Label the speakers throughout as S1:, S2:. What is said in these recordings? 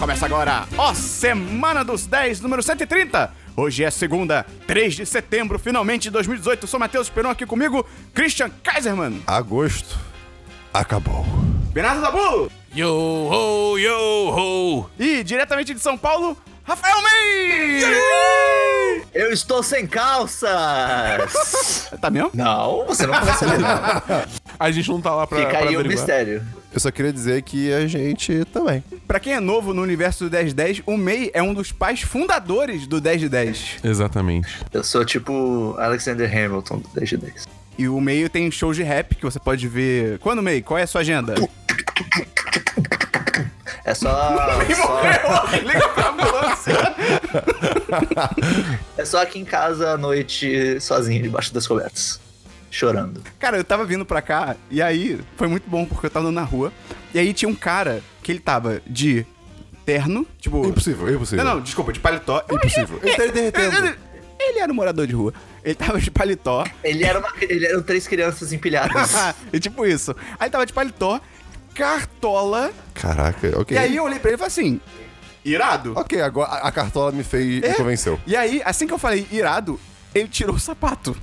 S1: Começa agora, ó, Semana dos 10, número 130. Hoje é segunda, 3 de setembro, finalmente de 2018. Eu sou Matheus Peron aqui comigo, Christian Kaiserman,
S2: Agosto acabou.
S1: Bernardo Dabu
S3: Yo ho, yo ho!
S1: e diretamente de São Paulo, Rafael Meis.
S4: Eu estou sem calças!
S1: Tá mesmo?
S4: não, você não pode saber. não.
S3: A gente não tá lá pra,
S4: Fica
S3: pra
S4: aí o
S3: averiguar.
S4: mistério.
S2: Eu só queria dizer que a gente também.
S1: Pra quem é novo no universo do 1010, o MEI é um dos pais fundadores do 10 de 10.
S3: Exatamente.
S4: Eu sou tipo Alexander Hamilton do 10 de 10.
S1: E o MEI tem shows de rap que você pode ver. Quando, MEI? Qual é a sua agenda?
S4: É só. só-
S1: Liga pra ambulância.
S4: é só aqui em casa à noite, sozinho, debaixo das cobertas. Chorando.
S1: Cara, eu tava vindo pra cá e aí foi muito bom porque eu tava andando na rua. E aí tinha um cara que ele tava de terno, tipo.
S2: Impossível, impossível.
S1: Não, não, desculpa, de paletó. Impossível.
S2: Ele tá derretendo.
S1: Ele, ele era um morador de rua. Ele tava de paletó.
S4: Ele era uma. Ele eram três crianças empilhadas.
S1: e tipo isso. Aí ele tava de paletó, cartola.
S2: Caraca, ok.
S1: E aí eu olhei pra ele e falei assim: irado.
S2: Ok, agora a a cartola me fez.
S1: É.
S2: me convenceu.
S1: E aí, assim que eu falei irado, ele tirou o sapato.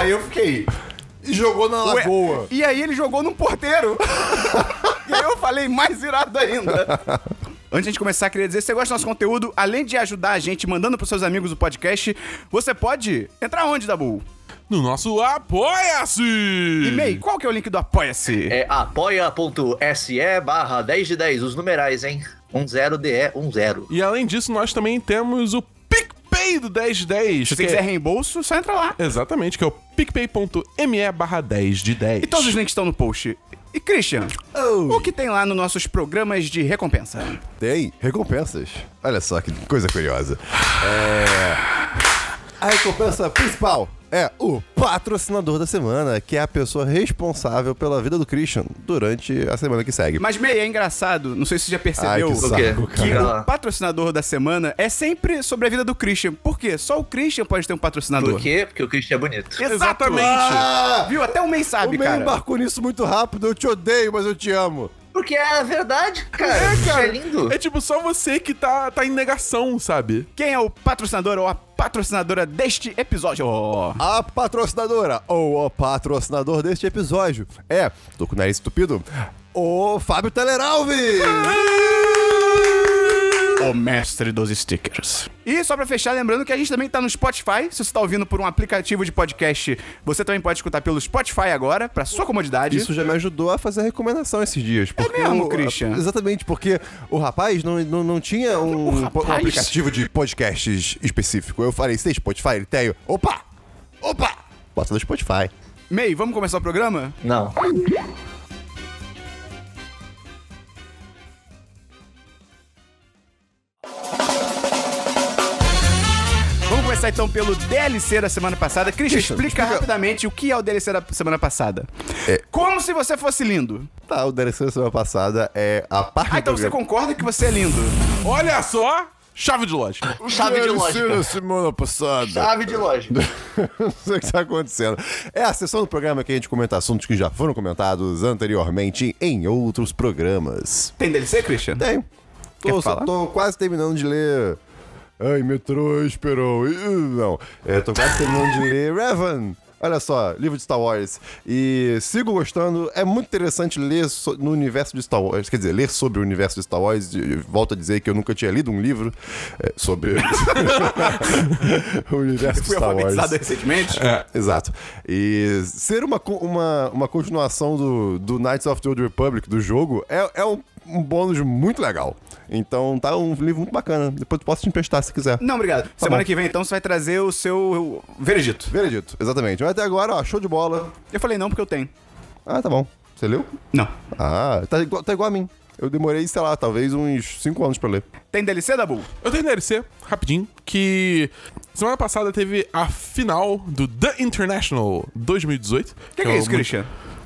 S1: aí eu fiquei.
S2: E jogou na
S1: Ué, E aí ele jogou num porteiro. e aí eu falei, mais irado ainda. Antes de a gente começar, queria dizer, se você gosta do nosso conteúdo, além de ajudar a gente mandando pros seus amigos o podcast, você pode entrar onde, Dabu?
S3: No nosso Apoia-se!
S1: E May, qual que é o link do Apoia-se?
S4: É apoia.se barra 10 de 10, os numerais, hein? 10DE10.
S3: E além disso, nós também temos o PicPay do 1010.
S1: Se
S3: que
S1: você
S3: é-
S1: quiser reembolso, só entra lá.
S3: Exatamente, que é o picpay.me barra 10 de 10.
S1: E todos os links estão no post. E Christian, o que tem lá nos nossos programas de recompensa?
S2: Tem recompensas. Olha só que coisa curiosa. É. A recompensa principal é o patrocinador da semana, que é a pessoa responsável pela vida do Christian durante a semana que segue.
S1: Mas May, é engraçado, não sei se você já percebeu.
S2: Ai, que
S4: O quê?
S2: Saco, cara.
S4: Diga
S1: O
S4: lá.
S1: patrocinador da semana é sempre sobre a vida do Christian. Por quê? Só o Christian pode ter um patrocinador.
S4: Por quê? Porque o Christian é bonito.
S1: Exato.
S3: Exatamente.
S2: Ah!
S1: Viu? Até o mês sabe,
S2: o meio
S1: cara.
S2: embarcou nisso muito rápido. Eu te odeio, mas eu te amo.
S4: Porque é a verdade, cara. É,
S3: cara.
S4: É lindo.
S3: É tipo só você que tá, tá em negação, sabe?
S1: Quem é o patrocinador ou a patrocinadora deste episódio? Ó,
S2: A patrocinadora ou o patrocinador deste episódio é, tô com o nariz estupido, o Fábio Teleralves!
S1: O mestre dos stickers. E só pra fechar, lembrando que a gente também tá no Spotify. Se você tá ouvindo por um aplicativo de podcast, você também pode escutar pelo Spotify agora, pra sua comodidade.
S2: Isso já me ajudou a fazer a recomendação esses dias. Porque
S1: É mesmo,
S2: o-
S1: Christian?
S2: Exatamente, porque o rapaz não, não, não tinha um,
S1: O rapaz?
S2: um aplicativo de podcasts específico. Eu falei, tem Spotify? Ele tem. Opa! Opa! Bota no Spotify.
S1: May, vamos começar o programa?
S4: Não.
S1: Vamos começar então pelo DLC da semana passada. Christian, explica, rapidamente o que é o DLC da semana passada.
S2: É.
S1: Como se você fosse lindo.
S2: Tá, o DLC da semana passada é a parte
S1: Ah,
S2: do
S1: então você
S2: programa-
S1: concorda que você é lindo.
S3: Olha só, chave de lógica.
S4: Chave de lógica.
S2: semana passada.
S4: Chave de lógica.
S3: Tá
S2: Não sei o que está acontecendo. É a sessão do programa que a gente comenta assuntos que já foram comentados anteriormente em outros programas.
S1: Tem DLC, Christian?
S2: Tem.
S1: Quer
S2: Tô, só
S1: falar?
S2: tô quase terminando de ler. Ai, metrô esperou. Ih, Não. É, tô quase terminando de ler Revan. Olha só, livro de Star Wars. E sigo gostando. É muito interessante ler so- no universo de Star Wars. Quer dizer, ler sobre o universo de Star Wars. De- de- Volto a dizer que eu nunca tinha lido um livro é, sobre o universo de
S1: Fui
S2: Star Wars.
S1: alfabetizado recentemente.
S2: Exato. E ser uma, co- uma, uma continuação do, do Knights of the Old Republic, do jogo, é, é um, um bônus muito legal. Então tá um livro muito bacana. Depois tu posso te emprestar se quiser.
S1: Não, obrigado.
S3: Tá
S1: Semana
S2: bom.
S1: que vem, então, você vai trazer o seu veredito.
S2: Veredito, exatamente. Mas até agora, ó, show de bola.
S1: Eu falei não porque eu tenho.
S2: Ah, tá bom. Você leu?
S1: Não.
S2: Ah, tá igual, tá igual a mim. Eu demorei, sei lá, talvez uns 5 anos pra ler.
S1: Tem DLC, Dabu?
S3: Eu tenho DLC, rapidinho, que semana passada teve a final do The International 2018.
S1: O que, que é isso,
S3: o-
S1: Christian?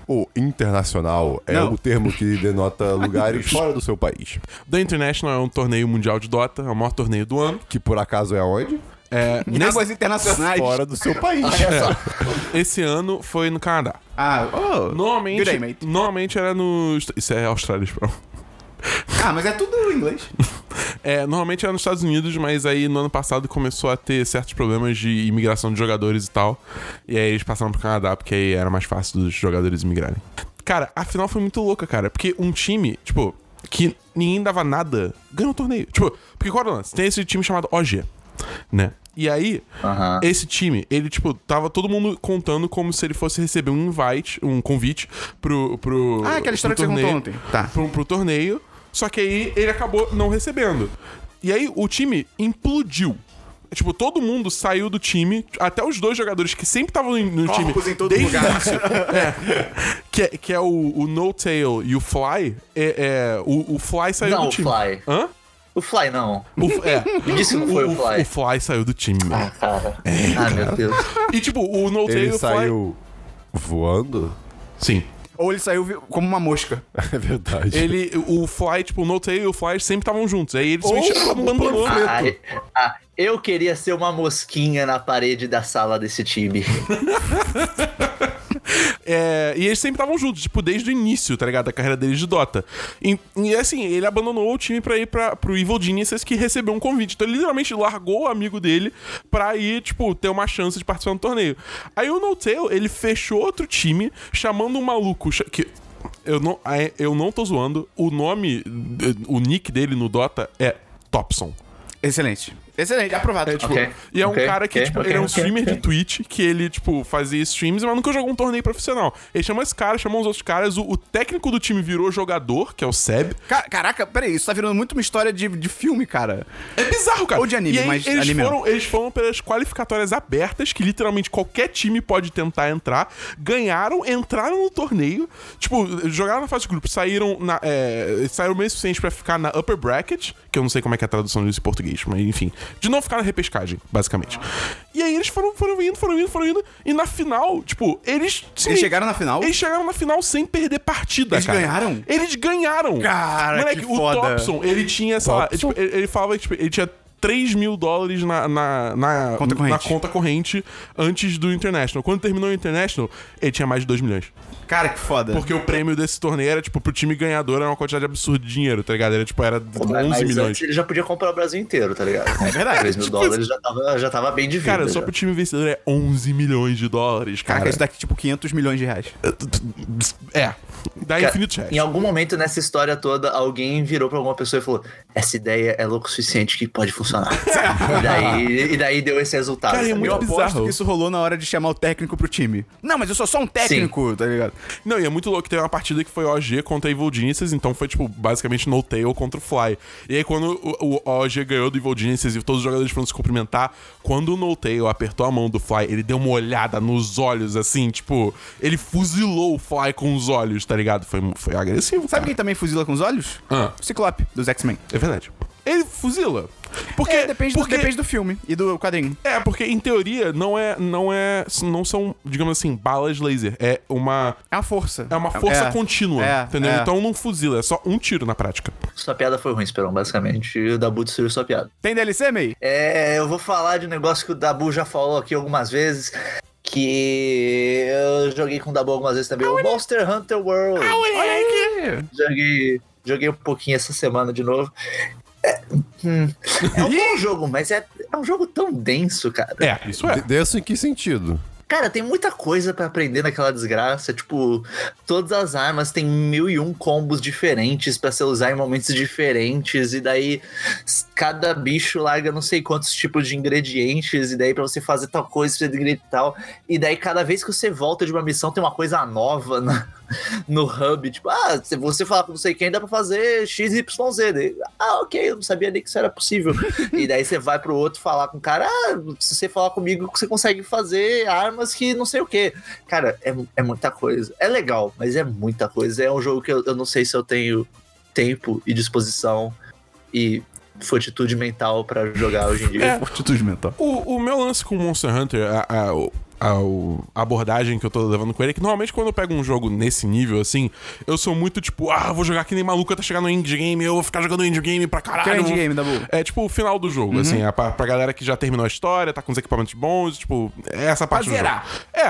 S2: O internacional é
S1: Não.
S2: o termo que denota lugares fora do seu país.
S3: The International é um torneio mundial de Dota, é o maior torneio do ano.
S2: Que por acaso é onde?
S3: É, nesse, É.
S1: Águas internacionais.
S2: Fora do seu país.
S3: esse ano foi no Canadá.
S1: Ah, oh.
S3: Normalmente,
S1: Good day, mate.
S3: tipo, normalmente era nos... Isso é Austrália, bro.
S1: Ah, mas é tudo em inglês.
S3: É, normalmente era nos Estados Unidos, mas aí no ano passado começou a ter certos problemas de imigração de jogadores e tal. E aí eles passaram pro Canadá, porque aí era mais fácil dos jogadores imigrarem. Cara, a final foi muito louca, cara. Porque um time, tipo, que ninguém dava nada, ganhou o torneio. Tipo, porque qual era o lance? Tem esse time chamado OG, né? E aí,
S4: Aham.
S3: esse time, ele, tipo, tava todo mundo contando como se ele fosse receber um invite, um convite pro. pro
S1: Ah, aquela história
S3: pro
S1: que você
S3: torneio-
S1: contou ontem. Tá.
S3: Pro, um, pro torneio. Só que aí ele acabou não recebendo. E aí o time implodiu. Tipo, todo mundo saiu do time, até os dois jogadores que sempre estavam no no time.
S1: Corpos em todo
S3: desde
S1: lugar.
S3: que é, que é o, o No Tail e o Fly. É, é, o, o Fly saiu
S4: Não,
S3: do
S4: o
S3: time.
S4: Fly.
S3: Hã?
S4: O Fly não.
S3: O, F- é.
S4: Me disse que não foi o,
S3: O
S4: Fly.
S3: Fly saiu do time. meu.
S4: Ah, cara.
S3: É,
S4: ah, meu Deus.
S3: E tipo, o No Tail e
S2: Ele
S3: o Fly.
S2: saiu voando?
S3: Sim.
S1: Ou ele saiu vi- como uma mosca.
S2: É verdade.
S3: Ele, o Fly, tipo, o No Tail e o Fly sempre estavam juntos. Aí eles
S1: Ou
S3: se
S1: como
S3: abandonou.
S1: panfleto.
S4: Ah, e- ah, eu queria ser uma mosquinha na parede da sala desse time.
S3: É, e eles sempre estavam juntos, tipo, desde o início, tá ligado? Da carreira deles de Dota. E, e, assim, ele abandonou o time pra ir pra, pro Evil Geniuses que recebeu um convite. Então ele literalmente largou o amigo dele pra ir, tipo, ter uma chance de participar do torneio. Aí o No Tail, ele fechou outro time, chamando um maluco. cha- Que, eu, não, é, eu não tô zoando. O nome, eh, o nick dele no Dota é Topson.
S1: Excelente. Excelente, aprovado.
S3: É, tipo,
S4: Ok,
S3: E é um
S4: ok,
S3: cara que,
S4: ok,
S3: tipo,
S4: ok,
S3: ele é um
S4: ok,
S3: streamer
S4: ok.
S3: de Twitch que ele, tipo, fazia streams, mas nunca jogou um torneio profissional. Ele chama esse cara, chamou os outros caras, o, o técnico do time virou jogador, que é o Seb.
S1: Ca- Caraca, peraí, isso tá virando muito uma história de, de filme, cara.
S3: É bizarro, cara.
S1: Ou de anime,
S3: e aí,
S1: mas
S3: eles
S1: anime não.
S3: foram, eles foram pelas qualificatórias abertas, que literalmente qualquer time pode tentar entrar. Ganharam, entraram no torneio. Tipo, jogaram na fase de grupo, saíram na, é, saíram bem o suficiente pra ficar na upper bracket, que eu não sei como é que é a tradução disso em português, mas enfim. De não ficar na repescagem, basicamente. E aí eles foram, foram indo, foram indo, foram indo. E na final, tipo, eles.
S1: Eles chegaram na final?
S3: Eles chegaram na final sem perder partida,
S1: Eles
S3: cara.
S1: ganharam?
S3: Eles ganharam.
S1: Cara,
S3: Moleque,
S1: que
S3: o
S1: foda.
S3: Thompson ele tinha, sei lá,
S2: Topson?
S3: tipo, ele, ele falava que tipo, ele tinha 3 mil dólares na, na, na,
S1: Conta corrente.
S3: na conta corrente antes do International. Quando terminou o International, ele tinha mais de 2 milhões.
S1: Cara, que foda.
S3: Porque o prêmio desse torneio era, tipo, pro time ganhador era uma quantidade absurda de dinheiro, tá ligado? Era, tipo, era 11
S4: Mas é
S3: milhões. Tipo
S4: antes ele já podia comprar o Brasil inteiro, tá ligado? É
S1: verdade.
S4: 3 mil dólares já tava, já tava bem de vida.
S3: Cara, só
S4: já.
S3: pro time vencedor é 11 milhões de dólares,
S1: Caraca,
S3: cara.
S1: isso daqui tipo 500 milhões de reais.
S3: É. Dá
S4: Cara,
S3: infinito reais.
S4: Em algum momento nessa história toda, alguém virou pra alguma pessoa e falou: Essa ideia é louco o suficiente que pode funcionar. e, daí, e daí deu esse resultado.
S3: Cara, é
S4: sabe?
S3: muito
S1: Eu aposto
S3: bizarro.
S1: que isso rolou na hora de chamar o técnico pro time. Não, mas eu sou só um técnico, tá ligado?
S3: Não, e é muito louco. Tem uma partida que foi OG contra Evil Geniuses, então foi, tipo, basicamente no tail contra o Fly. E aí, quando o, o OG ganhou do Evil Geniuses e todos os jogadores foram se cumprimentar, quando o no tail apertou a mão do Fly, ele deu uma olhada nos olhos, assim, tipo, ele fuzilou o Fly com os olhos, tá ligado? Foi, foi agressivo.
S1: Sabe quem também fuzila com os olhos?
S3: Tá. Ah.
S1: O Ciclope, dos X-Men.
S3: É verdade. Ele fuzila. Porque,
S1: É, depende, do-
S3: porque
S1: depende do filme e do quadrinho.
S3: É, porque em teoria não é, não é, não são, digamos assim, balas laser. É uma,
S1: É uma força.
S3: é uma força contínua,
S1: é,
S3: entendeu?
S1: é.
S3: Então não fuzila, é só um tiro na prática.
S4: Sua piada foi ruim, Esperão, basicamente. E o Dabu destruiu sua piada.
S1: Tem DLC, May?
S4: É, eu vou falar de um negócio que o Dabu já falou aqui algumas vezes. Que eu joguei com o Dabu algumas vezes também. O Monster Hunter World.
S1: Olha aí
S4: Joguei, joguei um pouquinho essa semana de novo. É, hum, é um bom jogo, mas é, é um jogo tão denso, cara.
S3: É, isso é.
S2: De- Desse em que sentido?
S4: Cara, tem muita coisa pra aprender naquela desgraça. Tipo, todas as armas têm mil e um combos diferentes pra você usar em momentos diferentes. E daí, s- cada bicho larga não sei quantos tipos de ingredientes. E daí, pra você fazer tal coisa, você ingrediente tal. E daí, cada vez que você volta de uma missão, tem uma coisa nova na- no hub. Tipo, ah, se você falar com não sei quem, dá pra fazer XYZ. Daí, ah, ok, eu não sabia nem que isso era possível. e daí, você vai pro outro falar com o cara, ah, se você falar comigo, você consegue fazer armas que não sei o que. Cara, é, é muita coisa. É legal, mas é muita coisa. É um jogo que eu, eu não sei se eu tenho tempo e disposição e fortitude mental pra jogar hoje em dia.
S3: É.
S2: É. então.
S1: Fortitude mental.
S3: O, o meu lance com Monster Hunter, a- a- o- ao- a abordagem que eu tô levando com ele é que normalmente quando eu pego um jogo nesse nível, assim, eu sou muito tipo, ah, vou jogar que nem maluco até chegar no indie game, eu vou ficar jogando indie game pra caralho.
S1: Que é o indie
S3: eu vou-
S1: game, Dabu? Uhum.
S3: É tipo o final do jogo, assim, é pra, pra galera que já terminou a história, tá com os equipamentos bons, tipo, é essa parte do jogo.
S1: zerar.
S3: É.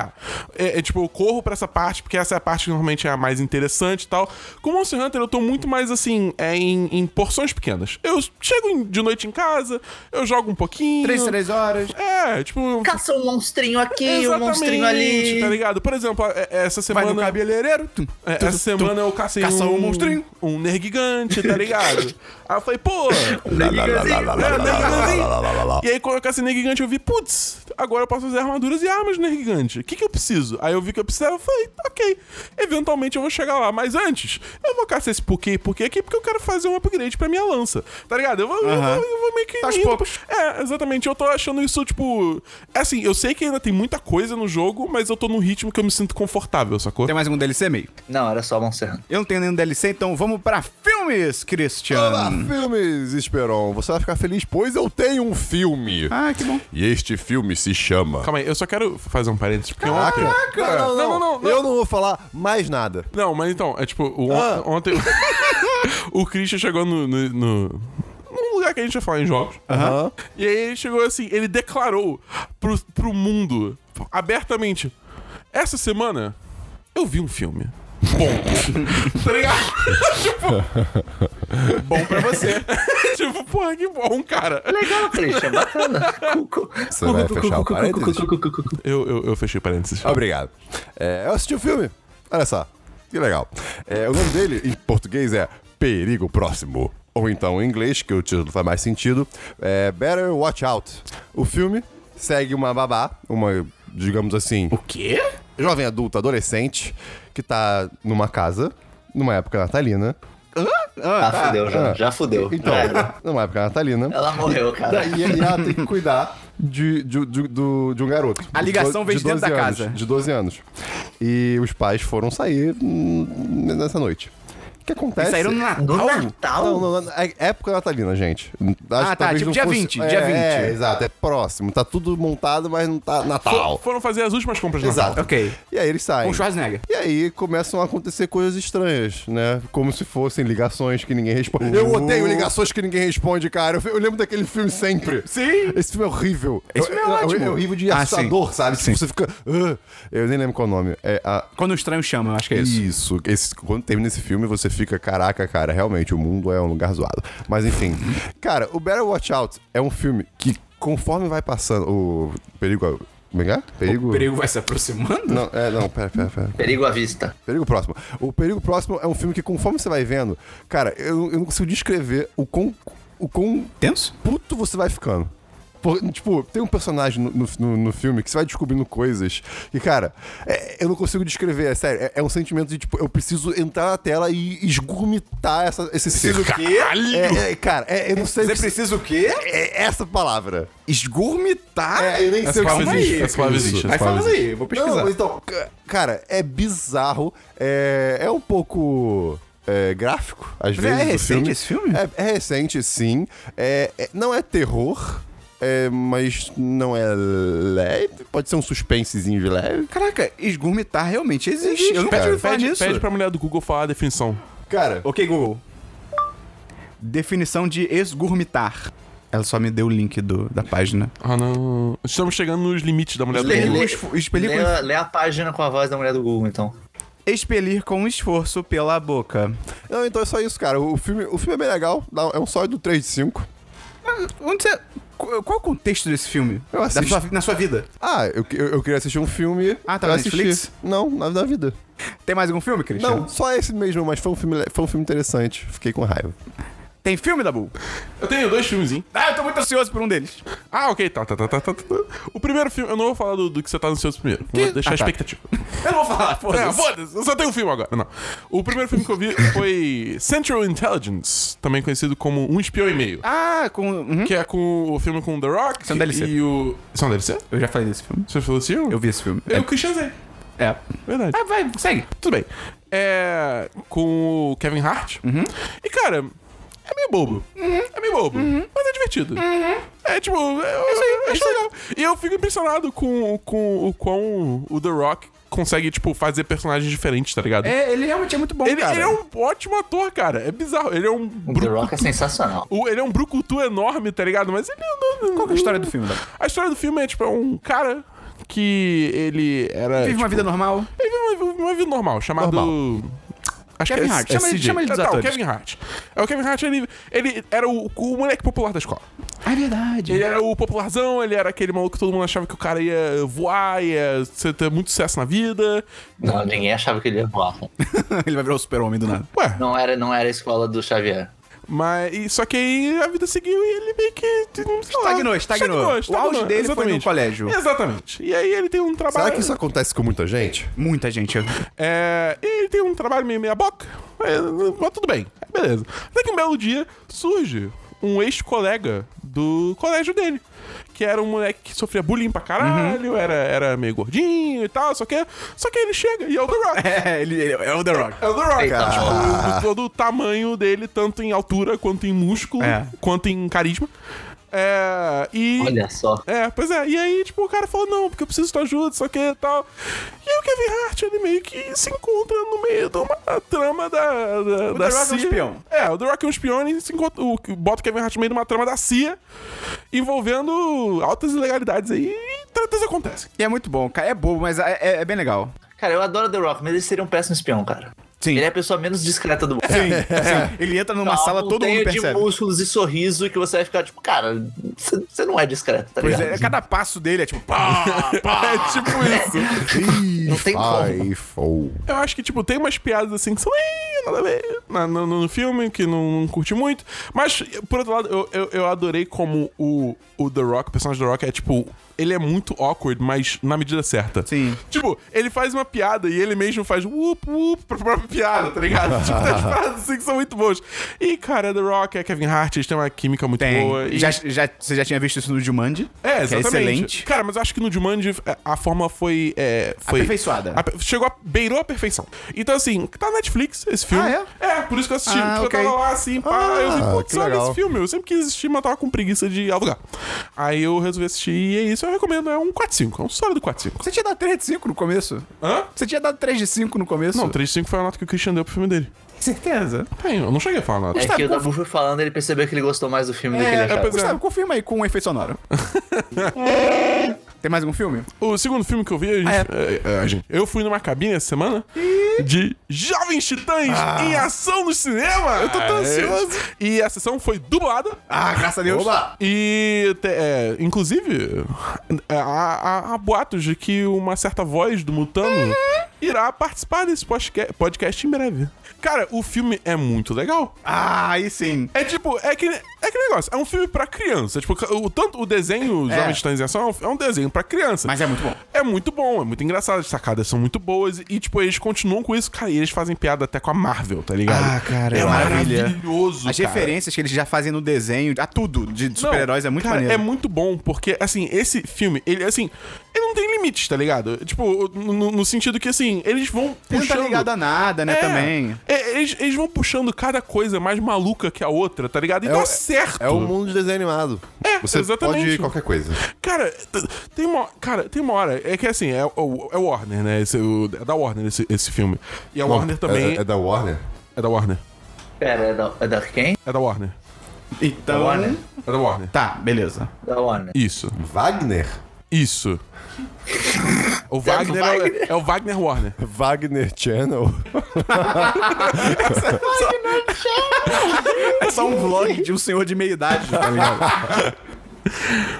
S3: É, é, tipo, eu corro pra essa parte, porque essa é a parte que normalmente é a mais interessante e tal. Com Monster Hunter, eu tô muito mais assim, é em, em porções pequenas. Eu chego em- de noite em casa, eu jogo um pouquinho.
S1: Três, três horas.
S3: É, tipo.
S4: Caça um monstrinho aqui, um
S3: exatamente,
S4: monstrinho ali.
S3: tá ligado? Por exemplo, a- é- essa
S1: Vai
S3: semana.
S1: no cabeleireiro. tum,
S3: É,
S1: tum,
S3: essa
S1: tum.
S3: semana eu cacei
S1: Caça um monstrinho.
S3: Um nergigante, tá ligado? Aí eu falei, pô,
S2: Lá, lá, lá, lá, lá, lá, lá, lá, lá, lá, lá, lá, lá,
S1: Ah.
S2: lá.
S3: E aí, quando eu cacei Nergigante, eu vi, putz, agora eu posso fazer armaduras e armas de Nergigante. O que, que eu preciso? Aí eu vi que eu precisava e falei, ok, eventualmente eu vou chegar lá. Mas antes, eu vou caçar esse porquê, porquê aqui, porque eu quero fazer um upgrade pra minha lança. Tá ligado? Eu vou, eu vou, eu vou meio que.
S1: Aos
S3: indo.
S1: poucos.
S3: É, exatamente. Eu tô achando isso, tipo. Assim, eu sei que ainda tem muita coisa no jogo, mas eu tô num ritmo que eu me sinto confortável, sacou?
S1: Tem um- mais algum DLC, meio?
S4: Não, era só Monster Hunter.
S1: Eu não tenho nenhum DLC, então vamos pra filmes, Christian.
S2: Olá, filmes, Esperon. Você vai ficar feliz, pois eu tenho um filme.
S1: Ah, que bom.
S2: E este filme se chama.
S3: Calma aí, eu só quero fazer um parênteses, porque ontem.
S2: Não não não,
S3: Não, não, não.
S2: Eu não vou falar mais nada.
S3: Não, mas então, é tipo, o on-
S2: Ah.
S3: ontem. o Christian chegou no, no, no- Num lugar que a gente vai falar em jogos.
S1: Ah.
S2: Aham.
S3: E aí ele chegou assim, ele declarou pro, pro mundo, abertamente: Essa semana eu vi um filme. Bom. tá ligado?
S1: Bom pra você.
S3: tipo, porra, que bom, cara.
S4: Legal, Christian, é bacana. Cuco.
S2: Você vai fechar o parênteses?
S3: Eu, eu, eu fechei parênteses.
S1: Tá Ah,
S2: Obrigado. É, eu assisti o filme. Olha só. Que legal. É, o nome dele, em português, é Perigo Próximo. Ou então, em inglês, que o título faz mais sentido, é Better Watch Out. O filme segue uma babá, uma, digamos assim,
S1: O quê?
S2: jovem adulta, adolescente, que tá numa casa, numa época natalina.
S4: Ah, fudeu, já, já fudeu.
S2: Então,
S4: Já
S1: É.
S4: era.
S2: numa época natalina.
S4: Ela morreu, cara.
S2: E aí ela tem que cuidar de, de, de- do- de um garoto.
S1: A ligação
S2: De
S1: vem de dentro
S2: 12
S1: da
S2: anos,
S1: casa.
S2: De 12 anos. E os pais foram sair hum, nessa noite. O que acontece?
S1: Eles saíram no Natal?
S4: No Natal?
S2: Não, não, não, é época natalina, gente. Acho
S1: Ah,
S2: que
S1: tá,
S2: talvez
S1: tipo
S2: não
S1: dia
S2: fosse-
S1: 20,
S2: é,
S1: dia 20.
S2: É, exato, é próximo. Tá tudo montado, mas não tá Natal.
S3: Foram fazer as últimas compras de Natal.
S2: Exato.
S1: Ok.
S2: E aí eles saem.
S1: Com Schwarzenegger.
S2: E aí começam a acontecer coisas estranhas, né? Como se fossem ligações que ninguém responde. Eu
S1: Uh.
S2: odeio ligações que ninguém responde, cara. Eu, eu lembro daquele filme sempre.
S1: Sim.
S2: Esse filme é horrível.
S1: Esse filme é ótimo.
S2: É horrível de
S1: Ah,
S2: assustador, sabe? Tipo, Você fica. "Ah". eu nem lembro qual é o nome. É a.
S1: Quando o estranho chama, eu acho que é isso.
S2: Isso. Esse- quando termina esse filme, você fica, caraca, cara, realmente o mundo é um lugar zoado. Mas enfim. cara, o Better Watch Out é um filme que, conforme vai passando. O perigo. Como é que é? Perigo.
S1: O perigo vai se aproximando?
S2: Não, é, não, pera, pera, pera.
S4: Perigo à vista.
S2: Perigo Próximo. O Perigo Próximo é um filme que, conforme você vai vendo, cara, eu, eu não consigo descrever o quão, o quão
S1: Tenso?
S2: puto você vai ficando. Por- tipo, tem um personagem no, no- no, no filme que você vai descobrindo coisas que, cara, é- eu não consigo descrever, é sério. É, é um sentimento de, tipo, eu preciso entrar na tela e esgurmitar essa, esse ciclo. É, é, cara, é, eu não sei. se-
S1: precisa o quê?
S2: é essa palavra.
S1: Esgurmitar?
S2: É, eu nem
S3: Essa
S2: sei o que
S3: palavra
S1: Calma
S3: existe,
S1: aí.
S3: essa palavra
S1: existe.
S3: existe,
S1: Vai
S3: essa palavra
S1: falando aí, eu vou pesquisar.
S2: Não, mas então, ca- cara, é bizarro. É, é um pouco é, gráfico, às
S1: Mas é
S2: vezes. o
S1: recente esse filme?
S2: É, é recente, sim. É- é- não é terror, é, mas não é leve. Pode ser um suspensezinho de leve.
S1: Caraca, esgurmitar realmente existe.
S2: Existe,
S1: eu nunca
S2: cara.
S1: tive falar
S3: Pede,
S1: nisso.
S3: pede pra mulher do Google falar a definição.
S2: Cara,
S1: Ok, Google. Definição de esgurmitar. Ela só me deu o link do, da página.
S3: Ah, não. Estamos chegando nos limites da mulher do
S4: Lê,
S3: Google.
S4: lê.
S1: Expelir,
S4: Lê, a- lê a página com a voz da mulher do Google, então.
S1: com, expelir com esforço pela boca.
S2: não, então é só isso, cara. O filme, o filme é bem legal. dá- É um sólido 3 de 5.
S1: Onde você. Qual qual é o contexto desse filme?
S2: Eu
S1: Da
S2: assisto.
S1: sua, na sua vida.
S2: Ah, eu, eu, eu queria assistir um filme.
S1: Ah, tá
S2: eu
S1: na
S2: assisti.
S1: Netflix?
S2: Não, na, na vida.
S1: Tem mais algum filme, Christian?
S2: Não, só esse mesmo, mas foi um filme, le- foi um filme interessante. Fiquei com raiva.
S1: Tem filme, Dabu?
S3: Eu tenho dois filmes, hein?
S1: Ah, eu tô muito ansioso por um deles.
S3: Ah, ok, tá, tá, tá, tá, tá, tá. O primeiro filme, eu não vou falar do, do que você tá ansioso primeiro. Vou deixar
S1: Ah,
S3: a
S1: tá.
S3: expectativa.
S1: Eu não vou falar,
S3: É,
S1: foda-se.
S3: foda-se, eu só tenho um filme agora. Não. O primeiro filme que eu vi foi Central Intelligence, também conhecido como Um Espião e Meio.
S1: Ah, com. uhum.
S3: Que é com o filme com The Rock
S1: Isso é um DLC.
S3: e o. Isso é um DLC?
S1: Eu já falei desse filme.
S3: Você falou assim?
S1: Eu vi esse filme.
S3: Eu cristianizei.
S1: É. é.
S3: Verdade.
S1: Ah, vai, segue.
S3: Tudo bem. É. Com o Kevin
S1: Uhum. Uhum.
S3: Hart. E, cara, é meio bobo. É meio bobo. Mas é divertido. É tipo, é, isso aí, é isso legal. E eu fico impressionado com, com o quão o The Rock consegue, tipo, fazer personagens diferentes, tá ligado?
S1: É, ele realmente é muito bom,
S3: ele,
S1: cara.
S3: ele é um ótimo ator, cara. É bizarro. Ele é um.
S4: O The
S3: Bru...
S4: Rock é sensacional.
S3: o- Ele é um brucutu enorme, tá ligado? Mas ele. não-
S1: Qual que é a história do filme, Davi?
S3: A história do filme é, tipo, é um cara que ele era.
S1: Vive uma
S3: tipo,
S1: vida normal.
S3: Ele vive uma, uma vida um normal, chamado. Acho
S1: Kevin
S3: que é,
S1: Hart.
S3: é
S1: Chama ele-
S3: CJ.
S1: chama ele dos
S3: É, tá, o
S1: atores.
S3: Kevin Hart. É, o Kevin Hart, ele, ele era o, o moleque popular da escola.
S1: Ah, é verdade.
S3: Ele era o popularzão, ele era aquele maluco que todo mundo achava que o cara ia voar, ia ser- ter muito sucesso na vida.
S4: Não, ninguém achava que ele ia voar.
S1: Ele vai virar o super-homem do nada.
S3: Ué,
S4: Não era, não era a escola do Xavier.
S3: mas. e- Só que aí a vida seguiu e ele meio que. sei lá,
S1: Estagnou, estagnou. O auge dele foi no colégio.
S3: Exatamente. E aí ele tem um trabalho.
S2: Será que isso acontece com muita gente?
S1: Muita gente.
S3: É, e ele tem um trabalho meio meia boca, é, mas tudo bem, é, beleza. Até que um belo dia surge um ex-colega do colégio dele, que era um moleque que sofria bullying pra caralho,
S1: Uhum.
S3: era, era meio gordinho e tal, só que, só que ele chega e é o The Rock.
S1: É, ele, ele é o The Rock.
S3: É o The Rock,
S4: Eita,
S3: tipo, do- todo o tamanho dele, tanto em altura, quanto em músculo,
S1: É.
S3: quanto em carisma. É, e...
S4: Olha só.
S3: É, pois é. E aí, tipo, o cara falou, não, porque eu preciso de tua ajuda, só que tal. E aí o Kevin Hart, ele meio que se encontra no meio de uma trama da... da o da
S1: The Rock é um
S3: CIA.
S1: espião.
S3: É, o The Rock é um espião e se encontra, o, bota o Kevin Hart no meio de uma trama da CIA envolvendo altas ilegalidades aí e tretas acontecem.
S1: E é muito bom, cara. É bobo, mas é, é- é bem legal.
S4: Cara, eu adoro The Rock, mas ele seria um péssimo espião, cara.
S1: Sim.
S4: Ele é a pessoa menos discreta do mundo.
S1: Sim, assim, ele entra numa
S4: Uma
S1: sala, todo mundo
S4: de
S1: percebe.
S4: músculos e sorriso que você vai ficar tipo, cara, você você não é discreto, tá
S1: Pois
S4: ligado?
S1: é, cada passo dele é tipo... Pá!
S3: é tipo isso.
S4: Não tem como.
S2: Ai, fou.
S3: Eu acho que, tipo, tem umas piadas assim que são "Ih, nada a ver na- no, no- no filme, que não, não curti muito. Mas, por outro lado, eu, eu, eu adorei como o, o The Rock, o personagem do The Rock, é tipo. Ele é muito awkward, mas na medida certa.
S1: Sim.
S3: Tipo, ele faz uma piada e ele mesmo faz whoop, whoop pra própria piada, tá ligado? tipo, tem umas frases assim que são muito boas. E, cara, The Rock é Kevin Hart, eles têm uma química muito boa.
S1: Tem.
S3: e-
S1: Já, já, você já tinha visto isso no Jumanji?
S3: é,
S1: Que
S3: exatamente.
S1: é excelente.
S3: Cara, mas eu acho que no Jumanji a- a fórmula foi... é, foi
S1: Aperfeiçoada.
S3: Ape- chegou, a, beirou a perfeição. Então, assim, tá na Netflix esse filme.
S1: Ah,
S3: é? por isso que eu assisti.
S1: Ah,
S3: porque
S1: ok.
S3: eu tava lá, assim, pá,
S2: Ah,
S3: eu vi, putz,
S2: que
S3: olha
S2: legal.
S3: esse filme. Eu sempre quis assistir, mas tava com preguiça de alugar. Aí eu resolvi assistir e é isso, eu recomendo. É um 4-5, é um sólido 4-5.
S1: Você tinha dado 3 de 5 no começo?
S3: Hã?
S1: Você tinha dado 3 de 5 no começo?
S3: Não, 3-5 foi a nota que o Christian deu pro filme dele.
S1: certeza.
S3: Bem, eu não cheguei a falar nota.
S4: É que o Dabu foi falando, ele percebeu que ele gostou mais do filme do que ele
S1: É,
S4: achava.
S3: pois é.
S1: Gustavo, confirma aí com um efeito sonoro. Tem mais algum filme?
S3: O segundo filme que eu vi, a gente- é, é, a gente- eu fui numa cabine essa semana de Jovens Titãs em ação no cinema. Ah. Eu tô tão ansioso. E a sessão foi dublada.
S1: Ah, graças a Deus.
S3: E, te- é, inclusive, é, há, há- há boatos de que uma certa voz do Mutano irá participar desse podca- podcast em breve. Cara, o filme é muito legal.
S1: Ah, aí sim.
S3: É tipo, é que, é que negócio, é um filme pra criança. Tipo, o, tanto o desenho
S1: É.
S3: Jovens Titãs em Ação é um- é um desenho pra criança.
S1: Mas é muito bom.
S3: É muito bom, é muito engraçado, as sacadas são muito boas e, tipo, eles continuam com isso, cara, e eles fazem piada até com a Marvel, tá ligado?
S1: Ah, cara,
S3: é
S1: é maravilha.
S3: maravilhoso,
S1: As
S3: cara.
S1: referências que eles já fazem no desenho, a tudo de
S3: Não,
S1: super-heróis é muito
S3: cara,
S1: maneiro.
S3: É muito bom, porque, assim, esse filme, ele, assim, ele não tem limites, tá ligado? Tipo, no, no sentido que, assim, eles vão
S1: não tá
S3: puxando...
S1: ligado a nada, né,
S3: É,
S1: também.
S3: é, eles, eles vão puxando cada coisa mais maluca que a outra, tá ligado? E dá
S2: o-
S3: certo.
S2: É o mundo de desenho animado.
S3: É,
S2: Você
S3: exatamente.
S2: pode ir qualquer coisa.
S3: Cara, t- tem uma, cara, tem uma hora. É que assim, é, o- é Warner, né? Esse- o- é da Warner esse, esse filme. E a
S2: Não,
S3: Warner também.
S2: É, é da Warner?
S3: É da Warner.
S4: Pera, é da, é da quem?
S3: É da Warner.
S1: Então.
S4: Da Warner?
S3: É da Warner.
S1: Tá, beleza.
S4: Da Warner.
S3: Isso.
S2: Wagner?
S3: Isso. O Wagner, é o-
S4: Wagner.
S3: É, o Wagner Warner.
S2: Wagner Channel?
S1: É só um vlog de um senhor de meia idade, tá ligado?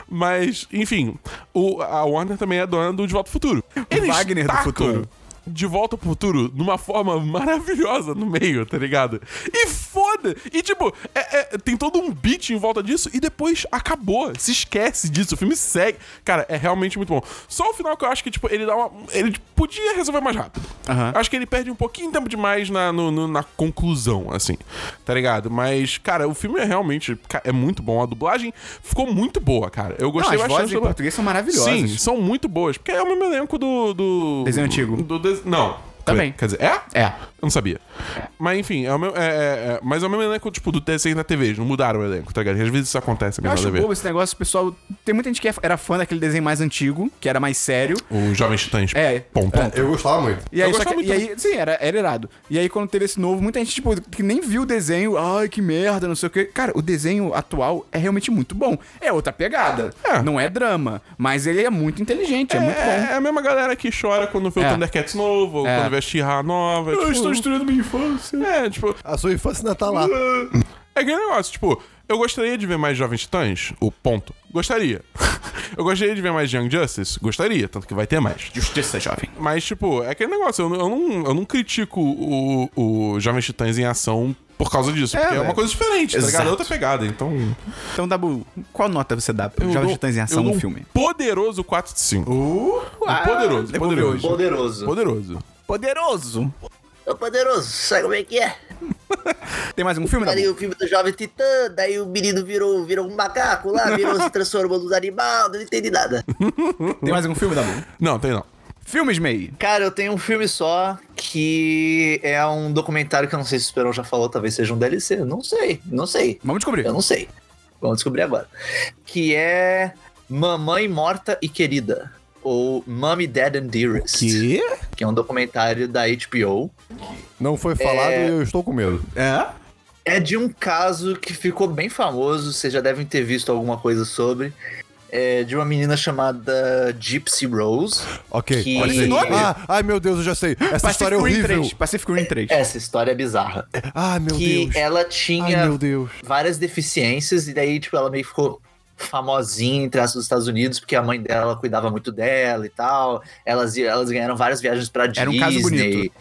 S3: Mas, enfim, o, a Warner também é dona do De Volta ao Futuro.
S1: Wagner do
S3: tacam
S1: futuro.
S3: De Volta pro Futuro, numa forma maravilhosa no meio, tá ligado? E foda! E tipo, é- é- tem todo um beat em volta disso e depois acabou. Se esquece disso, o filme segue. Cara, é realmente muito bom. Só o final que eu acho que, tipo, ele dá uma. Ele podia resolver mais rápido.
S1: Aham.
S3: Acho que ele perde um pouquinho de tempo demais na, no- no- na conclusão, assim, tá ligado? Mas, cara, o filme é realmente. ca- É muito bom. A dublagem ficou muito boa, cara. Eu
S1: Não,
S3: gostei
S1: as
S3: bastante.
S1: vozes em
S3: da dublagem.
S1: português são
S3: Sim,
S1: maravilhosas.
S3: são muito boas. Porque é o mesmo elenco do. do
S1: Desenho antigo.
S3: Do des- Não.
S1: Também.
S3: Quer dizer, é?
S1: É.
S3: Eu não sabia. Mas enfim, é o mesmo, é, é, é, mas é o mesmo elenco, tipo, do desenho da TV. Eles não mudaram o elenco, tá ligado? Às vezes isso acontece
S1: Eu
S3: mesmo na
S1: acho bobo
S3: TV.
S1: esse negócio, o pessoal. Tem muita gente que é- era fã daquele desenho mais antigo, que era mais sério.
S3: Os Jovens Titãs.
S1: É.
S3: Ponto.
S2: Eu gostava muito.
S1: E aí,
S3: Eu
S1: só
S3: gostava
S1: que-
S3: muito
S1: e aí- sim, era, era irado. E aí, quando teve esse novo, muita gente, tipo, que nem viu o desenho, ai, que merda, não sei o quê. Cara, o desenho atual é realmente muito bom. É outra pegada.
S3: É.
S1: Não é drama, mas ele é muito inteligente, é, muito
S3: É,
S1: bom.
S3: é a mesma galera que chora quando vê o
S1: É.
S3: Thundercats novo, ou
S1: É.
S3: quando vê a She-Ra nova. tipo,
S1: destruindo minha infância.
S3: É, tipo,
S2: A sua infância ainda tá lá.
S3: É aquele negócio, tipo, eu gostaria de ver mais Jovens Titãs, o ponto. Gostaria. eu gostaria de ver mais Young Justice, gostaria, tanto que vai ter mais.
S1: Justiça, jovem.
S3: Mas, tipo, é aquele negócio, eu, não- eu não, eu não critico o, o Jovens Titãs em ação por causa disso, porque é
S1: velho.
S3: uma coisa diferente, tá ligado?
S1: Exato.
S3: É outra pegada, então...
S1: Então, Dabu, qual nota você dá pro
S3: eu
S1: Jovem
S3: dou-
S1: Titãs em
S3: eu
S1: Ação
S3: dou
S1: no
S3: um
S1: filme?
S3: Poderoso 4 de 5.
S1: Uh,
S3: poderoso, poderoso.
S4: Poderoso.
S3: Poderoso.
S1: Poderoso.
S4: Ô, poderoso, sabe como é que é?
S1: Tem mais um filme,
S4: Daí
S1: Dabu?
S4: o filme do Jovem Titã, daí o menino virou, virou um macaco lá, virou, se transformou nos animais, não entendi nada.
S1: Tem mais um filme, Dabu?
S3: Não, tem não.
S1: Filmes, May.
S4: Cara, eu tenho um filme só que é um documentário que eu não sei se o Esperão já falou, talvez seja um DLC, não sei, não sei,
S1: Vamos descobrir.
S4: eu não sei. Vamos descobrir agora. Que é Mamãe Morta e Querida, ou Mommy, Dead and Dearest, que, é um documentário da HBO.
S2: Não foi falado e eu estou com medo.
S1: É?
S4: É de um caso que ficou bem famoso, vocês já devem ter visto alguma coisa sobre, é de uma menina chamada Gypsy Rose.
S2: Ok.
S4: Que-
S2: pode ser.
S1: Olha esse nome.
S2: Ah, ai, meu Deus, eu já sei. Essa história é
S1: Rim
S2: horrível.
S1: 3. Pacific Rim 3.
S4: Essa história é bizarra.
S2: Ah, meu
S4: que
S2: Deus.
S4: ela
S2: Ai,
S4: tinha
S2: meu Deus.
S4: várias deficiências, e daí, tipo, ela meio que ficou famosinha entre as dos Estados Unidos, porque a mãe dela cuidava muito dela e tal. Elas, ia- elas ganharam várias viagens pra Disney.
S1: Era um caso bonito.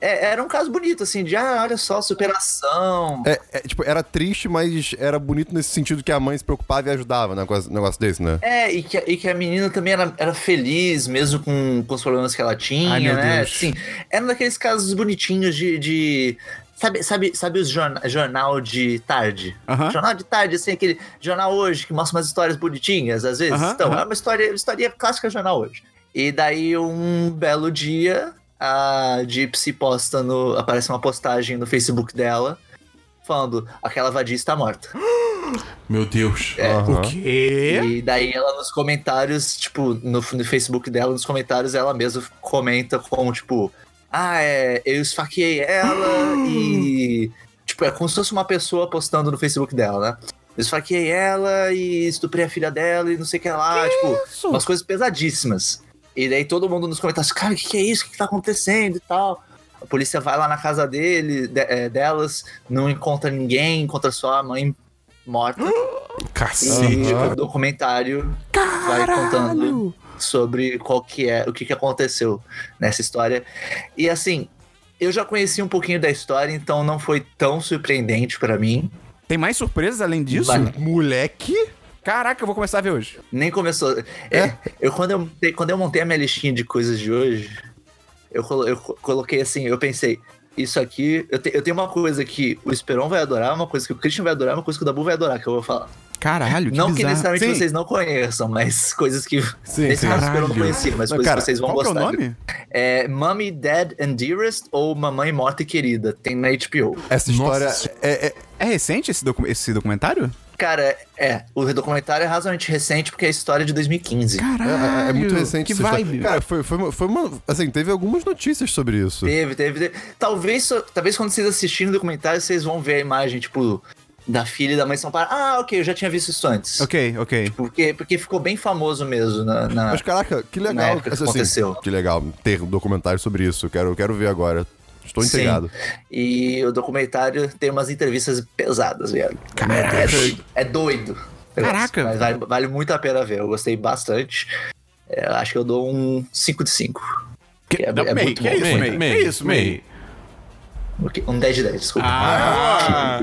S4: É, era um caso bonito, assim, de, ah, olha só, superação.
S2: É, é, tipo, era triste, mas era bonito nesse sentido que a mãe se preocupava e ajudava, né? Com esse negócio desse, né?
S4: É, e que, e que a menina também era, era feliz, mesmo com, com os problemas que ela tinha,
S1: Ai, meu
S4: né?
S1: Deus.
S4: Assim, era um daqueles casos bonitinhos de. de- sabe, sabe, sabe os jorna- jornal de tarde?
S1: Aham.
S4: Jornal de tarde, assim, aquele jornal hoje que mostra umas histórias bonitinhas, às vezes.
S1: Aham,
S4: então,
S1: aham.
S4: é uma história, uma história clássica jornal hoje. E daí, um belo dia, a Gypsy posta no. Aparece uma postagem no Facebook dela falando: aquela vadia está morta.
S3: Meu Deus.
S2: Aham.
S1: quê?
S4: E daí ela nos comentários, tipo, no, no Facebook dela, nos comentários, ela mesma comenta como, tipo, ah, é, eu esfaqueei ela e. Tipo, é como se fosse uma pessoa postando no Facebook dela, né? Eu esfaqueei ela e estuprei a filha dela e não sei o que lá. tipo,
S1: isso?
S4: umas coisas pesadíssimas. E daí todo mundo nos comentários, cara, o que, que é isso? O que, que tá acontecendo e tal? A polícia vai lá na casa dele, de- é, delas, não encontra ninguém, encontra só a mãe morta.
S1: Ah,
S4: E
S3: Cacete.
S4: tipo, o documentário vai contando né? sobre qual que é, o que, que aconteceu nessa história. E assim, eu já conheci um pouquinho da história, então não foi tão surpreendente pra mim.
S1: Tem mais surpresas além disso?
S4: Vai.
S2: Moleque?
S1: Caraca, eu vou começar a ver hoje.
S4: Nem começou. É, eu, quando, eu, montei- quando eu montei a minha listinha de coisas de hoje, eu, colo- eu co- coloquei assim, eu pensei. Isso aqui, eu, te- eu tenho uma coisa que o Esperon vai adorar, uma coisa que o Christian vai adorar, uma coisa que o Dabu vai adorar, que eu vou falar.
S1: Caralho, que
S4: não que
S1: bizarro.
S4: necessariamente
S1: Sim.
S4: vocês não conheçam, mas coisas que
S2: Sim,
S4: Esse
S2: sim.
S4: caso eu não
S3: Caralho.
S4: conhecia, mas
S2: Não,
S4: coisas
S2: cara,
S4: que vocês vão
S1: Qual que é o
S4: gostar.
S1: nome?
S4: É Mommy, Dead and Dearest ou Mamãe Morta e Querida, tem na HBO.
S2: Essa história é, é-
S1: É recente esse, docu- esse documentário?
S4: Cara, é, o documentário é razoavelmente recente porque é a história de 2015.
S1: Caralho.
S2: é- é muito recente.
S1: Que
S2: essa história.
S1: vibe.
S2: Cara, foi, foi, uma- foi uma. Assim, teve algumas notícias sobre isso.
S4: Teve, teve, teve. Talvez, só- talvez quando vocês assistirem o documentário, vocês vão ver a imagem, tipo, da filha e da mãe são para. Ah, ok, eu já tinha visto isso antes.
S1: ok, ok.
S4: Porque, porque ficou bem famoso mesmo na. na-
S2: Mas caraca, que legal.
S4: Na época que
S2: assim,
S4: aconteceu.
S2: Que legal ter um documentário sobre isso. Eu Quero, eu quero ver agora. Estou
S4: Sim.
S2: integrado.
S4: E o documentário tem umas entrevistas pesadas, velho. É, é doido.
S1: Caraca.
S4: Mas vale, vale muito a pena ver. Eu gostei bastante. É, eu acho que eu dou um 5 de 5. Que é,
S1: Não,
S4: é
S1: May,
S4: muito
S1: que
S4: bom.
S1: isso, May? Que isso, May?
S4: Ok, Um 10 de 10, desculpa.
S3: Ah,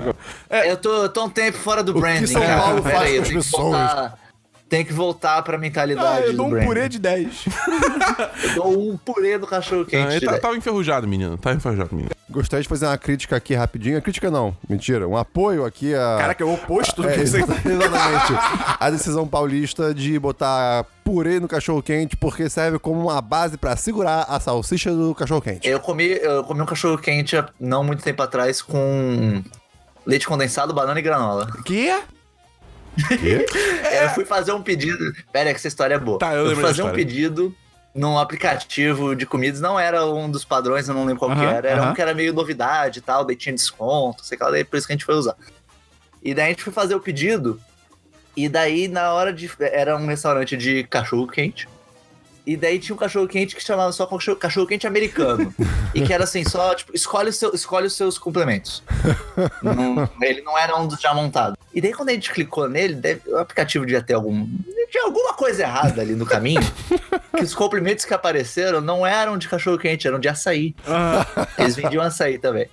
S4: Eu tô, eu tô um tempo fora do branding,
S2: São
S4: cara.
S2: Paulo
S4: eu
S2: faz com as
S4: tenho que
S2: pessoas?
S4: voltar- Tenho que voltar pra mentalidade
S1: Ah, eu
S4: do
S1: dou um
S4: branding.
S1: purê de 10.
S4: Eu dou um purê do cachorro
S3: Ah,
S4: quente.
S1: né?
S3: ele tá, tava enferrujado, menino. Tá enferrujado, menino.
S2: gostaria de fazer uma crítica aqui rapidinho. A crítica não, mentira. Um apoio aqui a.
S1: Caraca, é o oposto do
S2: É,
S1: que você.
S2: exata- exatamente. A decisão paulista de botar purê no cachorro quente porque serve como uma base pra segurar a salsicha do cachorro quente.
S4: Eu comi, eu comi um cachorro quente há não muito tempo atrás com leite condensado, banana e granola.
S1: Que?
S4: Eu fui fazer um pedido. Pera, que essa história é boa.
S3: É. Tá, eu
S4: fui
S3: lembro da
S4: fazer um
S3: história.
S4: pedido num aplicativo de comidas. Não era um dos padrões, eu não lembro qual que
S1: Aham,
S4: era. Era
S1: aham.
S4: um que era meio novidade e tal, daí tinha desconto, sei lá, daí é por isso que a gente foi usar. E daí a gente foi fazer o pedido. E daí, na hora de. Era um restaurante de cachorro quente. E daí tinha um cachorro quente que chamava só cachorro, cachorro quente americano. e que era assim, só, tipo, escolhe, o seu, escolhe os seus complementos. Não- ele não era um dos já montados. E daí quando a gente clicou nele, deve- o aplicativo devia ter algum. Tinha alguma coisa errada ali no caminho. que os complementos que apareceram não eram de cachorro quente, eram de açaí.
S2: Ah.
S4: Eles vendiam açaí também.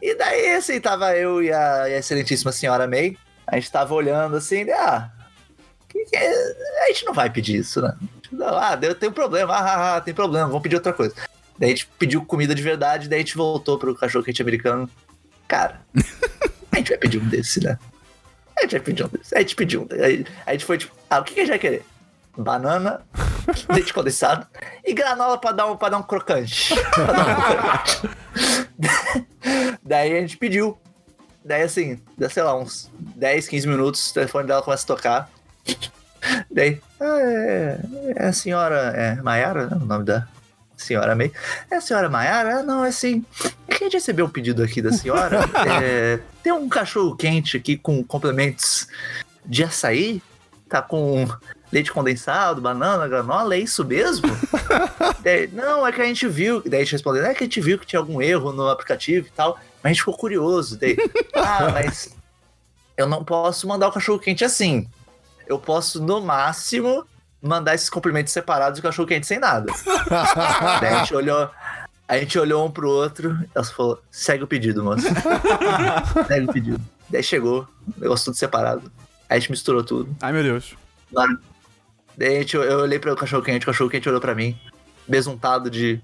S4: E daí, assim, tava eu e a, e a excelentíssima senhora May. A gente tava olhando assim, ah, que que é? a gente não vai pedir isso, né? Não, ah, deu, tem um problema, ah, ah, ah, tem problema, vamos pedir outra coisa. Daí a gente pediu comida de verdade, daí a gente voltou pro cachorro quente americano. Cara, a gente vai pedir um desse, né? A gente vai pedir um desse. A gente pediu um desse. Aí- A gente foi tipo, ah, o que que a gente vai querer? Banana, leite condensado e granola pra dar um, pra dar um crocante. Pra dar um crocante. Daí a gente pediu. Daí assim, dá, sei lá, uns 10, 15 minutos, o telefone dela começa a tocar. Daí, ah, é, é a senhora é, Maiara, né, o nome da senhora May. É a senhora Maiara? Ah, Não, é assim, é que a gente recebeu um pedido aqui da senhora. É, tem um cachorro quente aqui com complementos de açaí, tá com leite condensado, banana, granola, é isso mesmo? Daí, não, é que a gente viu, daí a gente respondeu, é que a gente viu que tinha algum erro no aplicativo e tal, mas a gente ficou curioso. Daí, ah, mas eu não posso mandar o cachorro quente assim. Eu posso, no máximo, mandar esses cumprimentos separados e o cachorro quente sem nada. Daí a gente olhou. A gente olhou um pro outro, ela falou, segue o pedido, moça. segue o pedido. Daí chegou, o negócio tudo separado. Aí a gente misturou tudo.
S1: Ai, meu Deus.
S4: Na hora- Daí a gente, eu olhei para o cachorro quente, o cachorro quente olhou pra mim, besuntado de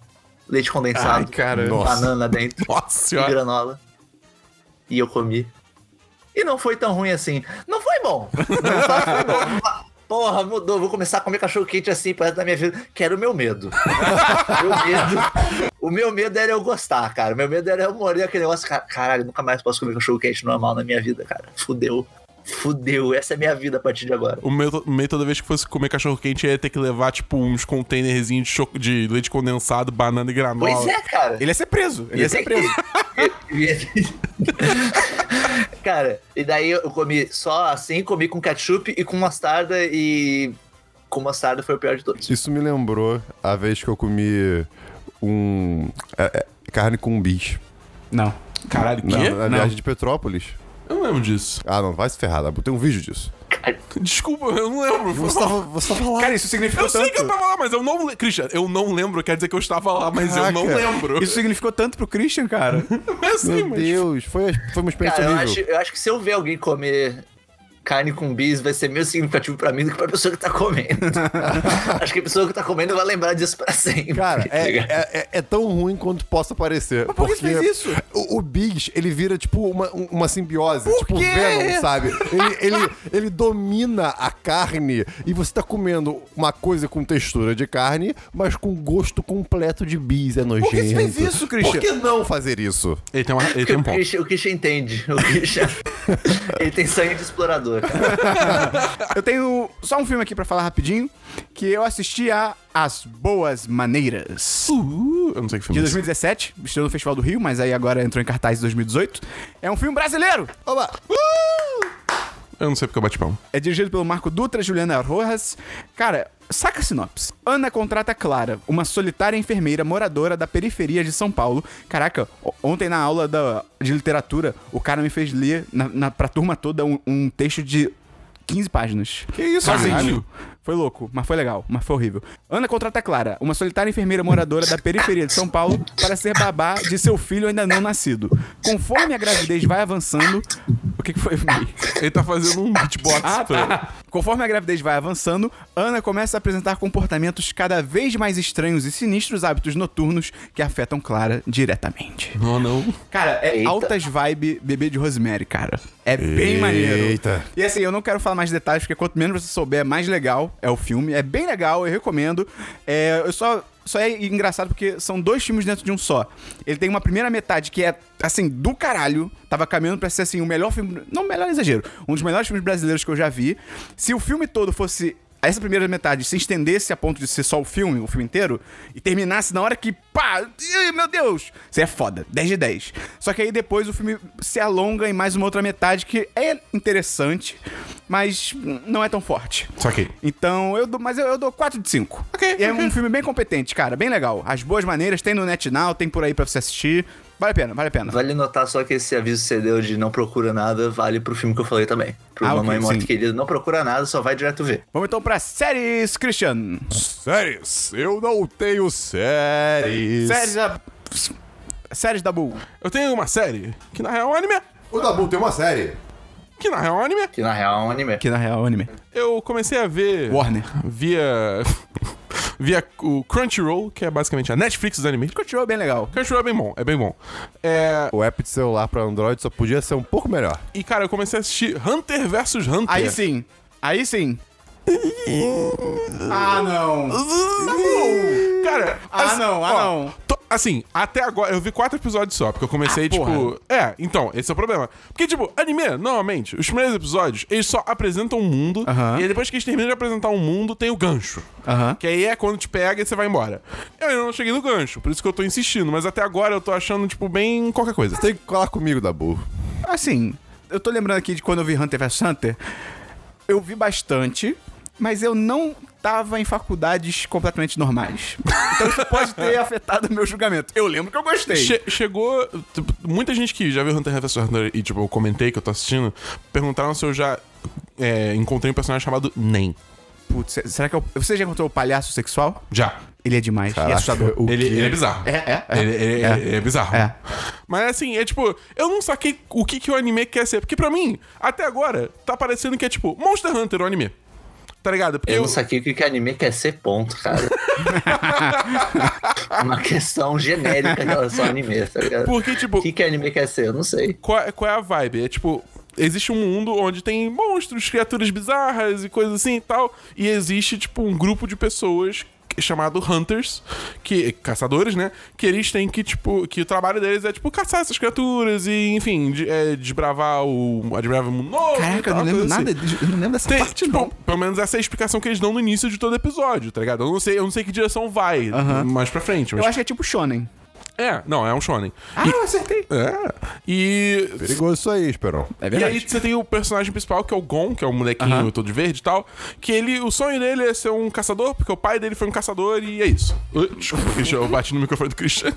S4: leite condensado,
S3: Ai, cara.
S2: Nossa.
S4: banana dentro
S3: Nossa
S4: e
S3: senhora.
S4: granola. E eu comi. E não foi tão ruim assim. Não foi bom. Não foi, foi bom. Porra, mudou. Vou começar a comer cachorro quente assim pro resto da minha vida. Quero o meu medo. meu medo. O meu medo era eu gostar, cara. Meu medo era eu morrer aquele negócio. cara, Caralho, nunca mais posso comer cachorro quente normal na minha vida, cara. Fudeu. Fudeu. Essa é a minha vida a partir de agora.
S3: O meu, o meu toda vez que fosse comer cachorro quente ia ter que levar, tipo, uns containerzinhos de, choco- de leite condensado, banana e granola.
S4: Pois é, cara.
S1: Ele ia ser preso. Ele ia
S2: é
S1: ser preso.
S4: Cara, e daí eu comi só assim, comi com ketchup e com mostarda e. Com mostarda foi o pior de todos.
S2: Isso me lembrou a vez que eu comi um. é, é, carne com bis.
S1: Não.
S3: Caralho,
S2: Na,
S3: quê?
S2: na
S1: É? Não.
S2: viagem de Petrópolis.
S3: Eu não lembro disso.
S2: Ah, não, vai se ferrar, Dabu, tem um vídeo disso.
S3: Desculpa, eu não lembro. Foi
S2: Você
S3: mal.
S2: tava, você tava lá.
S1: Cara, isso significou
S3: Eu sei
S1: tanto.
S3: que é eu tava lá, mas eu não lembro. Christian, eu não lembro, quer dizer que eu estava lá, mas eu não
S2: Caraca.
S3: lembro.
S1: Isso significou tanto pro Christian, cara.
S3: Mas assim,
S2: Meu
S3: mas-
S2: Deus, foi, foi uma experiência
S4: Cara, eu acho,
S2: horrível.
S4: eu acho que se eu ver alguém comer carne com bis, vai ser meio significativo pra mim do que pra pessoa que tá comendo. acho que a pessoa que tá comendo vai lembrar disso pra sempre.
S2: Cara,
S4: tá
S2: é,
S4: ligado?
S2: é, é- é tão ruim quanto possa parecer.
S1: Mas por que você
S2: porque
S1: fez isso?
S2: O, o Biggs, ele vira tipo uma, um- uma simbiose. tipo o
S1: quê?
S2: Venom, sabe? Ele, ele, ele domina a carne e você tá comendo uma coisa com textura de carne, mas com gosto completo de bis. É nojento.
S1: que você fez isso, Christian?
S2: Por que não fazer isso?
S3: Ele tem, uma- ele tem um
S4: o
S3: ponto.
S4: Christian, o Christian entende. O Christian. ele tem sangue de explorador, cara.
S1: Eu tenho só um filme aqui pra falar rapidinho, que eu assisti a As Boas Maneiras.
S3: Uh, eu não sei que
S1: De
S3: filme é esse.
S1: 2017, estreou no Festival do Rio, mas aí agora entrou em cartaz em 2018. É um filme brasileiro!
S2: Oba!
S3: Eu não sei porque eu bati palma.
S1: É dirigido pelo Marco Dutra e Juliana Rojas. Cara, saca a sinopse. Ana contrata Clara, uma solitária enfermeira moradora da periferia de São Paulo. Caraca, o- ontem na aula da- de literatura, o cara me fez ler na, na, pra turma toda um, um texto de 15 páginas. Que isso,
S3: Tá Caralho.
S1: Foi louco, mas foi legal, mas foi horrível. Ana contrata Clara, uma solitária enfermeira moradora da periferia de São Paulo, para ser babá de seu filho ainda não nascido. Conforme a gravidez vai avançando, O que, que foi, Mei?
S3: Ele tá fazendo um beatbox.
S1: Ah,
S3: pra-
S1: tá. Conforme a gravidez vai avançando, Ana começa a apresentar comportamentos cada vez mais estranhos e sinistros hábitos noturnos que afetam Clara diretamente.
S3: Não, não.
S1: Cara, é
S4: Eita.
S1: altas vibe bebê de Rosemary, cara. É bem
S2: Eita.
S1: maneiro. E assim, eu não quero falar mais detalhes, porque quanto menos você souber, mais legal é o filme. É bem legal, eu recomendo. É, eu só. Só é engraçado porque são dois filmes dentro de um só. Ele tem uma primeira metade que é, assim, do caralho. Tava caminhando pra ser, assim, o melhor filme. Não, melhor é exagero. Um dos melhores filmes brasileiros que eu já vi. Se o filme todo fosse. Essa primeira metade se estendesse a ponto de ser só o filme, o filme inteiro, e terminasse na hora que, pá, ih, meu Deus, você é foda, 10 de 10. Só que aí depois o filme se alonga em mais uma outra metade que é interessante, mas não é tão forte.
S3: Saquei.
S1: Então, eu dou, mas eu, eu dou 4 de 5. E é um filme bem competente, cara, bem legal. As boas maneiras tem no NetNow, tem por aí pra você assistir. Vale a pena, vale a pena.
S4: Vale notar só que esse aviso que você deu de não procura nada vale pro filme que eu falei também. Pro
S1: Ah, ok,
S4: Mamãe Morta
S1: sim.
S4: e Querida, não procura nada, só vai direto ver.
S1: Vamos então pra séries, Christian.
S2: Séries? Eu não tenho séries.
S1: Séries da... Séries da Bull.
S3: Eu tenho uma série que na real é um anime.
S2: O Dabu tem uma série.
S3: Que na real é um anime.
S4: Que na real é um anime.
S1: Que na real é anime.
S3: Eu comecei a ver.
S1: Warner.
S3: Via. via o Crunchyroll, que é basicamente a Netflix dos animes.
S1: Continuou bem legal.
S3: Crunchyroll é bem bom, é bem bom. É,
S2: O app de celular pra Android só podia ser um pouco melhor.
S3: e cara, eu comecei a assistir Hunter vs Hunter.
S1: Aí sim. Aí sim. ah, não. Tá
S3: Cara, assim,
S1: Ah, não, ah,
S3: ó,
S1: não.
S3: to- assim, até agora, eu vi quatro episódios só, porque eu comecei,
S1: Ah,
S3: tipo.
S1: porra.
S3: É, então, esse é o problema. Porque, tipo, anime, normalmente, os primeiros episódios, eles só apresentam o mundo,
S1: Aham.
S3: e aí depois que eles terminam de apresentar o mundo, tem o gancho.
S1: Aham.
S3: Que aí é quando te pega e você vai embora. Eu ainda não cheguei no gancho, por isso que eu tô insistindo, mas até agora eu tô achando, tipo, bem qualquer coisa.
S2: Tem que colar comigo, Dabu.
S1: Assim, eu tô lembrando aqui de quando eu vi Hunter vs Hunter. Eu vi bastante, mas eu não tava em faculdades completamente normais. Então isso pode ter afetado o meu julgamento. Eu lembro que eu gostei.
S3: Che- chegou. tipo, muita gente que já viu Hunter vs Hunter e, tipo, eu comentei que eu tô assistindo, perguntaram se eu já é, encontrei um personagem chamado Nen.
S1: Putz, é, será que eu... Você já encontrou o palhaço sexual?
S3: Já.
S1: Ele é demais. e é assustador.
S2: o
S3: Ele,
S2: quê?
S3: ele é bizarro.
S1: É, é, é.
S3: Ele, ele-
S1: É.
S3: ele é bizarro.
S1: É.
S3: Mas assim, é tipo, eu não saquei o que, que o anime quer ser. Porque pra mim, até agora, tá parecendo que é tipo Monster Hunter o anime. Tá ligado? Porque
S4: Eu
S3: eu,
S4: não saquei o que, que anime quer ser ponto, cara. Uma questão genérica em relação ao anime, tá ligado?
S3: Porque, tipo-
S4: O que, que anime quer ser? Eu não sei.
S3: qual, é- qual é a vibe? É tipo, existe um mundo onde tem monstros, criaturas bizarras e coisas assim e tal. E existe, tipo, um grupo de pessoas que- chamado Hunters, que caçadores, né? Que eles têm que, tipo, que o trabalho deles é, tipo, caçar essas criaturas e, enfim, de- é, desbravar o. desbravar o mundo novo. e
S1: Caraca, eu
S3: tal,
S1: não lembro
S3: coisa assim.
S1: nada. de- Eu não lembro dessa
S3: Tem,
S1: parte,
S3: tipo,
S1: não.
S3: pelo menos essa é a explicação que eles dão no início de todo episódio, tá ligado? Eu não sei, eu não sei que direção vai mais pra frente, mas...
S1: Eu acho que é tipo Shonen.
S3: É, não, é um shonen.
S1: Ah, eu acertei.
S3: É. E...
S2: Perigoso isso aí, Esperão.
S1: É
S3: E
S1: verdade.
S3: aí você tem o personagem principal, que é o Gon, que é o molequinho todo de verde e tal, que ele... O sonho dele é ser um caçador, porque o pai dele foi um caçador e é isso. Ui, Desculpa, Christian, eu bati no microfone do Christian.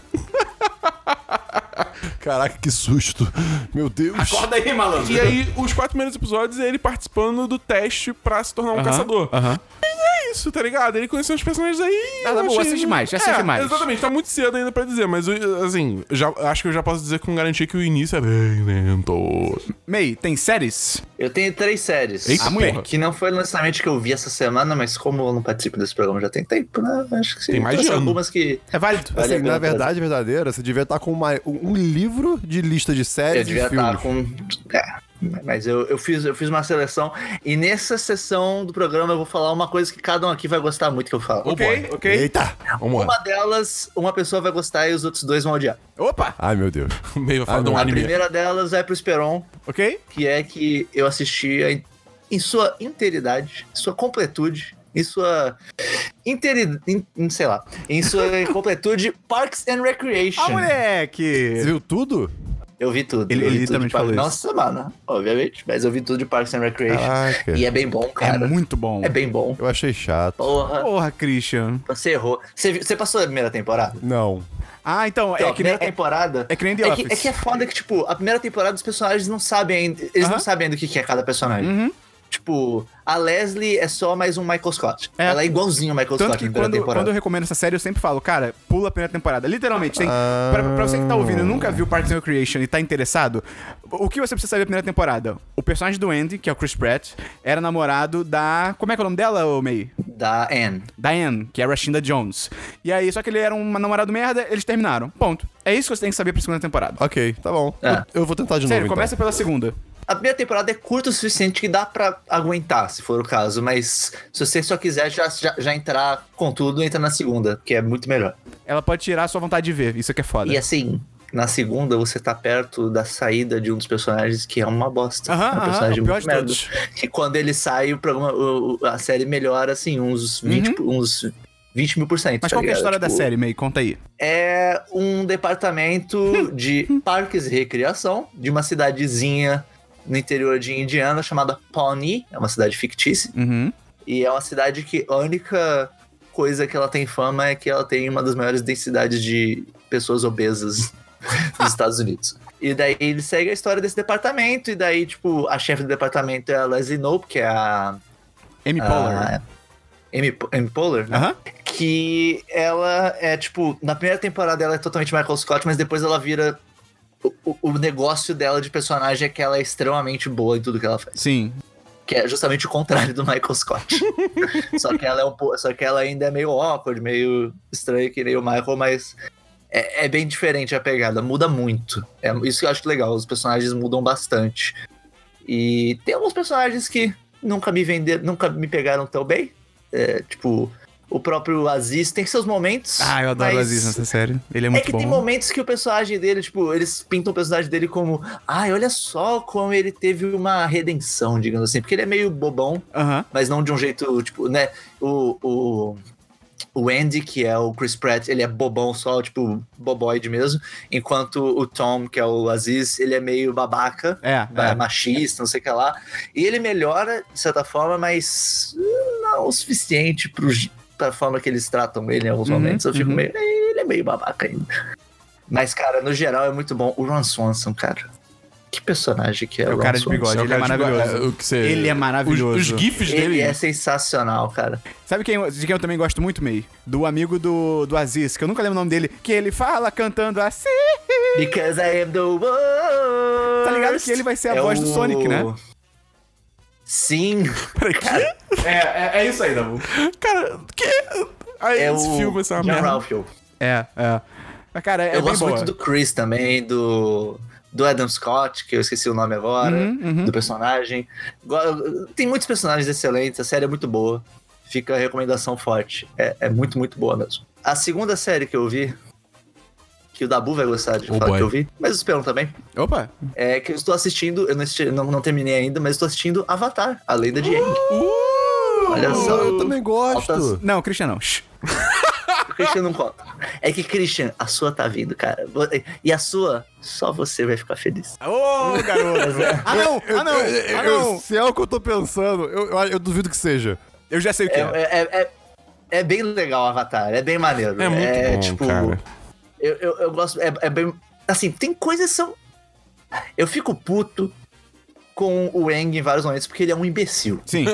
S2: Caraca, que susto. Meu Deus.
S1: Acorda aí, malandro.
S3: E aí, os quatro primeiros episódios é ele participando do teste pra se tornar um caçador.
S1: aham.
S3: Mas é isso, tá ligado? Ele conheceu os personagens aí.
S1: Ah, tá
S3: eu
S1: bom,
S3: achei-
S1: assiste mais, assiste
S3: É,
S1: mais.
S3: Exatamente, tá muito cedo ainda pra dizer, mas assim, já, acho que eu já posso dizer com garantia que o início é bem lento.
S1: Mei, tem séries?
S4: Eu tenho três séries.
S3: Eita,
S4: Ah,
S3: porra.
S4: Que não foi o lançamento que eu vi essa semana, mas como eu não participo desse programa já tem tempo, né? Acho que sim.
S3: Tem mais
S4: Trouxe
S3: de ano.
S4: algumas que.
S1: É válido.
S4: Vale a
S2: Assim,
S4: pena
S2: na
S4: fazer.
S2: verdade verdadeira, você devia estar com uma- um livro de lista de
S4: Eu
S2: séries e
S1: tá
S4: devia estar
S2: filmes.
S4: É com. É, mas eu, eu, fiz, eu fiz uma seleção. E nessa sessão do programa eu vou falar uma coisa que cada um aqui vai gostar muito que eu
S3: Oh,
S4: falo.
S1: Ok, ok.
S2: Eita!
S3: Vamos lá.
S4: Uma delas, uma pessoa vai gostar e os outros dois vão odiar.
S1: Opa,
S2: Ai, meu Deus.
S3: Meio vai falar
S2: Ah,
S3: de um
S2: não.
S4: A
S3: anime.
S4: primeira delas vai pro Esperon,
S1: ok?
S4: que é que eu assisti em- em sua integridade, sua completude, em sua. Interi... Em, em- sei lá. Em sua completude, Parks and Recreation.
S1: Ah,
S2: Você
S1: moleque!
S2: viu tudo?
S4: Eu vi tudo.
S1: Ele-
S4: eu vi
S1: ele
S4: tudo
S1: literalmente
S4: de Parks-
S1: falou
S4: Nossa semana, obviamente. Mas eu vi tudo de Parks and Recreation.
S2: Caraca.
S4: E é bem bom,
S1: É
S4: cara.
S1: muito bom.
S4: É bem bom.
S2: Eu achei chato.
S4: Porra,
S1: Porra, Christian.
S4: você errou. Você, vi- você passou a primeira temporada?
S2: Não.
S1: Ah, então,
S4: Então,
S1: é
S4: a
S1: que
S4: primeira
S1: nem.
S4: temporada.
S1: é que nem The
S4: é que,
S1: Office.
S4: é que é foda que, tipo, a primeira temporada os personagens não sabem ainda. Eles
S1: Aham. Uhum.
S4: não sabem ainda o que que é cada personagem. Tipo, a Leslie é só mais um Michael Scott.
S1: É.
S4: Ela é igualzinho ao Michael
S1: Tanto
S4: Scott
S1: que
S4: na primeira
S1: quando,
S4: temporada.
S1: quando eu recomendo essa série, eu sempre falo, cara, pula a primeira temporada. Literalmente, tem. Pra, pra você que tá ouvindo e nunca viu Parks and Recreation e tá interessado, o que você precisa saber da primeira temporada? O personagem do Andy, que é o Chris Pratt, era namorado da. Como é que é o nome dela, ô May?
S4: Da Anne.
S1: Diane, que é a Rashinda Jones. E aí, só que ele era um namorado merda, eles terminaram. Ponto. É isso que você tem que saber pra segunda temporada.
S2: Ok, tá bom.
S4: É.
S2: Eu, eu vou tentar de
S1: Ah. Sério,
S2: novo. então.
S1: começa pela segunda.
S4: A primeira temporada é curta o suficiente que dá pra aguentar, se for o caso, mas se você só quiser já, já, já entrar com tudo, entra na segunda, que é muito melhor.
S1: Ela pode tirar a sua vontade de ver. Isso que é foda.
S4: E assim, na segunda você tá perto da saída de um dos personagens que é uma bosta.
S1: Aham,
S4: um
S1: aham,
S4: personagem
S1: o pior
S4: muito
S1: de
S4: merda.
S1: todos.
S4: Que quando ele sai, o programa, o- o- a série melhora assim, uns 20, uns 20 mil por cento.
S1: Uhum. Mas
S4: tá
S1: qual que é a
S4: ligado?
S1: história da
S4: Tipo,
S1: série, May? Conta aí.
S4: é um departamento de parques e recreação de uma cidadezinha no interior de Indiana chamada Pawnee, é uma cidade fictícia,
S1: Uhum.
S4: e é uma cidade que a única coisa que ela tem fama é que ela tem uma das maiores densidades de pessoas obesas dos Estados Unidos. E daí ele segue a história desse departamento, e daí, tipo, a chefe do departamento é a Leslie Knope, que é a...
S1: Amy
S4: Ah,
S1: Poehler.
S4: a Amy, Amy Poehler, né?
S1: Aham.
S4: que ela é tipo, na primeira temporada ela é totalmente Michael Scott, mas depois ela vira o, o- o negócio dela de personagem é que ela é extremamente boa em tudo que ela faz,
S1: Sim.
S4: que é justamente o contrário do Michael Scott. só que ela é um po- só que ela ainda é meio awkward, meio estranha que nem o Michael, mas é, é bem diferente a pegada, muda muito. É isso que eu acho legal, os personagens mudam bastante. E tem alguns personagens que nunca me venderam, nunca me pegaram tão bem. É, tipo, o próprio Aziz tem seus momentos.
S1: Ah, eu adoro o
S4: mas
S1: Aziz nessa série. Ele é
S4: É
S1: muito
S4: que
S1: bom.
S4: tem momentos que o personagem dele, tipo, eles pintam o personagem dele como, ai, olha só como ele teve uma redenção, digamos assim, porque ele é meio bobão,
S1: Aham.
S4: mas não de um jeito, tipo, né? O, o, o Andy, que é o Chris Pratt, ele é bobão só, tipo, boboide mesmo. Enquanto o Tom, que é o Aziz, ele é meio babaca,
S1: É,
S4: né,
S1: é.
S4: machista, não sei o que lá. E ele melhora, de certa forma, mas hum, não o suficiente pro, j- pra forma que eles tratam ele em alguns
S1: Uhum,
S4: momentos. Eu fico
S1: uhum.
S4: meio. "Eh, Ele é meio babaca ainda. Mas, cara, no geral é muito bom. O Ron Swanson, cara. Que personagem que é,
S1: É o
S4: Ron
S1: cara de
S4: Swanson?
S1: bigode,
S3: Só
S1: ele é
S3: quero te-
S1: maravilhoso.
S3: o que você-
S1: Ele é maravilhoso.
S3: Os, os gifs
S4: Ele
S3: dele.
S1: né?
S4: é sensacional, cara.
S1: Sabe quem, eu- de quem eu também gosto muito, May? Do amigo do, do Aziz, que eu nunca lembro o nome dele, que ele fala cantando assim.
S4: Because I am the worst.
S1: Tá ligado que ele vai ser a voz do Sonic, né?
S4: Sim.
S3: Peraí, que?
S1: É, é, isso aí, Dabu.
S3: Cara, que? Aí
S4: É
S3: esse
S4: o
S3: filme, essa
S4: John
S3: merda.
S4: Ralphio.
S1: É, é. Mas, cara, é
S4: eu
S1: bem
S4: gosto
S1: boa.
S4: muito do Chris também, do, do Adam Scott, que eu esqueci o nome agora, do personagem. Go- Tem muitos personagens excelentes, a série é muito boa. Fica a recomendação forte. É, é muito, muito boa mesmo. A segunda série que eu vi, que o Dabu vai gostar de
S3: Oh,
S4: falar
S3: boy.
S4: que eu vi, mas o Esperão também,
S1: Opa.
S4: é que eu estou assistindo, eu não, assisti- não, não terminei ainda, mas estou assistindo Avatar, a Lenda de Aang.
S3: Uh!
S4: Olha
S2: então.
S4: só.
S2: Eu também gosto.
S4: Altas-
S1: Não, Christian não. Shh.
S4: O Christian não conta. É que, Christian, a sua tá vindo, cara. E a sua, só você vai ficar feliz.
S1: Ô, garoto. ah, não, ah, não, ah,
S2: Eu-
S1: não.
S2: se é o que eu tô pensando, eu, eu- eu duvido que seja.
S1: Eu já sei o que
S4: É,
S1: é.
S4: é- é- é bem legal o Avatar, é bem maneiro.
S3: É muito bom,
S1: tipo,
S3: cara.
S4: Eu, eu, eu gosto, é, é bem... Assim, tem coisas que são... Eu fico puto com o Eng em vários momentos, porque ele é um imbecil.
S1: Sim.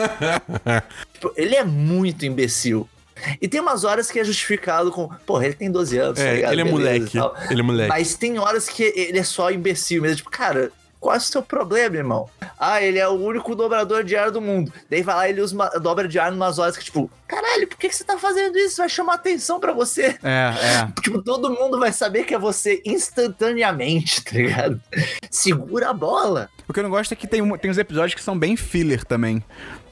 S4: Tipo, ele é muito imbecil. E tem umas horas que é justificado com... Porra, ele tem 12 anos, tá
S3: É,
S4: ligado?
S3: ele é
S4: Beleza e
S3: moleque.
S4: tal.
S3: Ele é moleque.
S4: Mas tem horas que ele é só imbecil mesmo. Tipo, cara, qual é o seu problema, irmão? Ah, ele é o único dobrador de ar do mundo. Daí vai lá e ele usa uma, dobra de ar umas horas que, tipo, caralho, por que, que você tá fazendo isso? Vai chamar atenção pra você.
S1: É, é.
S4: Tipo, todo mundo vai saber que é você instantaneamente, tá ligado? Segura a bola.
S1: O que eu não gosto é que tem, um- tem uns episódios que são bem filler também.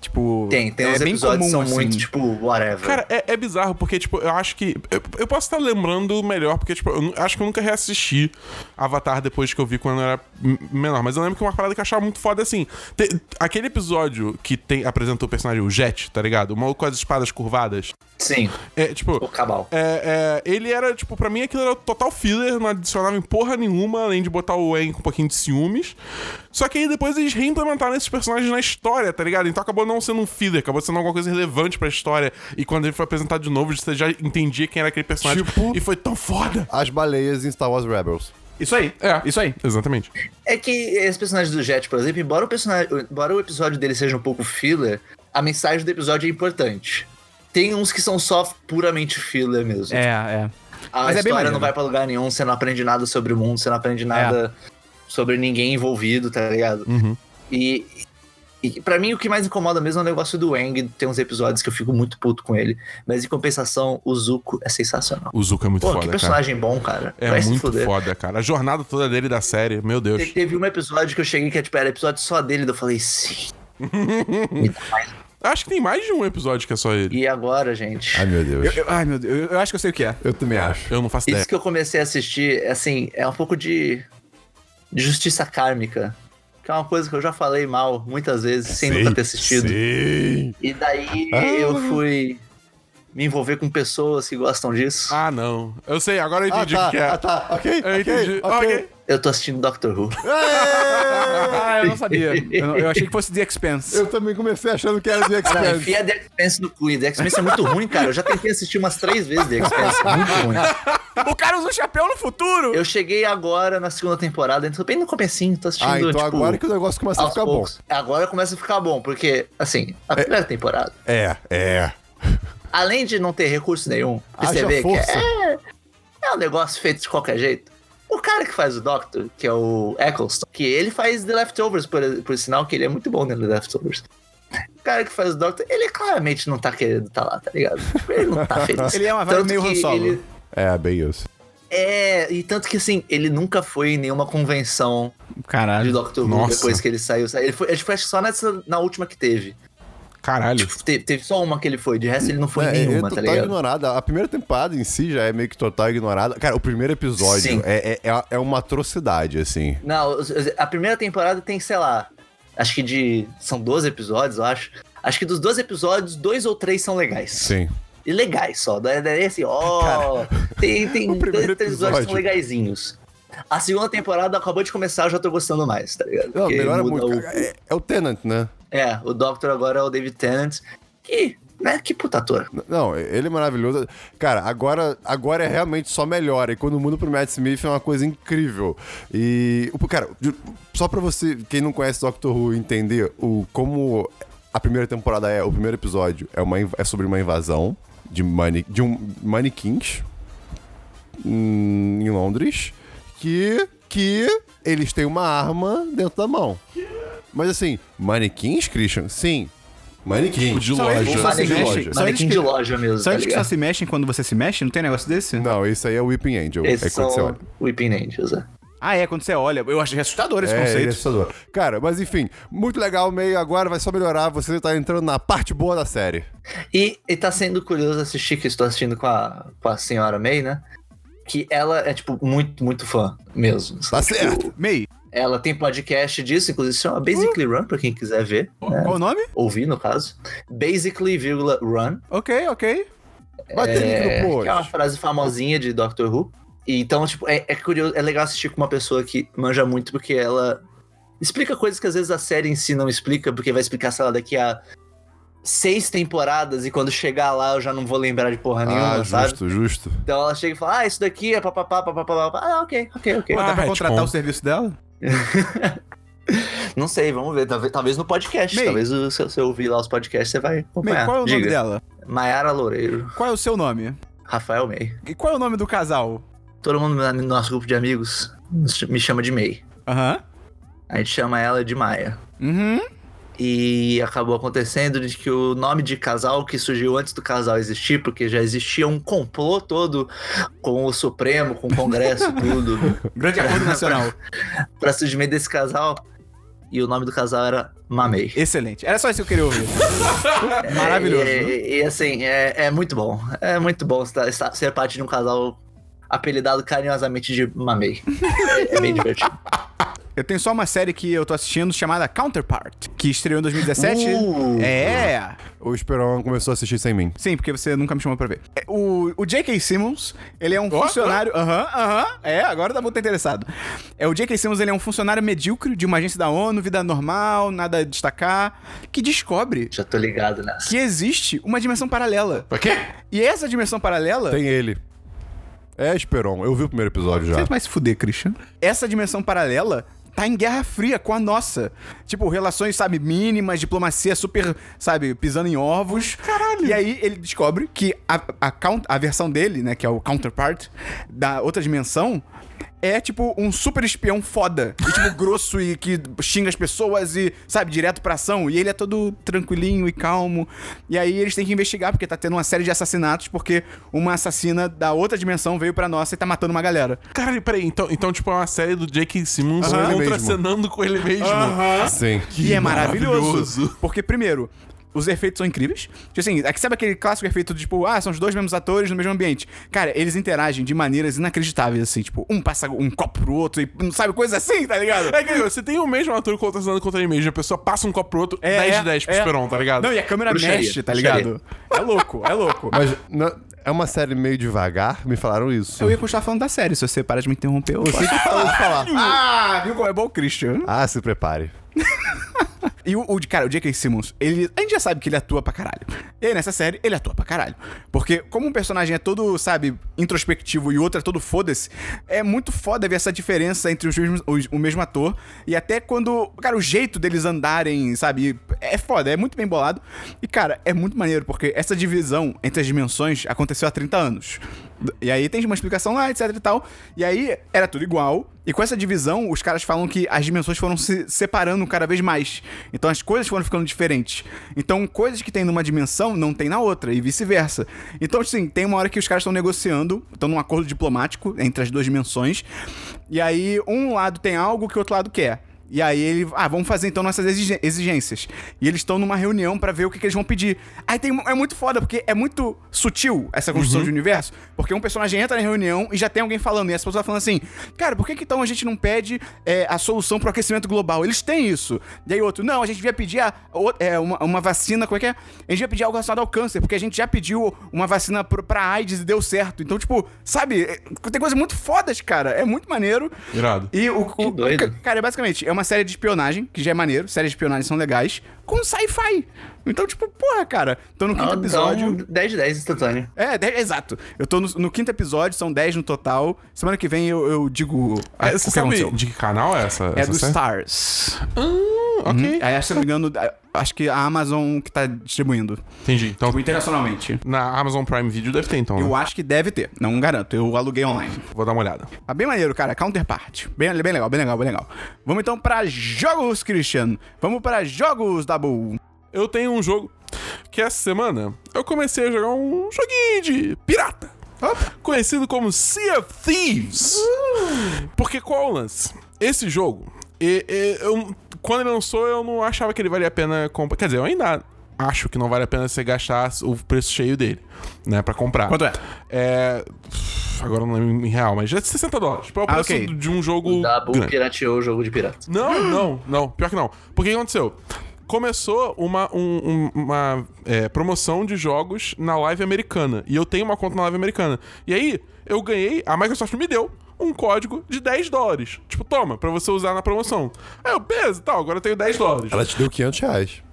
S1: Tipo.
S4: Tem, tem
S1: é
S4: uns
S1: bem
S4: episódios
S1: comum,
S4: que são
S1: assim.
S4: muito, tipo, whatever.
S3: Cara, é, é bizarro, porque, tipo, eu acho que. Eu, eu posso estar lembrando melhor, porque, tipo, eu nu- acho que eu nunca reassisti Avatar depois que eu vi quando eu era m- menor. Mas eu lembro que uma parada que eu achava muito foda é assim. te- aquele episódio que tem, apresentou o personagem, o Jet, tá ligado? O maluco com as espadas curvadas.
S4: Sim,
S3: É, tipo.
S4: o cabal.
S3: É, é, ele era, tipo, pra mim aquilo era total filler, não adicionava em porra nenhuma, além de botar o Wen com um pouquinho de ciúmes. Só que aí depois eles reimplementaram esses personagens na história, tá ligado? Então acabou não sendo um filler, acabou sendo alguma coisa relevante pra história. E quando ele foi apresentado de novo, você já entendia quem era aquele personagem.
S2: Tipo-
S3: E foi tão foda!
S2: As baleias em Star Wars Rebels.
S1: Isso aí.
S3: É.
S1: Isso aí.
S3: Exatamente.
S4: É que esse personagem do Jet, por exemplo, embora o, personagem, embora o episódio dele seja um pouco filler, a mensagem do episódio é importante. Tem uns que são só puramente filler mesmo.
S1: É, é.
S4: a
S1: mas é bem
S4: história
S1: maneiro, né?
S4: não vai pra lugar nenhum, você não aprende nada sobre o mundo, você não aprende nada sobre ninguém envolvido, tá ligado?
S3: Uhum.
S4: E, e para mim o que mais incomoda mesmo é o negócio do Wang, tem uns episódios que eu fico muito puto com ele, mas em compensação, o Zuko é sensacional.
S3: O Zuko é muito
S4: Pô,
S3: foda,
S4: que
S3: cara.
S4: personagem bom, cara.
S3: É
S4: vai se
S3: muito
S4: fuder.
S3: foda, cara. A jornada toda dele da série, meu Deus.
S4: Te- Teve um episódio que eu cheguei que é, tipo, era episódio só dele, daí eu falei, sim. Me dá mais.
S3: Acho que tem mais de um episódio que é só ele.
S4: e agora, gente?
S2: Ai, meu Deus.
S1: Eu-
S2: Eu,
S1: eu- ai, meu Deus. Eu, eu acho que eu sei o que é.
S2: também acho.
S3: Eu não faço ideia.
S4: Isso que eu comecei a assistir, assim, é um pouco de, de justiça kármica. Que é uma coisa que eu já falei mal muitas vezes, sem nunca ter é assistido.
S2: Sim. Ah.
S4: E daí eu fui me envolver com pessoas que gostam disso.
S3: Ah, não. Eu sei, agora eu
S2: Ah,
S3: entendi o
S2: tá,
S3: que é.
S2: ah, tá. Ok,
S3: Eu
S2: ok,
S3: entendi.
S2: ok.
S3: Ok.
S4: Eu tô assistindo Doctor Who.
S1: Ah, eu não sabia. Eu, não- eu achei que fosse The Expanse.
S2: Eu também comecei achando que era The
S4: Cara,
S2: Expanse.
S4: enfia é The Expense no cu. e The Expense é muito ruim, cara. Eu já tentei assistir umas três vezes The Expense. É muito ruim.
S1: O cara usa um chapéu no futuro!
S4: Eu cheguei agora na segunda temporada, então bem no comecinho, tô assistindo,
S2: Ah, então
S4: tipo,
S2: agora que o negócio começa a
S4: aos
S2: ficar bom.
S4: poucos. Agora começa a ficar bom, porque, assim, a primeira temporada,
S2: É, é.
S4: além de não ter recurso nenhum, que você
S2: Haja
S4: vê que
S2: força.
S4: é, é um negócio feito de qualquer jeito. O cara que faz o Doctor, que é o Eccleston, que ele faz The Leftovers, por, por sinal, que ele é muito bom no The Leftovers. O cara que faz o Doctor, ele claramente não tá querendo estar lá, tá ligado? Tipo, Ele não tá feliz.
S1: Ele é uma vibe
S4: Tanto
S1: meio
S4: que
S1: Han Solo.
S4: ele-
S2: É, bem isso.
S4: É, e tanto que assim, ele nunca foi em nenhuma convenção de
S1: Caralho.
S4: Doctor Who
S3: Nossa.
S4: depois que ele saiu. Ele foi, acho que foi só nessa, na última que teve.
S3: Caralho.
S4: Tipo, Te- Teve, só uma que ele foi, de resto ele não foi em
S2: É, é
S4: nenhuma, tá
S2: total
S4: ligado?
S2: ignorada. A primeira temporada em si já é meio que total ignorada. Cara, o primeiro episódio
S4: Sim.
S2: é, é, é- é uma atrocidade, assim.
S4: Não, os- os- a primeira temporada tem, sei lá, acho que de. São 12 episódios, eu acho. Acho que dos 12 episódios, dois ou três são legais.
S2: Sim.
S4: E legais só. Daí daí, assim, ó. tem tem
S2: o
S4: dois,
S2: primeiro
S4: três episódios que
S2: episódio.
S4: são legaisinhos. A segunda temporada acabou de começar, eu já tô gostando mais, tá ligado?
S2: Não,
S4: Porque
S2: melhora
S4: muda
S2: muito.
S4: o-
S2: cara. É, é o Tenant, né?
S4: É, o Doctor agora é o David Tennant. Que, né, que puta ator.
S2: Não, ele é maravilhoso. Cara, agora, agora é realmente só melhora. E quando muda pro Matt Smith é uma coisa incrível. E, o- cara, ju- só pra você, quem não conhece Doctor Who, entender o, como a primeira temporada é, o primeiro episódio é, uma, inv- é sobre uma invasão de, mani, de um, manequins hum, em Londres que, que eles têm uma arma dentro da mão. Mas assim, manequins, Christian? Sim. Manequins.
S3: Tipo De loja.
S2: Só
S1: Só se
S2: de
S4: Manequim-
S1: mexe.
S2: loja.
S1: Só eles
S4: Manequim
S1: que-
S4: de loja mesmo,
S1: Só
S4: tá
S1: eles que só
S4: ligado?
S1: se mexem quando você se mexe? Não tem negócio desse?
S2: Não, isso aí é o Weeping Angel. é
S4: Esses
S2: quando você
S4: são
S2: olha.
S4: Weeping Angels, é.
S1: Ah, é, quando você olha. Eu achei assustador esse
S2: É, ele é
S1: conceito.
S2: assustador. Cara, mas enfim, muito legal o meio agora, vai só melhorar. Você tá entrando na parte boa da série.
S4: E, e tá sendo curioso assistir, que eu estou assistindo com a, com a senhora May, né? Que ela é, tipo, muito, muito fã mesmo.
S2: Tá certo.
S1: Mei,
S4: Ela tem podcast disso, inclusive se chama Basically Run, pra quem quiser ver, né?
S1: qual o nome?
S4: ouvir no caso. Basically, vírgula, Run.
S1: Ok, ok.
S2: Vai
S4: É,
S2: ter link no
S4: que é uma
S2: post.
S4: frase famosinha de Doctor Who. E então, tipo, é, é curioso, é legal assistir com uma pessoa que manja muito, porque ela explica coisas que às vezes a série em si não explica, porque vai explicar, sei lá, daqui a seis temporadas, e quando chegar lá eu já não vou lembrar de porra nenhuma,
S2: Ah,
S4: sabe?
S2: justo, justo.
S4: Então ela chega e fala, ah, isso daqui é papapá, papapá, papapá. Ah, ok, ok, ok.
S3: Ah,
S1: Dá pra
S3: retcon.
S1: contratar o serviço dela?
S4: Não sei, vamos ver, talvez, talvez no podcast,
S1: May.
S4: talvez o- se você ouvir lá os podcasts, você vai
S1: Mei,
S4: acompanhar.
S1: qual é o nome
S4: Diga.
S1: dela?
S4: Maiara Loureiro,
S1: Qual é o seu nome?
S4: Rafael May.
S1: E qual é o nome do casal?
S4: Todo mundo no nosso grupo de amigos me chama de May.
S1: Aham.
S4: A gente chama ela de Maia.
S1: Uhum.
S4: E acabou acontecendo de que o nome de casal que surgiu antes do casal existir, porque já existia um complô todo com o Supremo, com o Congresso, tudo,
S1: Grande acordo É, nacional.
S4: pra surgimento desse casal. E o nome do casal era Mamei.
S1: Excelente. Era só isso que eu queria ouvir. Maravilhoso.
S4: E, e- e, assim, é, é muito bom. É muito bom estar, estar- ser parte de um casal apelidado carinhosamente de Mamei. É, é bem divertido.
S1: Eu tenho só uma série que eu tô assistindo chamada Counterpart, que estreou em 2017.
S4: Uh.
S1: É.
S2: O Esperão começou a assistir sem mim.
S1: Sim, porque você nunca me chamou pra ver. É, O, o J.K. Simmons, ele é um
S3: Ó,
S1: funcionário. Aham, aham. É, agora tá muito interessado. É, o J.K. Simmons, ele é um funcionário medíocre de uma agência da ONU, vida normal, nada a destacar, que descobre
S4: Já tô ligado né? nessa.
S1: que existe uma dimensão paralela.
S3: Pra quê?
S1: E essa dimensão paralela
S2: Tem ele. É Esperon. Eu vi o primeiro episódio já.
S1: Você vai se fuder, Christian. Essa dimensão paralela tá em guerra fria com a nossa. Tipo, relações, sabe, mínimas, diplomacia super, sabe, pisando em ovos. Caralho! E aí ele descobre que a, a, count- a versão dele, né, que é o counterpart da outra dimensão, é tipo um super espião foda. E, tipo, grosso e que xinga as pessoas e, sabe, direto pra ação. E ele é todo tranquilinho e calmo. E aí eles têm que investigar, porque tá tendo uma série de assassinatos, porque uma assassina da outra dimensão veio pra nossa e tá matando uma galera.
S3: Caralho, peraí, então, então tipo, é uma série do J.K. Simmons
S2: Com ele
S3: contracenando com ele mesmo.
S2: Sim.
S1: e é maravilhoso.
S3: maravilhoso.
S1: Porque, primeiro, os efeitos são incríveis. Tipo assim, é que sabe aquele clássico efeito de, tipo, ah, são os dois mesmos atores no mesmo ambiente. Cara, eles interagem de maneiras inacreditáveis, assim, tipo, um passa um copo pro outro e não sabe coisa assim, tá ligado?
S3: É que você tem o mesmo ator contracenando contra ele mesmo, a pessoa passa um copo pro outro, 10 de 10 pro Esperon, tá ligado?
S1: É, Não, e é a câmera
S4: Bruxaria,
S1: mexe, tá
S4: bruxaria.
S1: ligado? É louco, é louco.
S2: Mas na- é uma série meio devagar, me falaram isso.
S1: Eu ia continuar falando da série, se você parar de me interromper, eu
S2: Você que falou de falar.
S1: Ah, viu como é bom o Christian?
S2: Ah, se prepare.
S1: E o, o de- cara, o J.K. Simmons, ele, a gente já sabe que ele atua pra caralho. E nessa série, ele atua pra caralho. Porque como um personagem é todo, sabe, introspectivo e o outro é todo foda-se, é muito foda ver essa diferença entre os mesmos, os- o mesmo ator e até quando, cara, o jeito deles andarem, sabe, é foda, é muito bem bolado. E, cara, é muito maneiro, porque essa divisão entre as dimensões aconteceu há 30 anos. E aí tem uma explicação lá, etc e tal. E aí era tudo igual. E com essa divisão, os caras falam que as dimensões foram se separando cada vez mais. Então as coisas foram ficando diferentes. Então coisas que tem numa dimensão não tem na outra, e vice-versa. Então, assim, tem uma hora que os caras estão negociando, estão num acordo diplomático entre as duas dimensões. E aí um lado tem algo que o outro lado quer. E aí ele, ah, vamos fazer então nossas exige- exigências. E eles estão numa reunião pra ver o que, que eles vão pedir. Aí tem, é muito foda, porque é muito sutil essa construção de universo, porque um personagem entra na reunião e já tem alguém falando, e essa pessoa falando assim, cara, por que, que então a gente não pede é, a solução pro aquecimento global? Eles têm isso. E aí outro, não, a gente devia pedir a- o- é, uma, uma vacina, como é que é? A gente devia pedir algo relacionado ao câncer, porque a gente já pediu uma vacina pro, pra AIDS e deu certo. Então, tipo, sabe, é- tem coisas muito fodas, cara. É muito maneiro.
S3: Irado.
S1: E o, o-
S4: doido.
S1: ca- cara, basicamente, é uma série de espionagem, que já é maneiro, séries de espionagem são legais, com sci-fi. Então, tipo, porra, cara, tô no quinto
S4: Então,
S1: episódio.
S4: 10 de 10 instantâneo.
S1: É, dez- exato. Eu tô no, no quinto episódio, são 10 no total. Semana que vem eu, eu digo
S3: Ah,
S1: ah, o que
S3: você sabe
S1: aconteceu.
S3: de que canal é essa?
S1: É
S3: essa
S1: do É.
S3: série?
S1: Stars.
S3: Hum, ok.
S1: Aí, se eu não me engano, a- acho que a Amazon que tá distribuindo.
S3: Entendi. Então,
S1: Tipo, internacionalmente.
S3: na Amazon Prime Video deve ter, então. né?
S1: Eu acho que deve ter, não garanto. Eu aluguei online.
S3: Vou dar uma olhada.
S1: Tá bem maneiro, cara. Counterpart. Bem, bem legal, bem legal, bem legal. Vamos então pra jogos, Christian. Vamos pra jogos, Dabu.
S3: Eu tenho um jogo que essa semana eu comecei a jogar um joguinho de pirata. Conhecido como Sea of Thieves.
S1: Uh.
S3: Porque qual é o lance? Esse jogo, e- e- eu- quando ele lançou, eu não achava que ele valia a pena comprar. Quer dizer, eu ainda acho que não vale a pena você gastar o preço cheio dele, né, pra comprar.
S1: Quanto é?
S3: É. Agora eu não lembro em real, mas é 60 dólares. Tipo, é o
S1: Ah,
S3: preço
S1: ok.
S3: do- de um jogo.
S4: Dabu
S3: grande.
S4: pirateou o jogo de pirata.
S3: Não, não, não. Pior que não. Porque o que aconteceu? Começou uma, um- um- uma é, promoção de jogos na live americana. E eu tenho uma conta na live americana. E aí, eu ganhei, a Microsoft me deu um código de 10 dólares. Tipo, toma, pra você usar na promoção. Aí eu, beleza, tal, agora eu tenho 10 dólares.
S2: Ela te deu 500 reais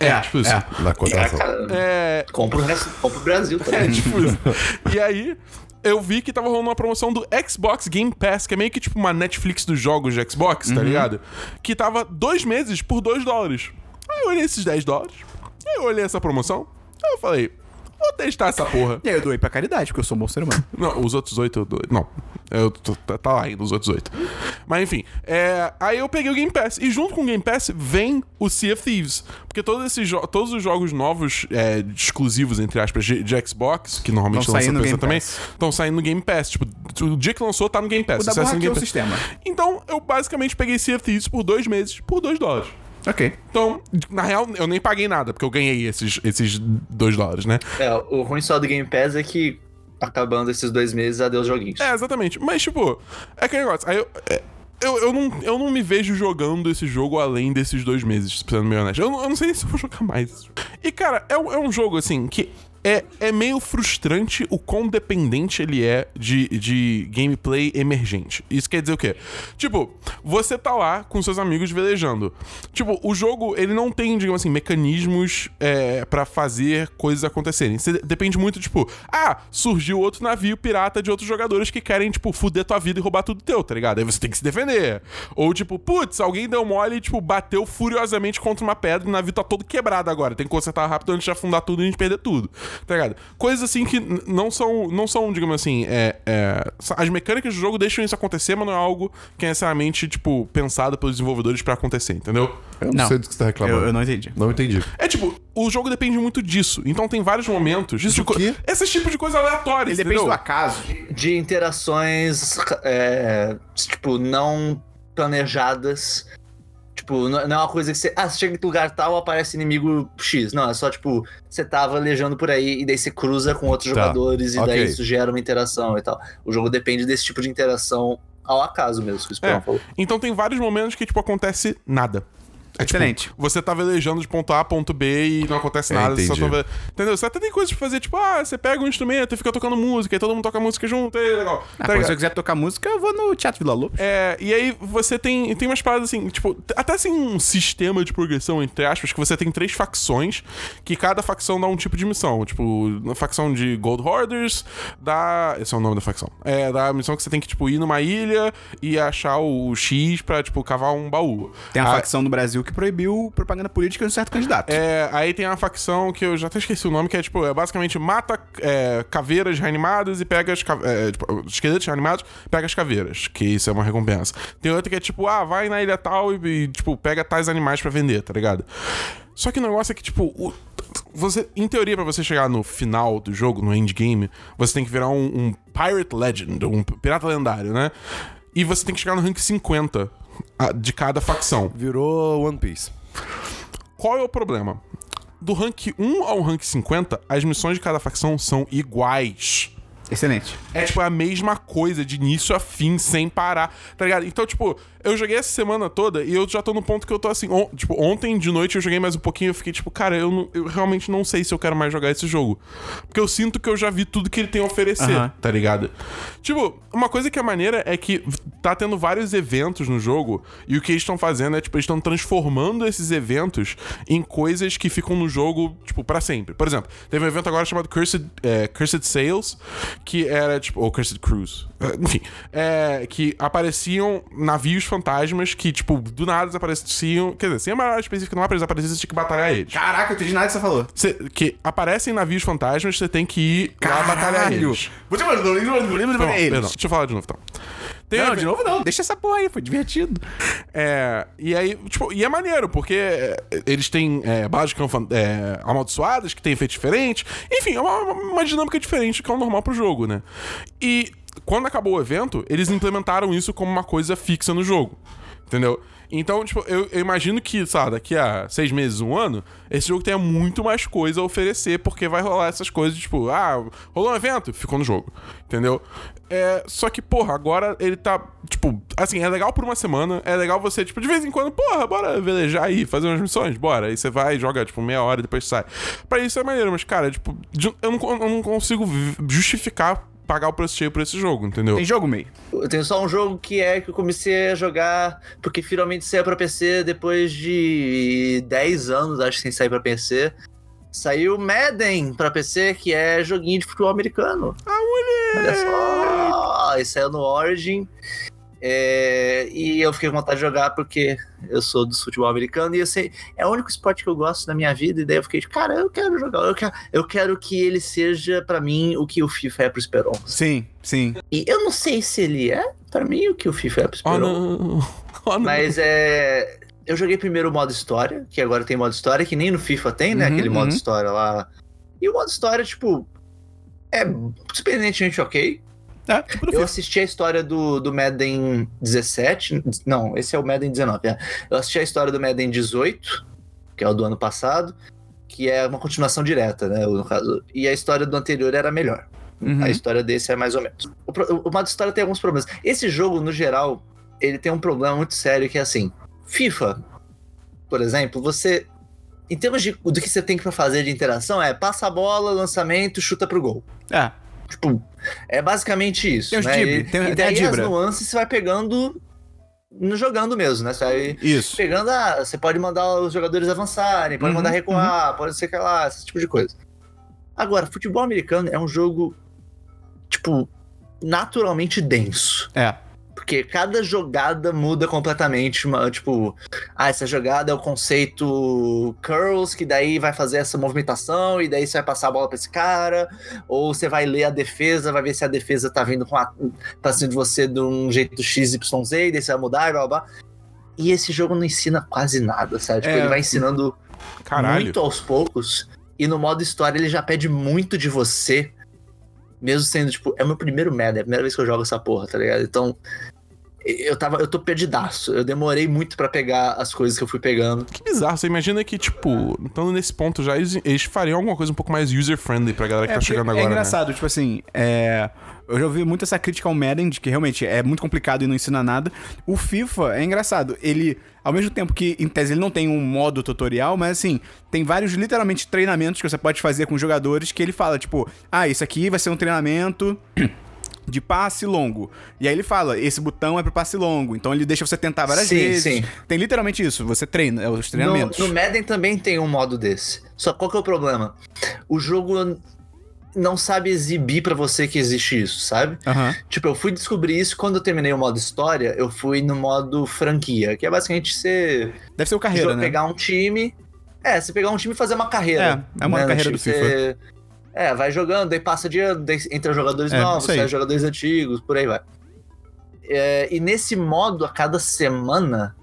S3: É, tipo isso.
S2: na cotação.
S3: É,
S4: Compra o resto, compra o Brasil
S3: É,
S4: também.
S3: tipo isso. E aí, eu vi que tava rolando uma promoção do Xbox Game Pass, que é meio que tipo uma Netflix dos jogos de Xbox, tá ligado? Que tava dois meses por 2 dólares. Aí eu olhei esses 10 dólares, aí eu olhei essa promoção, aí eu falei, vou testar essa porra.
S1: E aí eu doei pra caridade, porque eu sou um bom ser humano.
S3: Não, os outros oito eu dou. Não. Eu tô- tá, tá lá ainda, os outros oito. Mas enfim, é, aí eu peguei o Game Pass. E junto com o Game Pass vem o Sea of Thieves. Porque todos, esses jo- todos os jogos novos, é, exclusivos, entre aspas, de, de Xbox, que normalmente
S1: Tão
S3: lançam
S1: saindo
S3: no
S1: no
S3: PC
S1: Game
S3: também,
S1: Pass.
S3: estão saindo no Game Pass. Tipo, o dia que lançou tá no Game Pass.
S1: O Dabu
S3: acessa no
S1: hackeou
S3: Game
S1: o
S3: Pass.
S1: sistema.
S3: Então eu basicamente peguei Sea of Thieves por dois meses, por dois dólares.
S1: Ok.
S3: Então, na real, eu nem paguei nada, porque eu ganhei esses, esses dois dólares, né?
S4: É, o ruim só do Game Pass é que acabando esses dois meses, adeus joguinhos.
S3: É, exatamente. Mas, tipo, é aquele negócio. Aí eu. é, Eu, eu, não, eu não me vejo jogando esse jogo além desses dois meses, sendo meio honesto. Eu, não- eu não sei nem se eu vou jogar mais. E, cara, é, um- é um jogo, assim, que é, é meio frustrante o quão dependente ele é de, de gameplay emergente. Isso quer dizer o quê? Tipo, você tá lá com seus amigos velejando. Tipo, o jogo, ele não tem, digamos assim, mecanismos é, para fazer coisas acontecerem. Você depende muito, tipo, ah, surgiu outro navio pirata de outros jogadores que querem, tipo, fuder tua vida e roubar tudo teu, tá ligado? Aí você tem que se defender. Ou, tipo, putz, alguém deu mole e, tipo, bateu furiosamente contra uma pedra e o navio tá todo quebrado agora. Tem que consertar rápido antes de afundar tudo e a gente perder tudo. Tá ligado? Coisas assim que n- não são, não são digamos assim, é, é, sa- as mecânicas do jogo deixam isso acontecer, mas não é algo que é necessariamente, tipo, pensado pelos desenvolvedores pra acontecer, entendeu?
S2: Eu não,
S1: Não.
S2: sei do que você tá reclamando.
S1: Eu- eu não entendi.
S2: Não entendi.
S3: É tipo, o jogo depende muito disso. Então tem vários momentos. Isso de co-
S2: quê?
S3: Esse tipo de coisa aleatória.
S1: Ele depende
S3: entendeu?
S1: do acaso.
S4: de interações, é, tipo, não planejadas. Tipo, não não é uma coisa que você. Ah, você chega em lugar tal, aparece inimigo X. Não, é só, tipo, você tá valejando por aí e daí você cruza com outros
S2: Tá,
S4: jogadores e daí
S2: ok.
S4: isso gera uma interação e tal. O jogo depende desse tipo de interação ao acaso mesmo, que o Esperão
S3: É.
S4: falou.
S3: Então tem vários momentos que, tipo, acontece nada. É, tipo,
S1: Excelente.
S3: você tá velejando de ponto A a ponto B e não acontece
S2: É,
S3: nada. Você só
S2: entendi.
S3: tá vele- Entendeu? Você até tem coisas pra fazer, tipo, ah, você pega um instrumento e fica tocando música, e todo mundo toca música junto, e legal.
S1: Ah, pô,
S3: Tá ligado?
S1: se eu quiser tocar música, eu vou no Teatro Vila Lobos.
S3: É, e aí você tem, tem umas paradas assim, tipo, t- até assim um sistema de progressão, entre aspas, que você tem três facções, que cada facção dá um tipo de missão. Tipo, na facção de Gold Hoarders, dá. Esse é o nome da facção. É, dá a missão que você tem que, tipo, ir numa ilha e achar o X pra, tipo, cavar um baú.
S1: Tem uma
S3: Ah,
S1: facção no Brasil que proibiu propaganda política de um certo candidato.
S3: é, aí tem a facção que eu já até esqueci o nome, que é tipo, é basicamente mata é, caveiras reanimadas e pega as cave- é, tipo, esqueletos reanimados, pega as caveiras, que isso é uma recompensa. Tem outra que é tipo, ah, vai na ilha tal e, e, tipo, pega tais animais pra vender, tá ligado? Só que o negócio é que, tipo, o- você, em teoria, pra você chegar no final do jogo, no endgame, você tem que virar um, um Pirate Legend, um pirata lendário, né? E você tem que chegar no rank 50 ah, de cada facção.
S2: Virou One Piece.
S3: Qual é o problema? Do rank 1 ao rank 50, as missões de cada facção são iguais.
S1: Excelente.
S3: É tipo a mesma coisa, de início a fim, sem parar, tá ligado? Então, tipo, eu joguei essa semana toda e eu já tô no ponto que eu tô assim. on- tipo, ontem de noite eu joguei mais um pouquinho e eu fiquei tipo, cara, eu, não- eu realmente não sei se eu quero mais jogar esse jogo. Porque eu sinto que eu já vi tudo que ele tem a oferecer,
S1: Aham.
S3: tá ligado? Tipo, uma coisa que é maneira é que tá tendo vários eventos no jogo e o que eles estão fazendo é, tipo, eles estão transformando esses eventos em coisas que ficam no jogo, tipo, pra sempre. Por exemplo, teve um evento agora chamado Cursed, é, Cursed Sales, que era, tipo, ou Cursed Cruise. É, Enfim, é, que apareciam navios fantasmas que, tipo, do nada desapareciam. Quer dizer, sem uma área específica não aparecia, aparecia, você tinha que batalhar eles.
S1: Caraca, eu entendi nada que você falou.
S3: Cê- que aparecem navios fantasmas, você tem que ir lá batalhar eles.
S1: Você mandou
S3: Perdão, perdão. Deixa eu falar de novo, então. Tem
S1: Não,
S3: um
S1: de
S3: ev-
S1: novo não. Deixa essa porra aí, foi divertido.
S3: É, e aí, tipo, e é maneiro, porque é, eles têm é, bases que são fan- é, amaldiçoadas, que têm efeito diferente. Enfim, é uma, uma dinâmica diferente do que é o normal pro jogo, né? E quando acabou o evento, eles implementaram isso como uma coisa fixa no jogo. Entendeu? Então, tipo, eu, eu imagino que, sabe, daqui a seis meses, um ano, esse jogo tenha muito mais coisa a oferecer, porque vai rolar essas coisas, tipo, ah, rolou um evento, ficou no jogo. Entendeu? É, só que, porra, agora ele tá, tipo, assim, é legal por uma semana, é legal você, tipo, de vez em quando, porra, bora velejar aí, fazer umas missões, bora. Aí você vai, joga, tipo, meia hora e depois sai. Pra isso é maneiro, mas, cara, tipo, de- eu não, con- eu não consigo vi- justificar pagar o preço cheio por esse jogo, entendeu?
S1: Tem jogo, meio.
S4: Eu tenho só um jogo que é que eu comecei a jogar porque finalmente saiu pra PC depois de 10 anos, acho, sem sair pra PC. Saiu Madden pra PC, que é joguinho de futebol americano. Ah, Olha só! E saiu no Origin. É, e eu fiquei com vontade de jogar porque eu sou do futebol americano e eu sei, é o único esporte que eu gosto da minha vida. E daí eu fiquei, tipo, cara, eu quero jogar, eu quero, eu quero que ele seja pra mim o que o FIFA é pro Esperon.
S1: Sim, sim.
S4: E eu não sei se ele é, pra mim, o que o FIFA é pro
S3: Oh,
S4: Esperon.
S3: não. Oh, não.
S4: Mas é. Eu joguei primeiro o modo história, que agora tem modo história, que nem no FIFA tem, né?
S1: Uhum,
S4: Aquele modo
S1: uhum.
S4: história lá. E o modo história, tipo. É surpreendentemente ok.
S1: É, tipo do
S4: Eu
S1: FIFA.
S4: assisti a história do, do Madden 17. Não, esse é o Madden 19. é. Eu assisti a história do Madden 18, que é o do ano passado, que é uma continuação direta, né? No caso. E a história do anterior era melhor.
S1: Uhum.
S4: A história desse é mais ou menos. O, pro- o modo história tem alguns problemas. Esse jogo, no geral, ele tem um problema muito sério que é assim: FIFA, por exemplo, você em termos de, do que você tem pra fazer de interação, é passa a bola, lançamento, chuta pro gol.
S1: É.
S4: Tipo, é basicamente isso.
S1: Tem os
S4: né?
S1: dibre,
S4: e,
S1: tem- um-
S4: e
S1: tem a
S4: daí as
S1: dibra.
S4: nuances você vai pegando no- jogando mesmo, né? Você vai
S1: Isso.
S4: pegando, ah, você pode mandar os jogadores avançarem, pode
S1: Uhum,
S4: mandar recuar, pode ser que lá, esse tipo de coisa. Agora, futebol americano é um jogo, tipo, naturalmente denso.
S1: É.
S4: Porque cada jogada muda completamente. Uma, tipo, ah, essa jogada é o conceito curls, que daí vai fazer essa movimentação, e daí você vai passar a bola pra esse cara. Ou você vai ler a defesa, vai ver se a defesa tá vindo com a, pra cima de você de um jeito XYZ, e daí você vai mudar e blá blá. blá. E esse jogo não ensina quase nada, sabe? Tipo,
S1: É.
S4: ele vai ensinando
S3: Caralho.
S4: muito aos poucos. E no modo história ele já pede muito de você. Mesmo sendo, tipo, é o meu primeiro meta, é a primeira vez que eu jogo essa porra, tá ligado? Então, eu tava. Eu tô perdidaço. Eu demorei muito pra pegar as coisas que eu fui pegando.
S3: Que bizarro. Você imagina que, tipo, estando nesse ponto já, eles, eles fariam alguma coisa um pouco mais user-friendly pra galera que
S1: É,
S3: tá
S1: porque
S3: chegando
S1: é
S3: agora. né?
S1: engraçado, tipo assim, é, eu já ouvi muito essa crítica ao Madden, de que realmente é muito complicado e não ensina nada. O FIFA é engraçado, ele, ao mesmo tempo que, em tese, ele não tem um modo tutorial, mas assim, tem vários, literalmente, treinamentos que você pode fazer com os jogadores que ele fala, tipo, ah, isso aqui vai ser um treinamento... De passe longo. E aí ele fala: esse botão é pro passe longo. Então ele deixa você tentar várias
S4: Sim,
S1: vezes.
S4: sim.
S1: Tem literalmente isso. Você treina, é os
S4: No,
S1: treinamentos.
S4: no Madden também tem um modo desse. Só qual que é o problema? O jogo não sabe exibir pra você que existe isso, sabe?
S1: Aham.
S4: Tipo, eu fui descobrir isso quando eu terminei o modo história, eu fui no modo franquia, que é basicamente você
S1: Deve ser o
S4: Se
S1: carreira,
S4: você
S1: né?
S4: pegar um time. É, você pegar um time e fazer uma carreira. Né,
S1: É, é uma carreira do
S4: você- É, vai jogando, daí passa de ano, daí entra jogadores
S1: É,
S4: novos,
S1: isso aí.
S4: sai jogadores antigos, por aí vai. É, e nesse modo, a cada semana,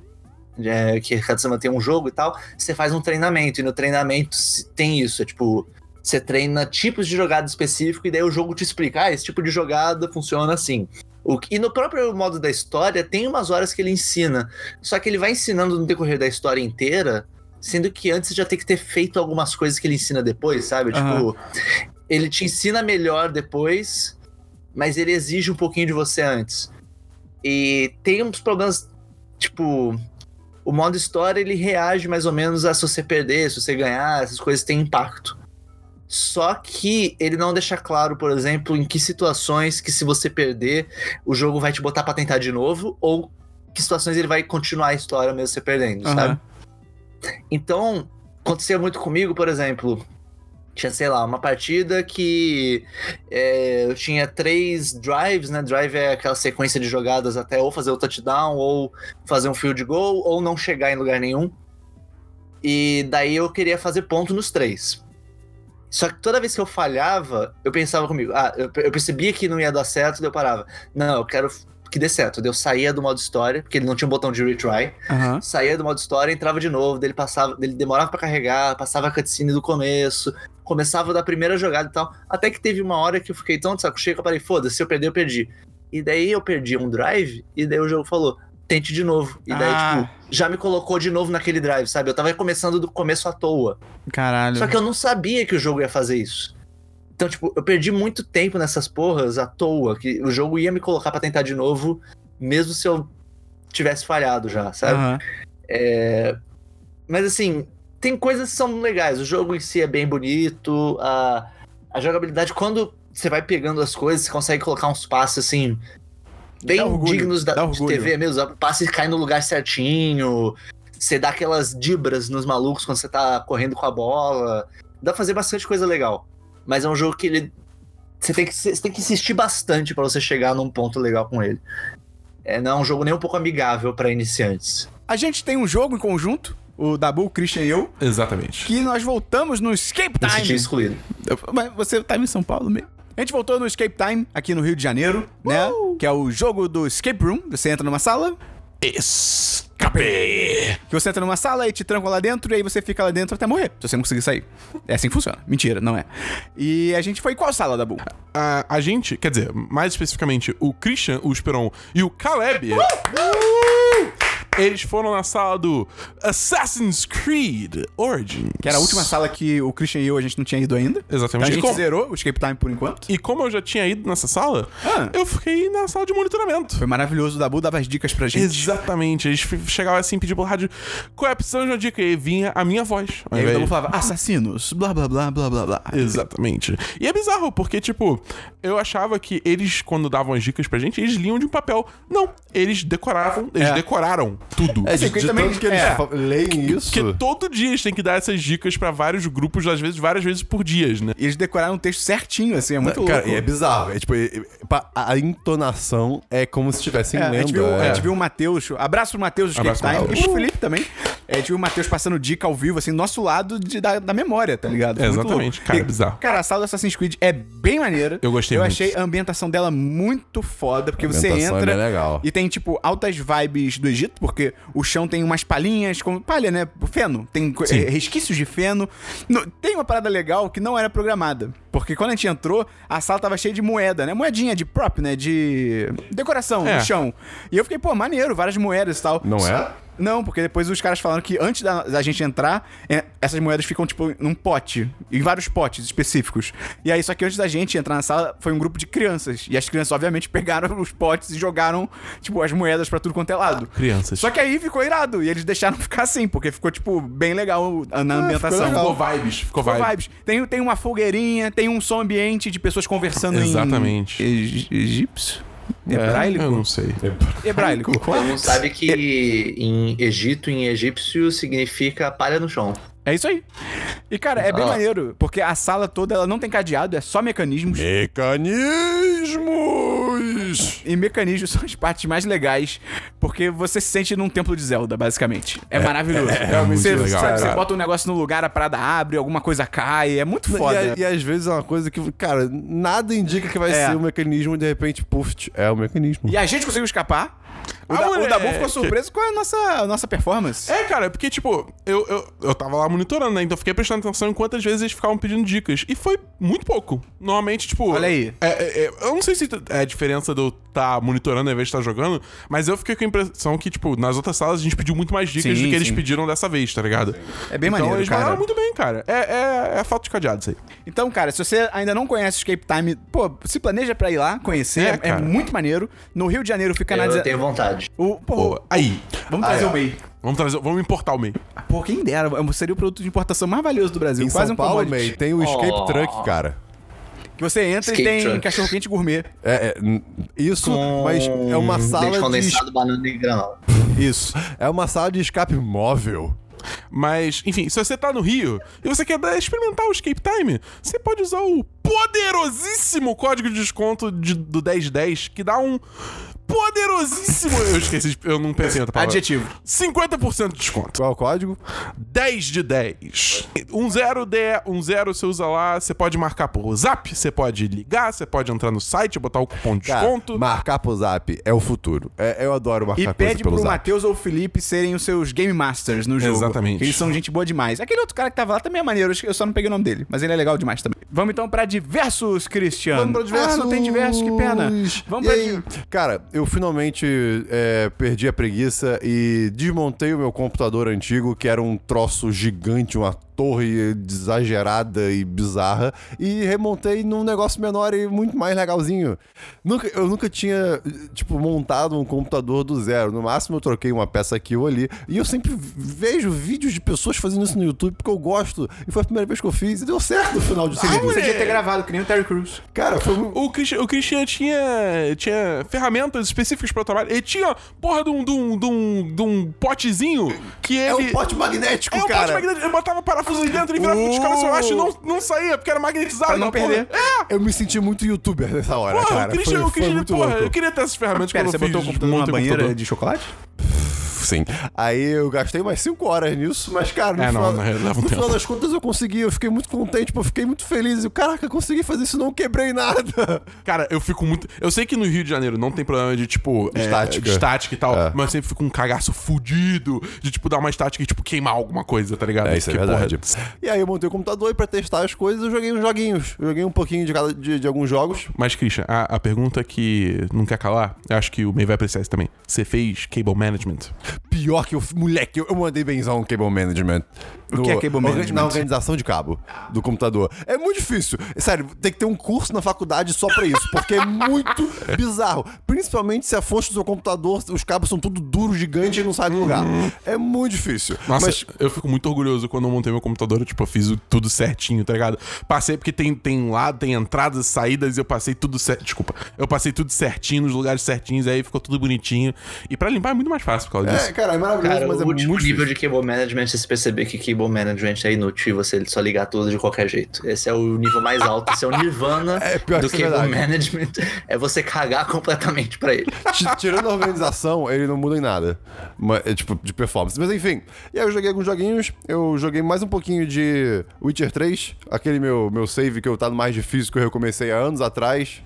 S4: é, que cada semana tem um jogo e tal, você faz um treinamento. E no treinamento se- tem isso, é tipo. Você treina tipos de jogada específico e daí o jogo te explica, ah, esse tipo de jogada funciona assim. O que- e no próprio modo da história, tem umas horas que ele ensina só que ele vai ensinando no decorrer da história inteira, sendo que antes você já tem que ter feito algumas coisas que ele ensina depois, sabe?
S1: Aham.
S4: Tipo, ele te ensina melhor depois, mas ele exige um pouquinho de você antes. E tem uns problemas, tipo, o modo história ele reage mais ou menos a se você perder, se você ganhar, essas coisas têm impacto. Só que ele não deixa claro, por exemplo, em que situações que se você perder, o jogo vai te botar pra tentar de novo, ou que situações ele vai continuar a história mesmo você perdendo,
S1: Aham.
S4: sabe? Então, acontecia muito comigo, por exemplo. Tinha, sei lá, uma partida que é, eu tinha três drives, né? Drive é aquela sequência de jogadas até ou fazer o touchdown, ou fazer um field goal, ou não chegar em lugar nenhum. E daí eu queria fazer ponto nos três. Só que toda vez que eu falhava, eu pensava comigo, ah, eu, eu percebia que não ia dar certo, daí eu parava. Não, eu quero que dê certo. Daí eu saía do modo história, porque ele não tinha um botão de retry
S1: Aham.
S4: saía do modo história, entrava de novo, dele passava, dele demorava pra carregar, passava a cutscene do começo, começava da primeira jogada e tal. Até que teve uma hora que eu fiquei tão de saco cheio que eu parei, foda-se, se eu perder, eu perdi. E daí eu perdi um drive, e daí o jogo falou, tente de novo. E daí,
S1: Ah.
S4: tipo, já me colocou de novo naquele drive, sabe? Eu tava começando do começo à toa.
S1: Caralho.
S4: Só que eu não sabia que o jogo ia fazer isso. Então, tipo, eu perdi muito tempo nessas porras à toa, que o jogo ia me colocar pra tentar de novo, mesmo se eu tivesse falhado já, sabe?
S1: Aham.
S4: Mas assim, tem coisas que são legais. O jogo em si é bem bonito. A, a jogabilidade, quando você vai pegando as coisas, você consegue colocar uns passes assim. Bem
S1: Dá orgulho,
S4: dignos da,
S1: dá
S4: de
S1: orgulho.
S4: TV mesmo. O passe cai no lugar certinho. Você dá aquelas dibras nos malucos quando você tá correndo com a bola. Dá pra fazer bastante coisa legal. Mas é um jogo que ele. Você tem que, você tem que insistir bastante pra você chegar num ponto legal com ele. É, não é um jogo nem um pouco amigável pra iniciantes.
S1: A gente tem um jogo em conjunto, o Dabu, o Christian e eu,
S3: Exatamente.
S1: que nós voltamos no Escape
S4: Me senti
S1: Time.
S4: excluído.
S1: Mas você tá em São Paulo mesmo? A gente voltou no Escape Time, aqui no Rio de Janeiro, né? Que é o jogo do Escape Room. Você entra numa sala,
S3: Escape!
S1: que você entra numa sala e te trancam lá dentro, e aí você fica lá dentro até morrer, se você não conseguir sair. É assim que funciona. Mentira, não é. E a gente foi em qual sala, Dabu?
S3: A, a gente, quer dizer, mais especificamente, o Christian, o Esperon e o Caleb. Eles foram na sala do Assassin's Creed Origins.
S1: Que era a última sala que o Christian e eu a gente não tinha ido ainda. Então a
S3: Exatamente.
S1: gente
S3: E como,
S1: zerou o Escape Time por enquanto.
S3: e como eu já tinha ido nessa sala,
S1: Ah.
S3: eu fiquei na sala de monitoramento.
S1: Foi maravilhoso, o Dabu dava as dicas pra gente.
S3: Exatamente. Eles f- chegavam assim, pediam pela rádio qual é a opção de uma dica. E vinha a minha voz. ao
S1: E aí o
S3: invés
S1: Dabu
S3: de-
S1: falava, assassinos, blá blá blá blá blá blá.
S3: Exatamente. E é bizarro, porque, tipo, eu achava que eles, quando davam as dicas pra gente, eles liam de um papel. Não, eles decoravam, eles
S1: É.
S3: decoraram tudo.
S1: É, assim,
S2: De
S1: também-
S2: tanto que eles
S1: é.
S2: fa- leem isso.
S3: Porque todo dia eles têm que dar essas dicas pra vários grupos, às vezes, várias vezes por dias, né?
S1: E eles decoraram o texto certinho, assim, é muito
S2: Cara,
S1: louco.
S2: e é bizarro. É tipo, é- é- pa- a a entonação é como se estivessem
S1: É, a
S2: lendo.
S1: gente viu,
S2: é.
S1: a gente viu o Matheus. Abraço pro Matheus do Escape
S3: Abraço pro
S1: Time.
S3: Matheus.
S1: E pro Felipe também. É, A gente viu o Matheus passando dica ao vivo, assim, do nosso lado de- da, da memória, tá ligado?
S3: É,
S1: Muito
S3: exatamente.
S1: louco.
S3: Cara,
S1: E,
S3: é bizarro.
S1: Cara, a sala do Assassin's Creed é bem maneira.
S3: Eu gostei
S1: Eu
S3: muito.
S1: achei a ambientação dela muito foda, porque você
S2: ambientação é
S1: entra.
S2: bem legal.
S1: E tem, tipo, altas vibes do Egito, porque o chão tem umas palhinhas, como palha, né? Feno. Tem co- eh, resquícios de feno. No- tem uma parada legal que não era programada. Porque quando a gente entrou, a sala tava cheia de moeda, né? Moedinha de prop, né? De decoração
S3: É.
S1: no chão. E eu fiquei, pô, maneiro, várias moedas e tal.
S2: Não é?
S1: Não, porque depois os caras falaram que antes da, da gente entrar, é, essas moedas ficam, tipo, num pote. Em vários potes específicos. E aí, só que antes da gente entrar na sala, foi um grupo de crianças. E as crianças, obviamente, pegaram os potes e jogaram, tipo, as moedas pra tudo quanto é lado.
S3: Crianças.
S1: Só que aí ficou irado. E eles deixaram ficar assim, porque ficou, tipo, bem Ah, legal a- na ambientação.
S3: Ficou vibes, ficou
S1: Ficou
S3: vibes.
S1: vibes. Tem, tem uma fogueirinha, tem um som ambiente de pessoas conversando
S3: Exatamente.
S1: em... Exatamente. Egípcio?
S3: É.
S1: né? Hebraico?
S3: Eu não sei.
S1: Hebraico.
S4: Todo mundo sabe que em Egito, em egípcio, significa palha no chão.
S1: É isso aí. E, cara, é bem
S4: Ah.
S1: maneiro, porque a sala toda ela não tem cadeado, é só mecanismos.
S2: Mecanismos!
S1: E mecanismos são as partes mais legais, porque você se sente num templo de Zelda, basicamente. É, maravilhoso.
S3: muito
S1: você,
S3: legal,
S1: sabe,
S3: cara.
S1: você bota um negócio no lugar, a parada abre, alguma coisa cai, é muito
S2: E,
S1: foda.
S2: a- e às vezes é uma coisa que, cara, nada indica que vai
S1: É.
S2: ser um mecanismo e de repente, puf, é um mecanismo.
S1: E a gente conseguiu escapar. O,
S3: Ah,
S1: da, o
S3: moleque.
S1: Dabu ficou surpreso com a nossa, a nossa performance.
S3: É, cara, porque, tipo, eu, eu, eu tava lá monitorando, né? Então eu fiquei prestando atenção em quantas vezes eles ficavam pedindo dicas. E foi muito pouco. Normalmente, tipo.
S1: Olha aí.
S3: é- é- é- eu não sei se é a diferença de eu estar monitorando ao invés de estar jogando, mas eu fiquei com a impressão que, tipo, nas outras salas a gente pediu muito mais dicas
S1: Sim,
S3: do que eles
S1: sim.
S3: pediram dessa vez, tá ligado?
S1: É bem
S3: então,
S1: maneiro,
S3: eles
S1: cara.
S3: mandaram muito bem, cara. É, é, é falta de cadeado isso aí.
S1: Então, cara, se você ainda não conhece o Escape Time, pô, se planeja pra ir lá
S3: É,
S1: conhecer, é,
S3: cara.
S1: muito maneiro. No Rio de Janeiro fica na...
S4: Eu
S1: deze-
S4: tenho vontade.
S1: O, pô,
S3: Pô, aí.
S1: vamos trazer
S2: Ah, é.
S1: o meio.
S3: Vamos trazer. Vamos importar o meio.
S1: Pô, quem dera, é, seria o produto de importação mais valioso do Brasil.
S2: Em
S1: quase
S2: São
S1: um
S2: Paulo,
S1: commodity.
S2: May, tem o escape
S4: Oh.
S2: truck, cara.
S1: Que você entra
S4: Skate
S1: e tem
S4: truck.
S1: cachorro-quente gourmet.
S2: É, é, n- isso,
S4: Com
S2: mas é uma
S4: Um Leite
S2: sala de,
S4: condensado, banana e granola.
S1: Isso.
S2: é uma sala de escape móvel.
S3: Mas, enfim, se você tá no Rio e você quer dar- experimentar o Escape Time, você pode usar o poderosíssimo código de desconto de- do 1010, que dá um poderosíssimo. Eu esqueci, de- eu não pensei em outra palavra.
S1: Adjetivo.
S3: 50% de desconto.
S2: Qual é o código?
S3: 10 de 10. Um zero de um zero você usa lá, você pode marcar por zap, você pode ligar, você pode entrar no site, botar o
S1: um
S3: cupom de
S2: Cara,
S3: desconto.
S2: marcar pro zap é o futuro. É, eu adoro marcar
S1: E
S2: coisa
S1: pede
S2: pelo
S1: pro
S2: zap.
S1: Matheus ou Felipe serem os seus Game Masters no jogo.
S3: Exatamente.
S1: Que Eles são gente boa demais. Aquele outro cara que tava lá também é maneiro, eu só não peguei o nome dele, mas ele é legal demais também. Vamos então pra diversos, Cristiano.
S2: Vamos pra diversos.
S1: Ah, não tem diversos, que pena. Vamos
S2: E
S1: pra
S2: aí? Cara, eu finalmente é, perdi a preguiça e desmontei o meu computador antigo, que era um troço gigante, uma torre exagerada e bizarra, e remontei num negócio menor e muito mais legalzinho. Nunca, eu nunca tinha, tipo, montado um computador do zero. No máximo eu troquei uma peça aqui ou ali. E eu sempre vejo vídeos de pessoas fazendo isso no YouTube porque eu gosto. E foi a primeira vez que eu fiz e deu certo no final
S1: Ah,
S2: de segundo.
S1: Você devia ter gravado, que nem o Terry Crews.
S2: Cara, foi um-
S3: O Christian, o Christian tinha, tinha ferramentas específicas para o trabalho. Ele tinha porra de um, de um, de um, de um potezinho que ele.
S2: É um pote magnético,
S3: É um pote
S2: cara.
S3: magnético. Ele botava parafuso ali dentro, ele virava
S2: Uh.
S3: de cabeça pra baixo e não, não saía, porque era magnetizado.
S1: Pra não
S3: aquela porra.
S1: perder.
S3: É,
S2: Eu me senti muito youtuber nessa hora,
S3: porra, o
S2: cara.
S3: Christian,
S2: foi,
S3: o Christian
S2: foi muito
S3: porra, eu
S2: louco.
S3: queria ter essas ferramentas
S1: Pera,
S3: quando
S1: você
S3: eu fiz.
S1: botou o computador numa
S3: montei o
S1: banheira
S3: computador.
S1: de chocolate?
S2: Sim. Aí eu gastei umas 5 horas nisso, mas, cara, no,
S3: É, não,
S2: final,
S3: não, leva um
S2: no
S3: tempo.
S2: final das contas eu consegui. Eu fiquei muito contente, pô, eu fiquei muito feliz. Eu, caraca, consegui fazer isso, não quebrei nada.
S3: Cara, eu fico muito. Eu sei que no Rio de Janeiro não tem problema de, tipo, é,
S2: Estática.
S3: de estática e tal,
S2: É.
S3: mas eu sempre fico um cagaço fudido de, tipo, dar uma estática e, tipo, queimar alguma coisa, tá ligado?
S2: É,
S3: Porque, porra,
S2: E aí eu montei o computador e pra testar as coisas eu joguei uns joguinhos. Eu joguei um pouquinho de, cada, de, de alguns jogos.
S3: Mas, Christian, a, a pergunta que não quer calar, eu acho que o meio vai apreciar isso também. Você fez cable management.
S2: Pior que eu. Moleque, eu, eu mandei benzão no cable management.
S1: O que é cable
S2: orga-
S1: management?
S2: Na organização de cabo do computador. É muito difícil. Sério, tem que ter um curso na faculdade só pra isso, porque é muito bizarro. Principalmente se a fonte do seu computador, os cabos são tudo duros, gigantes e não saem do lugar.
S1: Uhum.
S2: É muito difícil.
S3: Nossa,
S2: Mas
S3: eu fico muito orgulhoso quando eu montei meu computador, eu, tipo, eu fiz o- tudo certinho, tá ligado? Passei porque tem, tem lado, tem entradas, saídas, e eu passei tudo certo. Desculpa. Eu passei tudo certinho, nos lugares certinhos, aí ficou tudo bonitinho. E pra limpar é muito mais fácil por causa disso.
S2: É, cara, é maravilhoso,
S4: Cara,
S2: mas
S4: o
S2: é muito
S4: último nível
S2: difícil.
S4: de cable management é se perceber que cable management é inútil e você só ligar tudo de qualquer jeito. Esse é o nível mais alto, esse é o nirvana
S2: É, pior
S4: do
S2: que isso
S4: cable
S2: é verdade.
S4: management. É você cagar completamente pra ele.
S2: Ti- Tirando a organização, ele não muda em nada. Mas, é, tipo, de performance. Mas enfim. E aí eu joguei alguns joguinhos. Eu joguei mais um pouquinho de Witcher 3, aquele meu, meu save que eu tá no mais difícil que eu recomecei há anos atrás.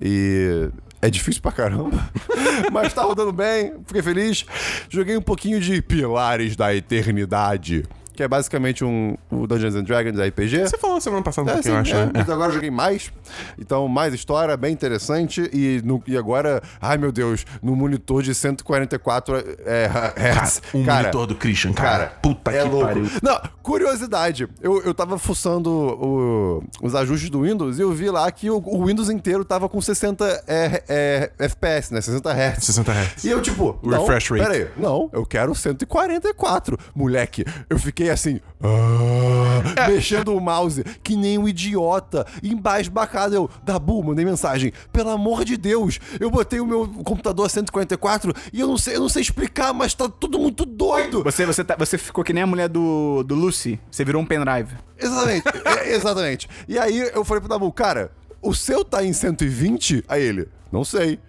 S2: E. É difícil pra caramba, mas tá rodando bem, fiquei feliz. Joguei um pouquinho de Pilares da Eternidade, que é basicamente um, um Dungeons and Dragons RPG.
S3: Você falou semana passada um
S2: É, sim,
S3: pouquinho, eu acho,
S2: é,
S3: né?
S2: mas agora eu joguei mais. Então, mais história, bem interessante. E, no- e agora, ai meu Deus, no monitor de 144 é, Hz.
S3: Um
S2: cara,
S3: monitor do Christian, cara.
S2: cara,
S3: Puta
S2: é
S3: que
S2: louco.
S3: pariu.
S2: Não, curiosidade. Eu, eu tava fuçando o- os ajustes do Windows e eu vi lá que o, o Windows inteiro tava com 60 é, é, FPS, né? 60 Hz.
S3: 60 Hz.
S2: E eu, tipo,
S3: O
S2: não,
S3: refresh rate.
S2: Pera aí, não, eu quero 144. Moleque, eu fiquei assim,
S3: É.
S2: ah, mexendo o mouse, que nem um idiota, embasbacado. Eu, Dabu, mandei mensagem, pelo amor de Deus, eu botei o meu computador a 144 e eu não sei, eu não sei explicar, mas tá tudo muito doido.
S1: Você, você, tá- você ficou que nem a mulher do, do Lucy. Você virou um pendrive.
S2: Exatamente, é, exatamente. E aí eu falei pro Dabu, cara, o seu tá em 120? Aí ele, não sei.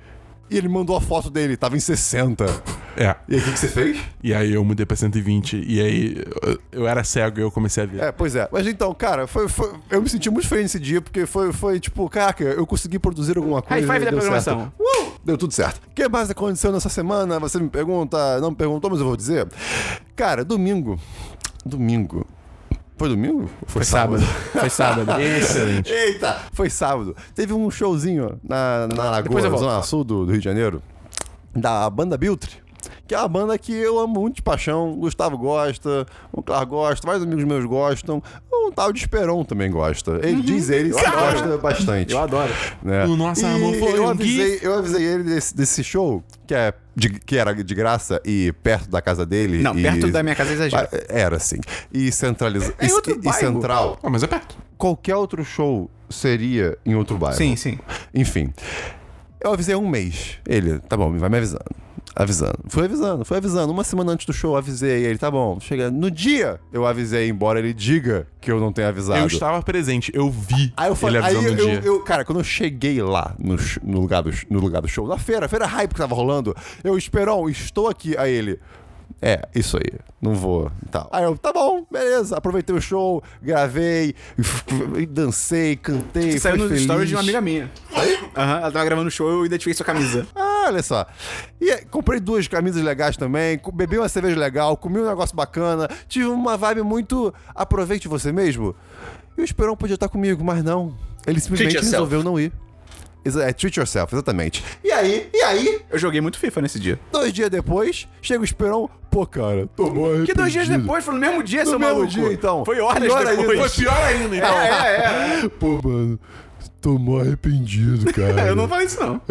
S2: E ele mandou a foto dele, tava em 60.
S3: É.
S2: E aí o que que você fez?
S3: E aí eu mudei pra 120, e aí eu, eu era cego e eu comecei a ver.
S2: É, pois é. Mas então, cara, foi, foi- eu me senti muito feliz nesse dia, porque foi, foi tipo, caraca, eu consegui produzir alguma coisa.
S1: five
S2: e
S1: da
S2: deu
S1: programação.
S2: certo. Uh! Deu tudo certo. O que mais aconteceu nessa semana? Você me pergunta, não me perguntou, mas eu vou dizer. Cara, domingo. Domingo. Foi domingo? Ou Foi,
S1: Foi sábado.
S3: Excelente.
S2: Eita! Foi sábado. Teve um showzinho na, na Lagoa,
S1: eu
S2: na
S1: volto.
S2: Zona Sul do, do Rio de Janeiro, da banda Biltre. Que é uma banda que eu amo muito de paixão. Gustavo gosta, o Clar gosta, vários amigos meus gostam. Um tal de Esperon também gosta. Ele diz ele que gosta bastante.
S1: Uhum. Eu adoro.
S2: né?
S3: O nosso amor foi
S2: eu
S3: um
S2: avisei, eu avisei ele desse, desse show, que, é de- que era de graça e perto da casa dele.
S1: Não,
S2: e-
S1: perto da minha casa é exagero.
S2: Era assim. E centralizado.
S1: É em outro
S2: e
S1: bairro.
S2: central
S3: Ah, mas é perto.
S2: qualquer outro show seria em outro bairro.
S1: Sim, sim.
S2: Enfim. Eu avisei há um mês. Ele, tá bom, vai me avisando. Avisando. Fui avisando, fui avisando. Uma semana antes do show, eu avisei. Ele, tá bom, chega. No dia, eu avisei, embora ele diga que eu não tenha avisado.
S3: Eu estava presente, eu vi
S2: Aí eu falei,
S3: ele
S2: aí
S3: avisando um
S2: eu,
S3: dia.
S2: eu- cara, quando eu cheguei lá no, sh- no lugar, do, sh- no lugar do show, na feira, feira hype que tava rolando, eu, Esperão, estou aqui. Aí ele, é, isso aí, não vou. Tal. Aí eu, tá bom, beleza. Aproveitei o show, gravei, f- f- dancei, cantei.
S1: Você saiu
S2: fui
S1: nos stories
S2: feliz.
S1: de um uma amiga minha. Aham, ela tava gravando o show, eu identifiquei sua camisa.
S2: Ah, olha só. E é, comprei duas camisas legais também, co- bebi uma cerveja legal, comi um negócio bacana, tive uma vibe muito aproveite você mesmo. E o Esperão podia estar comigo, mas não. Ele simplesmente
S4: yourself.
S2: resolveu não ir. Exa- É, treat yourself, exatamente. E aí, e aí,
S1: Eu joguei muito FIFA nesse dia.
S2: dois dias depois, chega o Esperão, pô, cara, tomou arrependido.
S1: Que dois dias depois, foi no mesmo dia,
S2: No
S1: seu
S2: mesmo
S1: maluco.
S2: dia, então.
S1: Foi horas
S2: Pior ainda.
S1: depois.
S3: Foi pior ainda, então.
S1: É, é,
S2: Pô, mano, tomou arrependido,
S1: é.
S2: cara. É,
S1: Eu não falei isso, não.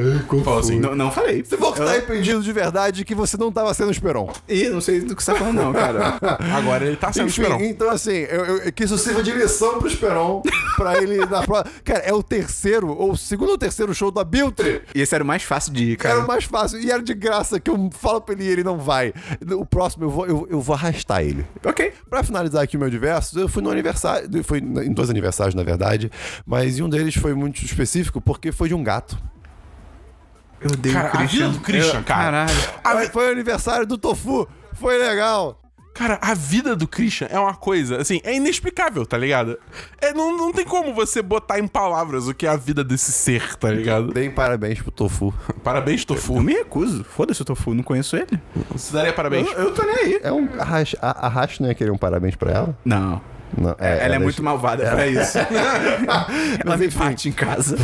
S3: Fala assim,
S1: Não, não falei.
S2: Se for que tá arrependido de verdade, que você não tava sendo o Esperon.
S1: Ih, não sei do que você tá falando, não, cara.
S3: Agora ele
S1: Ah,
S3: tá sendo
S2: Enfim,
S3: esperão.
S2: então assim, eu, eu- que isso sirva de lição pro Esperon, pra ele dar prova. Cara, é o terceiro, ou o segundo ou terceiro show da Biltre.
S1: E esse era o mais fácil de ir,
S2: Era
S1: cara.
S2: o mais fácil, e era de graça que eu falo pra ele e ele não vai. O próximo eu vou, eu, eu vou arrastar ele.
S1: Ok.
S2: Pra finalizar aqui o meu diverso, eu fui no aniversário, foi em dois aniversários na verdade, mas um deles foi muito específico porque foi de um gato.
S1: Eu odeio
S3: Cara, a vida do Christian,
S1: Eu-
S3: cara.
S1: Caralho.
S2: Foi- Foi o aniversário do Tofu, foi legal.
S3: Cara, a vida do Christian é uma coisa, assim, é inexplicável, tá ligado? É, não, não tem como você botar em palavras o que é a vida desse ser, tá ligado?
S2: Deem parabéns pro Tofu.
S3: Parabéns, Tofu.
S1: Eu me recuso. Foda-se o Tofu, não conheço ele.
S3: Você daria parabéns.
S1: Eu, eu tô nem aí.
S2: É um arrasto, a, arrasto não ia querer um parabéns pra ela?
S1: Não.
S2: Não,
S1: ela é
S2: deixa-
S1: muito malvada pra isso. ela me bate em casa.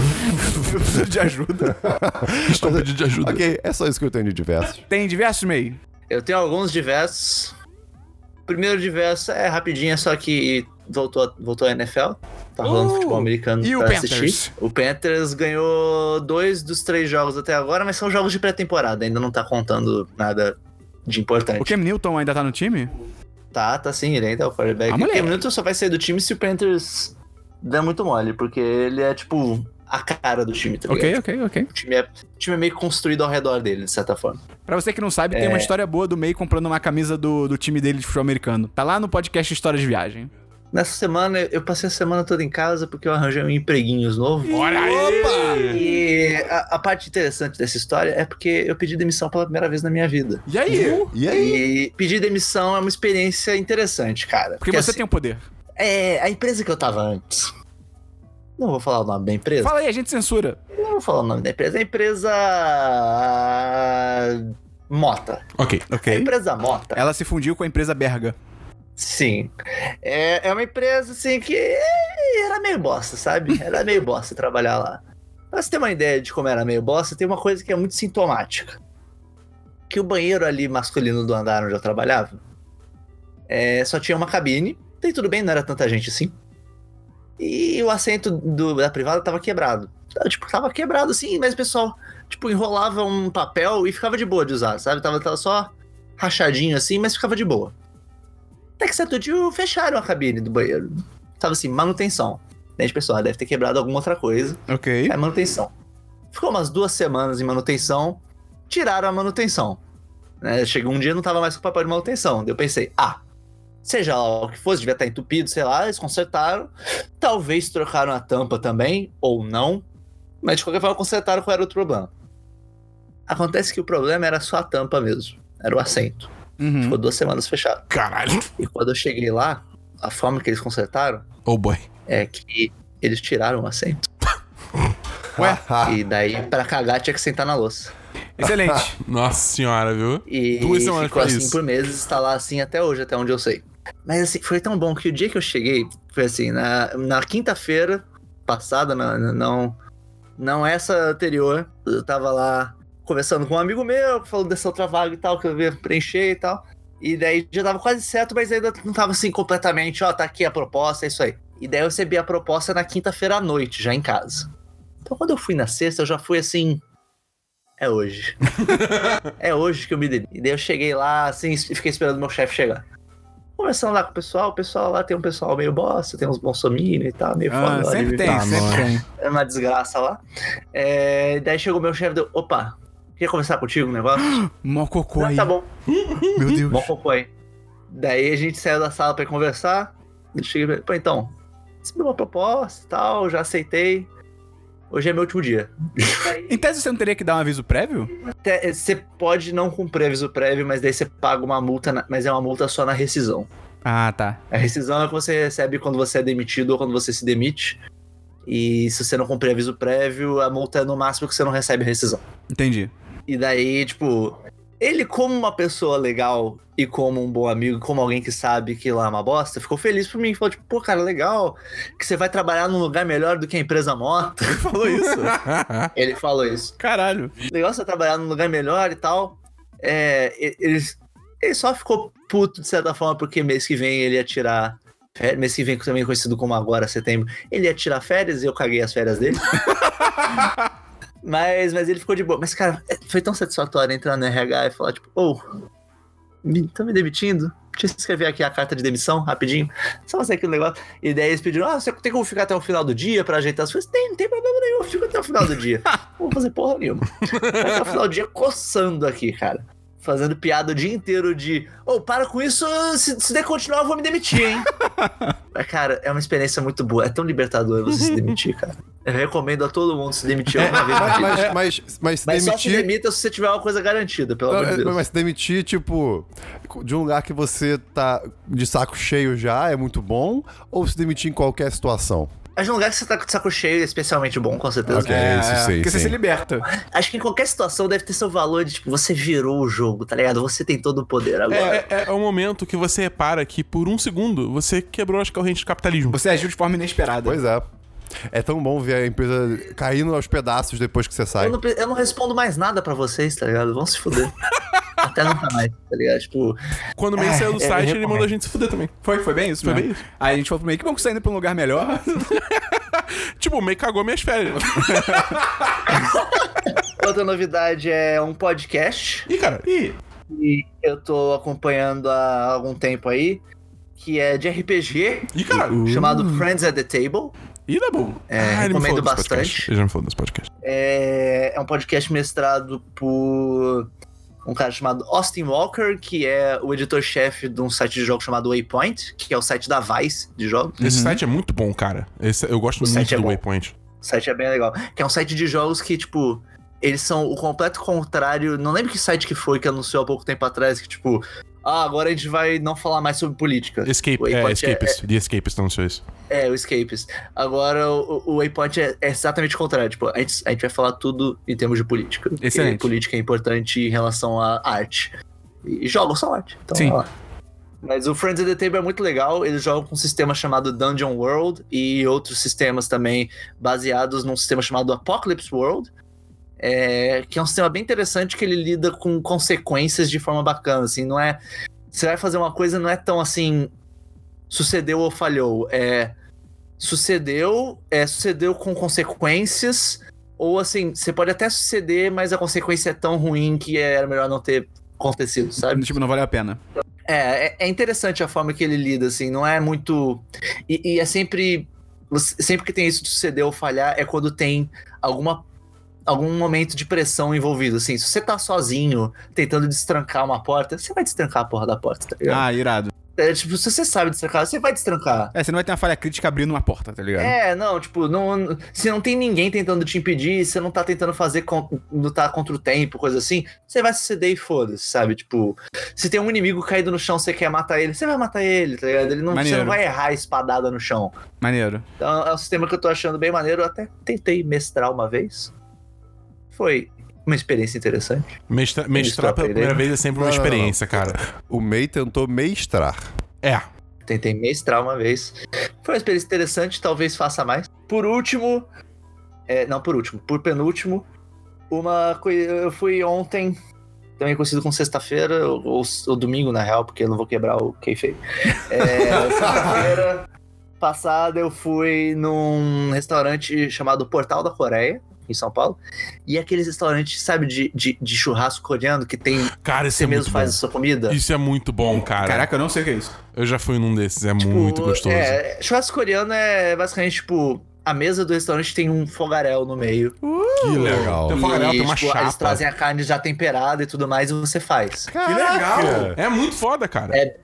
S1: eu preciso de ajuda.
S3: Estou pedindo de ajuda.
S2: Ok, é só isso que eu tenho de diversos.
S1: Tem diversos meio.
S4: Eu tenho alguns diversos. O primeiro diverso é rapidinho, é só que voltou, voltou a NFL. Tá rolando
S1: Uh!
S4: futebol americano
S1: E o
S4: pra
S1: Panthers?
S4: assistir. O Panthers ganhou dois dos três jogos até agora, mas são jogos de pré-temporada, ainda não tá contando nada de importante.
S1: O Cam Newton ainda tá no time?
S4: Tá, tá sim, ele ainda é o quarterback.
S1: Ah,
S4: o
S1: moleque.
S4: Cam Newton só vai sair do time se o Panthers der muito mole, porque ele é, tipo, a cara do time, tá ligado?
S1: Ok, ok, ok.
S4: O time, é, o time é meio construído ao redor dele, de certa forma.
S1: Pra você que não sabe, tem uma história boa do May comprando uma camisa do, do time dele de futebol americano. Tá lá no podcast História de Viagem.
S4: Nessa semana, eu passei a semana toda em casa porque eu arranjei um empreguinhos novo.
S3: Olha aí!
S4: E a, a parte interessante dessa história é porque eu pedi demissão pela primeira vez na minha vida.
S3: E aí?
S1: Uhum.
S2: E aí?
S4: E pedir demissão é uma experiência interessante, cara.
S1: Porque assim- você tem o poder.
S4: tem. É, a empresa que eu tava antes. Não vou falar o nome da empresa.
S1: Fala aí, a gente censura.
S4: Não vou falar o nome da empresa. É A empresa. ah, Mota.
S3: Ok.
S4: A
S1: Ok.
S4: empresa Mota.
S1: Ela se fundiu com a empresa Berga.
S4: Sim. É, é uma empresa, assim, que era meio bosta, sabe? Era meio bosta trabalhar lá. Pra você ter uma ideia de como era meio bosta, tem uma coisa que é muito sintomática. Que o banheiro ali masculino do andar onde eu trabalhava é, só tinha uma cabine. E tudo bem, não era tanta gente assim. E o assento do- da privada tava quebrado. Então, tipo, tava quebrado assim, mas o pessoal, tipo, enrolava um papel e ficava de boa de usar, sabe? Tava, tava só rachadinho assim, mas ficava de boa. Até que certo dia fecharam a cabine do banheiro. Tava assim, manutenção. Daí a gente pensou, ah, deve ter quebrado alguma outra coisa.
S1: Ok.
S4: É manutenção. Ficou umas duas semanas em manutenção, tiraram a manutenção. Né, Chegou um dia e não tava mais com o papel de manutenção. Daí eu pensei, ah, seja lá o que fosse, devia estar entupido, sei lá, eles consertaram. Talvez trocaram a tampa também, ou não. Mas de qualquer forma, consertaram qual era o problema. Acontece que o problema era só a tampa mesmo. Era o assento.
S1: Uhum.
S4: Ficou duas semanas fechado.
S3: É, Caralho.
S4: E quando eu cheguei lá, a forma que eles consertaram
S3: Oh boy.
S4: é que eles tiraram o assento.
S1: Ué,
S2: Ah,
S4: E daí, pra cagar, tinha que sentar na louça.
S1: excelente.
S3: Nossa senhora, viu?
S4: E
S3: Duas semanas
S4: ficou
S3: pra
S4: assim
S3: isso.
S4: por meses, está lá assim até hoje, até onde eu sei. Mas assim, foi tão bom que o dia que eu cheguei, foi assim, na, na quinta-feira passada, na- na- não, não essa anterior, eu tava lá conversando com um amigo meu, falando dessa outra vaga e tal, que eu ia preencher e tal. E daí já tava quase certo, mas ainda não tava assim completamente, ó, tá aqui a proposta, é isso aí. E daí eu recebi a proposta na quinta-feira à noite, já em casa. Então quando eu fui na sexta, eu já fui assim. É hoje. é hoje que eu me dei. E daí eu cheguei lá, assim, e fiquei esperando meu chefe chegar. Conversando lá com o pessoal, o pessoal lá tem um pessoal meio bosta, tem uns bolsominions e tal, meio
S1: Ah,
S4: foda. lá de
S1: sempre
S4: viver.
S1: tem,
S3: Tá,
S1: sempre
S3: mano.
S1: tem.
S4: Era uma desgraça lá. É, daí chegou meu chefe e deu: opa, queria conversar contigo um negócio?
S1: Mococó
S4: Ah,
S1: aí.
S4: tá bom.
S1: Meu Deus.
S4: Bom cocô aí. Daí a gente saiu da sala pra conversar. Ele chega e fala, pô, então, recebi uma proposta e tal, já aceitei. Hoje é meu último dia.
S1: Em tese, você não teria que dar um aviso prévio?
S4: Até- Você pode não cumprir aviso prévio, mas daí você paga uma multa, na- mas é uma multa só na rescisão.
S1: Ah, tá.
S4: A rescisão é que você recebe quando você é demitido ou quando você se demite. E se você não cumprir aviso prévio, a multa é no máximo que você não recebe a rescisão.
S1: Entendi.
S4: E daí, tipo, ele, como uma pessoa legal e como um bom amigo, como alguém que sabe que lá é uma bosta, ficou feliz por mim. Falou, tipo, pô, cara, legal que você vai trabalhar num lugar melhor do que a empresa morta. Ele falou isso. ele falou isso.
S1: Caralho.
S4: Legal você é trabalhar num lugar melhor e tal. É, e- eles, ele só ficou puto, de certa forma, porque mês que vem ele ia tirar. fé- Mês que vem, também conhecido como agora, setembro, ele ia tirar férias e eu caguei as férias dele. Mas, mas ele ficou de boa. Mas, cara, é- foi tão satisfatório entrar no RH e falar, tipo, ô, me, tão me demitindo? Deixa eu escrever aqui a carta de demissão, rapidinho. Só fazer aqui um negócio. E daí eles pediram, ah, você tem como ficar até o final do dia pra ajeitar as coisas? Tem, não tem problema nenhum, eu fico até o final do dia. Não vou fazer porra nenhuma. Vai até o final do dia coçando aqui, cara. Fazendo piada o dia inteiro de, ô, para com isso, se, se der continuar eu vou me demitir, hein? Mas, cara, é uma experiência muito boa. É tão libertador você se demitir, cara. Eu recomendo a todo mundo se demitir alguma vez na vida.
S2: É. Mas, mas, mas se
S4: Mas só se
S2: demitir.
S4: demita se você tiver uma coisa garantida, pelo
S2: Não,
S4: amor
S2: é,
S4: de Deus.
S2: Mas se demitir, tipo, de um lugar que você tá de saco cheio já é muito bom, ou se demitir em qualquer situação?
S4: Acho um lugar que você tá com o saco cheio é especialmente bom, com certeza.
S2: Ok. É, isso, sei,
S1: Porque você
S2: sim.
S1: se liberta.
S4: Acho que em qualquer situação deve ter seu valor de, tipo, você virou o jogo, tá ligado? Você tem todo o poder agora.
S3: É, é, é o momento que você repara que por um segundo você quebrou as correntes do capitalismo.
S1: Você agiu de forma inesperada.
S2: Pois é. É tão bom ver a empresa caindo aos pedaços depois que você sai.
S4: Eu, não, pre- eu não respondo mais nada pra vocês, tá ligado? Vão se fuder. até não tá mais, tá ligado? Tipo,
S3: Quando o meio saiu do
S4: é, eu
S3: site, ele
S4: recomendo.
S3: mandou a gente se fuder também.
S4: é.
S1: Foi, foi bem isso,
S3: Foi
S1: mesmo.
S3: bem isso.
S1: Aí a gente falou pro meio, que bom que você indo pra um lugar melhor.
S3: Tipo, o meio cagou minhas férias.
S4: outra novidade é um podcast
S3: Ih, cara. Ih.
S4: que eu tô acompanhando há algum tempo aí, que é de RPG,
S3: Ih, cara. hum.
S4: chamado Friends at the Table.
S3: Ih, dá bom. Ah,
S4: É,
S3: ele me
S4: recomendo
S3: falou desse
S4: bastante.
S3: podcast. Ele já me falou desse podcast.
S4: É, é um podcast mestrado por um cara chamado Austin Walker, que é o editor-chefe de um site de jogo chamado Waypoint, que é o site da Vice de jogos.
S3: Esse site é muito bom, cara. Esse- eu gosto
S4: O
S3: muito
S4: site é
S3: do
S4: bom.
S3: Waypoint.
S4: O site é bem legal. Que é um site de jogos que, tipo, eles são o completo contrário. Não lembro que site que foi que anunciou há pouco tempo atrás que, tipo, ah, agora a gente vai não falar mais sobre política.
S3: Escape, é,
S4: Waypoint é-
S3: Escapes. The Escapes, não sei isso.
S4: É, o Escapes. Agora o, o Waypoint é, é exatamente o contrário. Tipo, a gente, a gente vai falar tudo em termos de política. Porque
S1: Excelente.
S4: política é importante em relação à arte. E jogos são arte. Então,
S1: Sim.
S4: Sim. Lá. Mas o Friends at the Table é muito legal. Eles jogam com um sistema chamado Dungeon World e outros sistemas também baseados num sistema chamado Apocalypse World. é, que é um sistema bem interessante que ele lida com consequências de forma bacana. Assim, não é. Você vai fazer uma coisa, não é tão assim. Sucedeu ou falhou. É sucedeu, é, sucedeu com consequências, ou assim, você pode até suceder, mas a consequência é tão ruim que era melhor não ter acontecido, sabe?
S1: tipo, não valeu a pena.
S4: É, é, é interessante a forma que ele lida, assim, não é muito. E, e é sempre. você- Sempre que tem isso de suceder ou falhar, é quando tem alguma. Algum momento de pressão envolvido, assim. Se você tá sozinho, tentando destrancar uma porta, você vai destrancar a porra da porta, tá ligado?
S1: Ah, irado.
S4: É, tipo, se você sabe destrancar, você vai destrancar.
S1: É, você não vai ter uma falha crítica abrindo uma porta, tá ligado?
S4: É, não, tipo, não, se não tem ninguém tentando te impedir, você não tá tentando fazer, con- lutar contra o tempo, coisa assim, você vai se ceder e foda-se, sabe? Tipo, se tem um inimigo caído no chão, você quer matar ele, você vai matar ele, tá ligado? Ele não, você
S1: Maneiro.
S4: não vai errar a espadada no chão.
S1: Maneiro.
S4: Então é um sistema que eu tô achando bem maneiro, eu até tentei mestrar uma vez. Foi uma experiência interessante.
S3: Mestra, mestrar pela
S4: aprendendo.
S3: primeira vez é sempre uma
S2: Não, não, não.
S3: experiência, cara.
S2: O MEI tentou mestrar.
S3: É.
S4: Tentei mestrar uma vez. Foi uma experiência interessante, talvez faça mais. Por último. é, não, por último, por penúltimo. Uma coisa. Eu fui ontem, também conhecido como sexta-feira, ou, ou- ou domingo, na real, porque eu não vou quebrar o kayfabe. É, sexta-feira passada eu fui num restaurante chamado Portal da Coreia, em São Paulo. E é aqueles restaurantes, sabe, de, de, de churrasco coreano que tem.
S3: Cara, esse
S4: Você
S3: é
S4: mesmo
S3: muito
S4: faz a
S3: bom.
S4: sua comida?
S3: Isso é muito bom, cara.
S1: Caraca, eu não sei o que é isso.
S3: Eu já fui num desses, é
S4: Tipo,
S3: muito gostoso.
S4: É, churrasco coreano é basicamente, tipo, a mesa do restaurante tem um fogaréu no meio.
S3: Que
S2: legal.
S3: Tem um fogaréu, tem uma
S4: tipo,
S3: chapa.
S4: eles trazem a carne já temperada e tudo mais e você faz.
S1: Que legal!
S3: É muito foda, cara.
S4: É.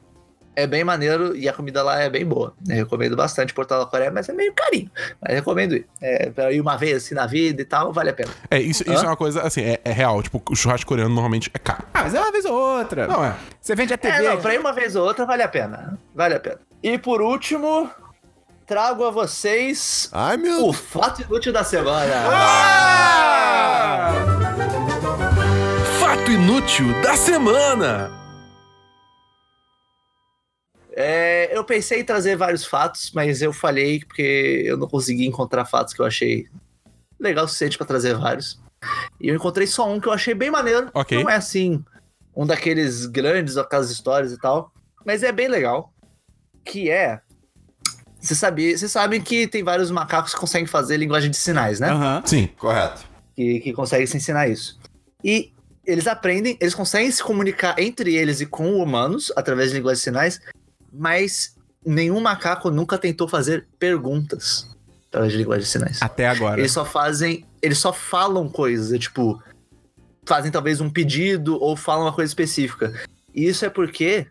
S4: É bem maneiro e a comida lá é bem boa. Eu recomendo bastante Portal da Coreia, mas é meio carinho. Mas recomendo ir. É, pra ir uma vez assim na vida e tal, vale a pena.
S3: É, isso, isso é uma coisa, assim, é, é real. Tipo, o churrasco coreano normalmente é caro.
S1: Ah, mas é uma vez ou outra.
S3: Não, é.
S1: Você vende a TV.
S4: É, não, pra ir uma vez ou outra, vale a pena. Vale a pena. E por último, trago a vocês
S3: Ah.
S2: Ai, meu
S4: o fato inútil da semana.
S1: Ah!
S3: Fato inútil da semana!
S4: É, eu pensei em trazer vários fatos, mas eu falhei porque eu não consegui encontrar fatos que eu achei legal o suficiente pra trazer vários. E eu encontrei só um que eu achei bem maneiro.
S3: Ok.
S4: Não é assim, um daqueles grandes, aquelas histórias e tal. Mas é bem legal. Que é. Vocês sabem sabe que tem vários macacos que conseguem fazer linguagem de sinais, né?
S1: Aham.
S3: Sim.
S2: Correto.
S4: que, que consegue se ensinar isso. E eles aprendem, eles conseguem se comunicar entre eles e com humanos através de linguagem de sinais, mas nenhum macaco nunca tentou fazer perguntas através de linguagem de sinais.
S1: Até agora.
S4: Eles só fazem, eles só falam coisas, é tipo, fazem talvez um pedido ou falam uma coisa específica. E isso é porque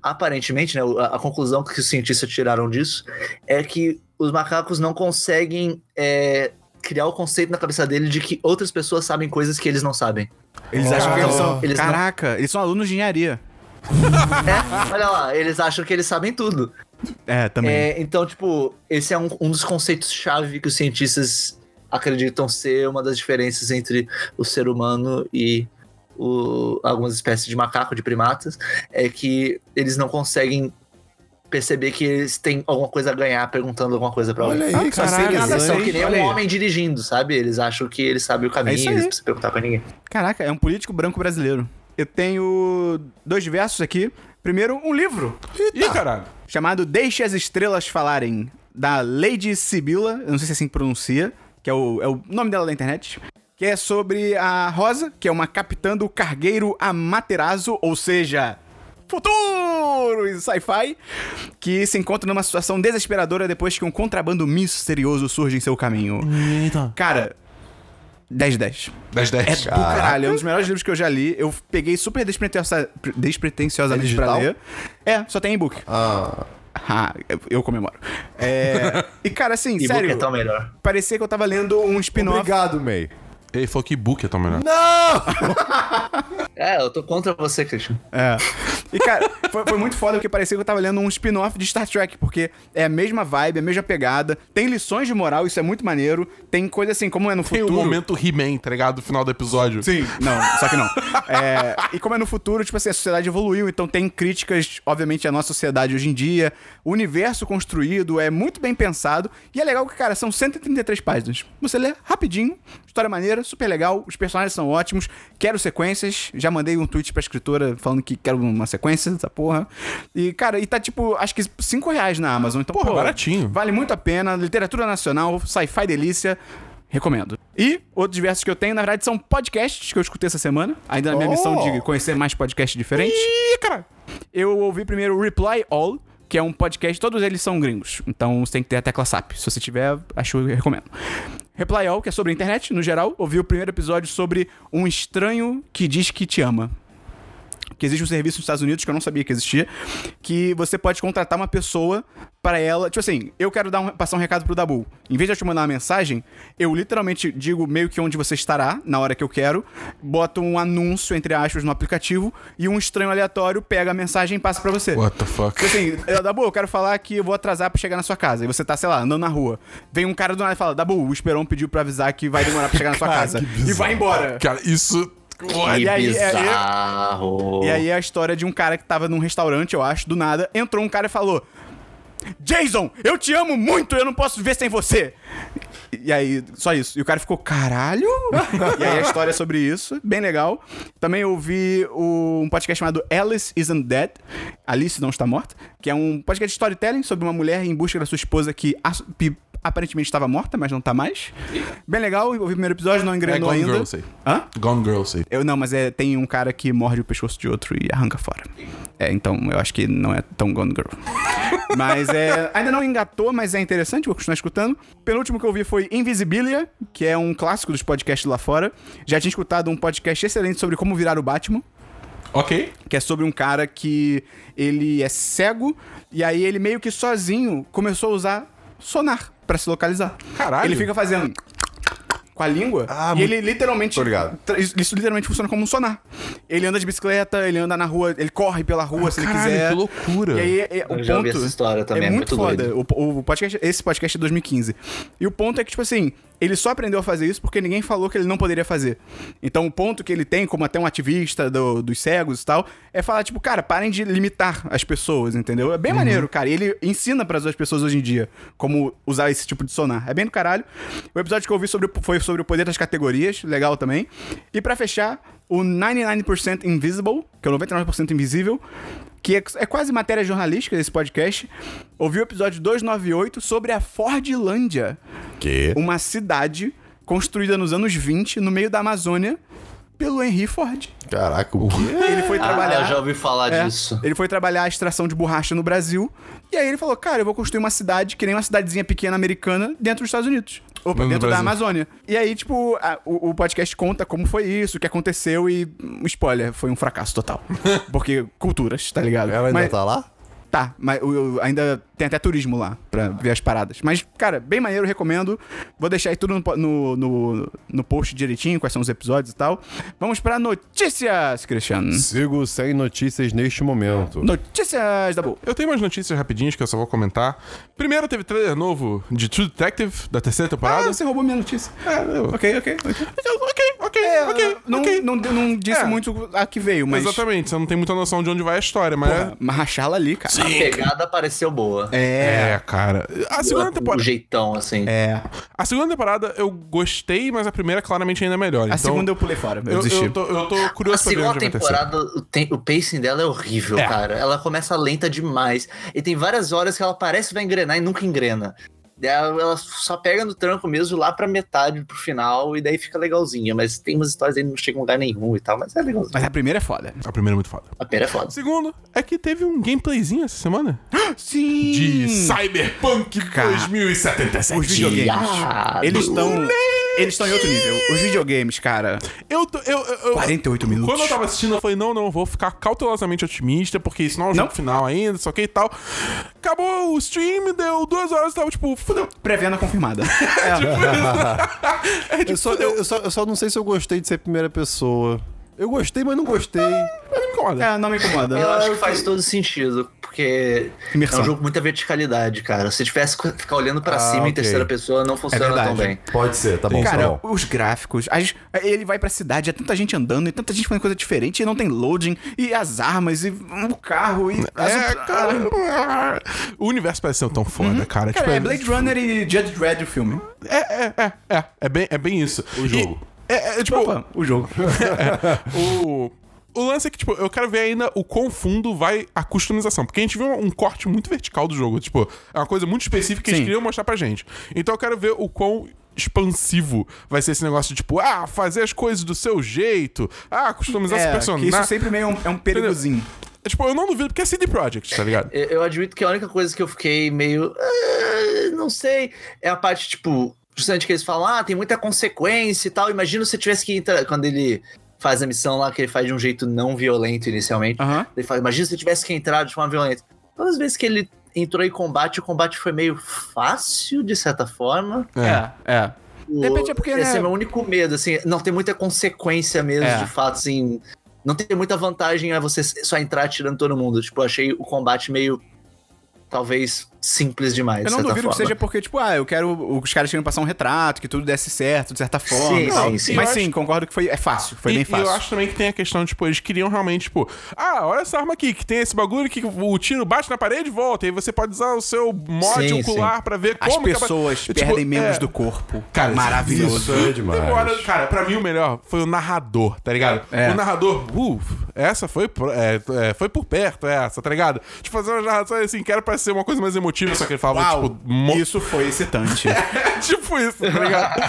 S4: aparentemente, né, a, a conclusão que os cientistas tiraram disso é que os macacos não conseguem é, criar o conceito na cabeça deles de que outras pessoas sabem coisas que eles não sabem.
S1: Eles acham que eles são.
S4: Eles não-
S1: Caraca, eles são alunos de engenharia.
S4: É, olha lá, eles acham que eles sabem tudo.
S1: É, também.
S4: É, então, tipo, esse é um, um dos conceitos-chave que os cientistas acreditam ser uma das diferenças entre o ser humano e o- algumas espécies de macaco, de primatas, é que eles não conseguem perceber que eles têm alguma coisa a ganhar perguntando alguma coisa pra
S2: Olha
S4: alguém.
S2: aí,
S1: Ah,
S2: cara.
S1: caralho,
S4: Eles são
S1: aí,
S4: que nem
S1: olha
S4: um
S1: aí. É
S4: homem dirigindo, sabe? Eles acham que eles sabem o caminho,
S1: isso aí.
S4: eles não precisam perguntar pra ninguém.
S1: Caraca, é um político branco brasileiro. eu tenho dois versos aqui. Primeiro, um livro
S3: Ih, caralho.
S1: chamado Deixe as Estrelas Falarem, da Lady Sibila, eu não sei se assim pronuncia, que é o, é o nome dela na internet, que é sobre a Rosa, que é uma capitã do cargueiro Amaterasu, ou seja, futuro e sci-fi, que se encontra numa situação desesperadora depois que um contrabando misterioso surge em seu caminho.
S3: Eita.
S1: Cara, 10 de 10.
S3: 10 10.
S1: É do caralho, é um dos melhores livros que eu já li. Eu peguei super despretensiosa, despretensiosamente
S2: É
S1: pra
S2: digital?
S1: ler. É, só tem e-book.
S2: Ah,
S1: Ah, eu- eu comemoro. É, e cara, assim,
S4: E
S1: sério,
S4: é tão melhor.
S1: parecia que eu tava lendo um spin-off.
S2: obrigado, May.
S3: Ele falou que book é tão melhor.
S2: Não!
S4: É, eu tô contra você, Christian.
S1: É. E cara, foi, foi muito foda porque parecia que eu tava lendo um spin-off de Star Trek, porque é a mesma vibe, é a mesma pegada, tem lições de moral, isso é muito maneiro, tem coisa assim, como é no
S3: Tem
S1: futuro.
S3: o momento He-Man, tá ligado? No final do episódio.
S1: Sim. Não, só que não. É, e como é no futuro, tipo assim, a sociedade evoluiu, então tem críticas, obviamente, à nossa sociedade hoje em dia. O universo construído é muito bem pensado. E é legal que, cara, são 133 páginas. Você lê rapidinho, história maneira, super legal, os personagens são ótimos. Quero sequências. Já mandei um tweet pra escritora falando que quero uma sequência dessa porra. E, cara, e tá tipo, acho que 5 reais na Amazon. Então,
S3: Porra,
S1: pô,
S3: baratinho.
S1: Vale muito a pena. Literatura nacional, sci-fi delícia. Recomendo. E outros versos que eu tenho, na verdade, são podcasts que eu escutei essa semana. Ainda na minha
S2: Oh.
S1: missão de conhecer mais podcasts diferentes.
S3: Ih, caralho.
S1: Eu ouvi primeiro o Reply All, que é um podcast, todos eles são gringos. Então você tem que ter a tecla SAP. Se você tiver, acho que eu recomendo. Reply All, que é sobre a internet, no geral, ouvi o primeiro episódio sobre um estranho que diz que te ama. Que existe um serviço nos Estados Unidos que eu não sabia que existia, que você pode contratar uma pessoa pra ela. Tipo assim, eu quero dar um- passar um recado pro Dabu. Em vez de eu te mandar uma mensagem, eu literalmente digo meio que onde você estará, na hora que eu quero, boto um anúncio, entre aspas, no aplicativo, e um estranho aleatório pega a mensagem e passa pra você.
S3: What the fuck?
S1: Tipo assim, eu, Dabu, eu quero falar que eu vou atrasar pra chegar na sua casa. E você tá, sei lá, andando na rua. Vem um cara do nada e fala, Dabu, o Esperon pediu pra avisar que vai demorar pra chegar na sua
S3: Cara,
S1: casa.
S3: que
S1: E vai embora.
S3: Cara, isso. Olha.
S1: e
S4: Que
S1: aí, é-
S4: bizarro.
S1: E aí é a história de um cara que tava num restaurante, eu acho, do nada, entrou um cara e falou: Jason, eu te amo muito, eu não posso viver sem você. E aí, só isso. E o cara ficou, caralho? e aí a história é sobre isso, bem legal. Também eu ouvi o- um podcast chamado Alice Isn't Dead, Alice Não Está Morta, que é um podcast de storytelling sobre uma mulher em busca da sua esposa que ass- pi- aparentemente estava morta, mas não tá mais. Bem legal, eu ouvi o primeiro episódio, não engrenou
S3: Gone
S1: ainda.
S3: é um Girl, sei.
S1: Hã?
S3: Gone Girl, sei.
S1: Eu não, mas é, tem um cara que morde o pescoço de outro e arranca fora. É, então eu acho que não é tão Gone Girl. mas é. Ainda não engatou, mas é interessante, vou continuar escutando. Penúltimo que eu vi foi Invisibilia, que é um clássico dos podcasts lá fora. Já tinha escutado um podcast excelente sobre como virar o Batman
S3: Ok.
S1: que é sobre um cara que ele é cego e aí ele meio que sozinho começou a usar sonar pra se localizar.
S3: Caralho.
S1: Ele fica fazendo com a língua
S2: Ah,
S1: e
S2: muito-
S1: ele literalmente
S2: Tô ligado.
S1: tra- isso isso literalmente funciona como um sonar. Ele anda de bicicleta, ele anda na rua, ele corre pela rua se ele
S3: caralho,
S1: quiser.
S3: que loucura.
S1: E aí é- é- o
S4: Eu já ouvi
S1: ponto
S4: essa história também,
S1: é
S4: é
S1: muito,
S4: muito
S1: foda. O, o podcast, esse podcast é 2015. E o ponto é que tipo assim, ele só aprendeu a fazer isso porque ninguém falou que ele não poderia fazer. Então o ponto que ele tem, como até um ativista do- dos cegos e tal, é falar tipo, cara, parem de limitar as pessoas, entendeu? É bem
S4: Uhum.
S1: maneiro, cara. E ele ensina para as pessoas hoje em dia como usar esse tipo de sonar. É bem do caralho. O episódio que eu ouvi sobre, o- foi sobre o poder das categorias, legal também. E pra fechar, o 99% Invisible, que é o 99% Invisível, que é, é quase matéria jornalística desse podcast. Ouvi o episódio 298 sobre a Fordlândia,
S2: Que?
S1: uma cidade construída nos anos 20 no meio da Amazônia pelo Henry Ford.
S2: Caraca, o quê?
S1: Ele foi trabalhar.
S4: Ah, eu já ouvi falar
S1: É.
S4: disso.
S1: Ele foi trabalhar a extração de borracha no Brasil. E aí ele falou: Cara, eu vou construir uma cidade que nem uma cidadezinha pequena americana dentro dos Estados Unidos. Opa,
S3: No
S1: dentro da
S3: Brasil.
S1: Amazônia. E aí, tipo, a- o, o podcast conta como foi isso, o que aconteceu e. hum, Spoiler, foi um fracasso total. Porque culturas, tá ligado?
S3: É,
S2: Ela ainda
S1: Mas-
S2: tá lá?
S1: Tá, mas eu, eu ainda tem até turismo lá pra ver as paradas. Mas, cara, bem maneiro, recomendo. Vou deixar aí tudo no, po- no, no, no post direitinho, quais são os episódios e tal. Vamos pra notícias, Cristiano.
S2: Sigo sem notícias neste momento.
S1: Notícias da boa.
S3: Eu tenho umas notícias rapidinhas que eu só vou comentar. Primeiro, teve trailer novo de True Detective, da terceira temporada.
S1: roubou minha notícia.
S3: É, eu-
S1: Ok, ok. ok.
S3: Ok, ok, ok, ok,
S1: É, Não,
S3: ok.
S1: não, não disse
S3: É.
S1: muito a que veio, mas.
S3: Exatamente, você não tem muita noção de onde vai a história, mas.
S1: Porra, mas rachá-la ali, cara.
S4: A pegada pareceu boa.
S1: É.
S3: É, cara. A segunda
S4: O
S3: temporada.
S4: jeitão, assim.
S1: É.
S3: A segunda temporada eu gostei, mas a primeira claramente ainda é melhor.
S1: A
S3: então,
S1: segunda eu pulei fora. Eu,
S3: eu,
S1: desisti.
S3: eu tô, eu tô
S4: A
S3: curioso pra ver
S4: segunda
S3: onde vai a terceira.
S4: temporada, o, tem- o pacing dela é horrível,
S3: É.
S4: cara. Ela começa lenta demais. E tem várias horas que ela parece que vai engrenar e nunca engrena. Daí Ela ela só pega no tranco mesmo lá pra metade, pro final, e daí fica legalzinha. Mas tem umas histórias aí que não chegam em lugar nenhum e tal, mas é legalzinho.
S1: Mas a primeira é foda.
S3: A primeira é muito foda.
S4: A pera é foda.
S3: Segundo, é que teve um gameplayzinho essa semana
S1: Sim!
S3: de Cyberpunk
S1: Hum. Cara,
S3: 2077.
S1: Os videogames.
S4: Viado.
S1: Eles estão. Eles estão em outro nível. Os videogames, cara.
S3: Eu, tô- eu, eu, eu-
S1: 48 minutos.
S3: Quando eu tava assistindo, eu falei, não, não, vou ficar cautelosamente otimista, porque isso não é um jogo
S1: Não.
S3: final ainda, só que e tal. Acabou o stream, deu duas horas, eu tava tipo, fudeu.
S1: Pré-venda confirmada. É.
S3: É, tipo,
S2: Eu só, eu, só, eu só não sei se eu gostei de ser primeira pessoa. Eu gostei, mas não gostei.
S3: Mas não me incomoda.
S1: É, não me incomoda.
S4: Eu acho que faz todo sentido, porque
S1: Imersão.
S4: é um jogo com muita verticalidade, cara. Se tivesse que ficar olhando pra
S2: Ah,
S4: cima
S2: ok.
S4: em terceira pessoa, não funciona
S1: verdade.
S4: tão bem.
S2: Pode ser, tá bom, tá
S1: Cara,
S2: bom.
S1: os gráficos, as- ele vai pra cidade, é tanta gente andando, e tanta gente fazendo coisa diferente, e não tem loading, e as armas, e o carro, e. as-
S3: É, cara. O universo parece ser tão foda,
S1: Cara,
S3: cara. Tipo,
S1: é Blade Runner e Judge Dredd o filme.
S3: É, é, é, é. É bem, é bem isso. O
S2: jogo.
S3: é, é, tipo,
S1: Opa, o jogo.
S3: o. O lance é que, tipo, eu quero ver ainda o quão fundo vai a customização. Porque a gente viu um corte muito vertical do jogo. Tipo, é uma coisa muito específica que
S1: Sim.
S3: eles queriam mostrar pra gente. Então eu quero ver o quão expansivo vai ser esse negócio de, tipo, ah, fazer as coisas do seu jeito, ah, customizar seu
S1: É, que
S3: personagem.
S1: isso sempre meio é um, é um perigozinho.
S3: Tipo, eu não duvido, porque é CD Projekt, tá ligado?
S4: Eu- É, Eu admito que a única coisa que eu fiquei meio. "Ah, não sei. É a parte, tipo, justamente que eles falam, ah, tem muita consequência e tal. Imagina se tivesse que entrar. Quando ele faz a missão lá, que ele faz de um jeito não violento inicialmente.
S1: Aham.
S4: Ele fala, imagina se eu tivesse que entrar de forma violenta. Todas as vezes que ele entrou em combate, o combate foi meio fácil, de certa forma.
S1: É, é.
S4: O-
S1: De repente é porque,
S4: Esse
S1: né?
S4: é meu único medo, assim. Não tem muita consequência mesmo,
S1: É.
S4: de fato, assim. Não tem muita vantagem a você só entrar atirando todo mundo. Tipo, eu achei o combate meio. Talvez simples demais.
S1: Eu
S4: de
S1: não
S4: certa
S1: duvido que
S4: forma.
S1: seja porque, tipo, ah, eu quero. Os caras queriam passar um retrato, que tudo desse certo, de certa forma.
S4: Sim,
S1: e tal.
S4: sim, sim.
S1: Mas
S3: Eu acho-
S1: sim, concordo que foi, é fácil, foi
S3: e,
S1: bem
S3: e eu
S1: fácil.
S3: acho também que tem a questão, tipo, eles queriam realmente, tipo, ah, olha essa arma aqui, que tem esse bagulho que o tiro bate na parede e volta. E aí você pode usar o seu mod
S4: Sim,
S3: ocular pra ver
S1: As
S3: como. que a-
S1: pessoas
S3: Tipo,
S1: perdem membros
S3: é.
S1: do corpo.
S3: Cara, isso-
S1: maravilhoso.
S2: Isso é demais.
S3: Agora, cara, pra mim o melhor foi o narrador, tá ligado?
S1: É.
S3: O narrador, uff, essa foi, por- é, é, foi por perto, essa, tá ligado? Tipo, fazer umas narrações assim, que era pra ser uma coisa mais emotiva, só que ele falava,
S1: Uau,
S3: tipo, mo-
S1: isso foi excitante.
S3: É tipo isso, tá ligado?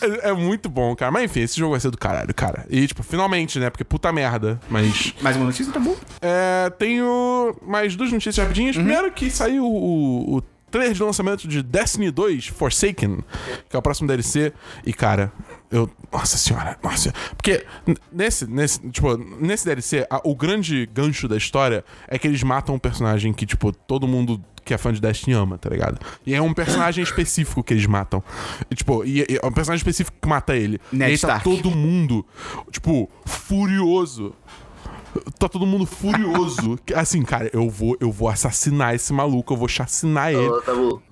S3: é, é muito bom, cara. Mas enfim, esse jogo vai ser do caralho, cara. E, tipo, finalmente, né? Porque puta merda. Mas.
S1: Mais uma notícia, tá bom?
S3: É, tenho mais duas notícias rapidinhas.
S1: Uhum.
S3: Primeiro que saiu o, o trailer de lançamento de Destiny 2 Forsaken, que é o próximo DLC. E, cara, eu... Nossa senhora, nossa. Porque n- nesse, nesse, tipo, nesse DLC, a- o grande gancho da história é que eles matam um personagem que, tipo, todo mundo que é fã de Destiny ama, tá ligado? E é um personagem específico que eles matam. E, tipo, e, e é um personagem específico que mata ele.
S1: Ned
S3: e aí tá
S1: Stark.
S3: todo mundo, tipo, furioso Tá todo mundo furioso. Que, Assim, cara, eu vou, eu vou assassinar esse maluco, eu vou chacinar ele.
S4: Ô, Tabu,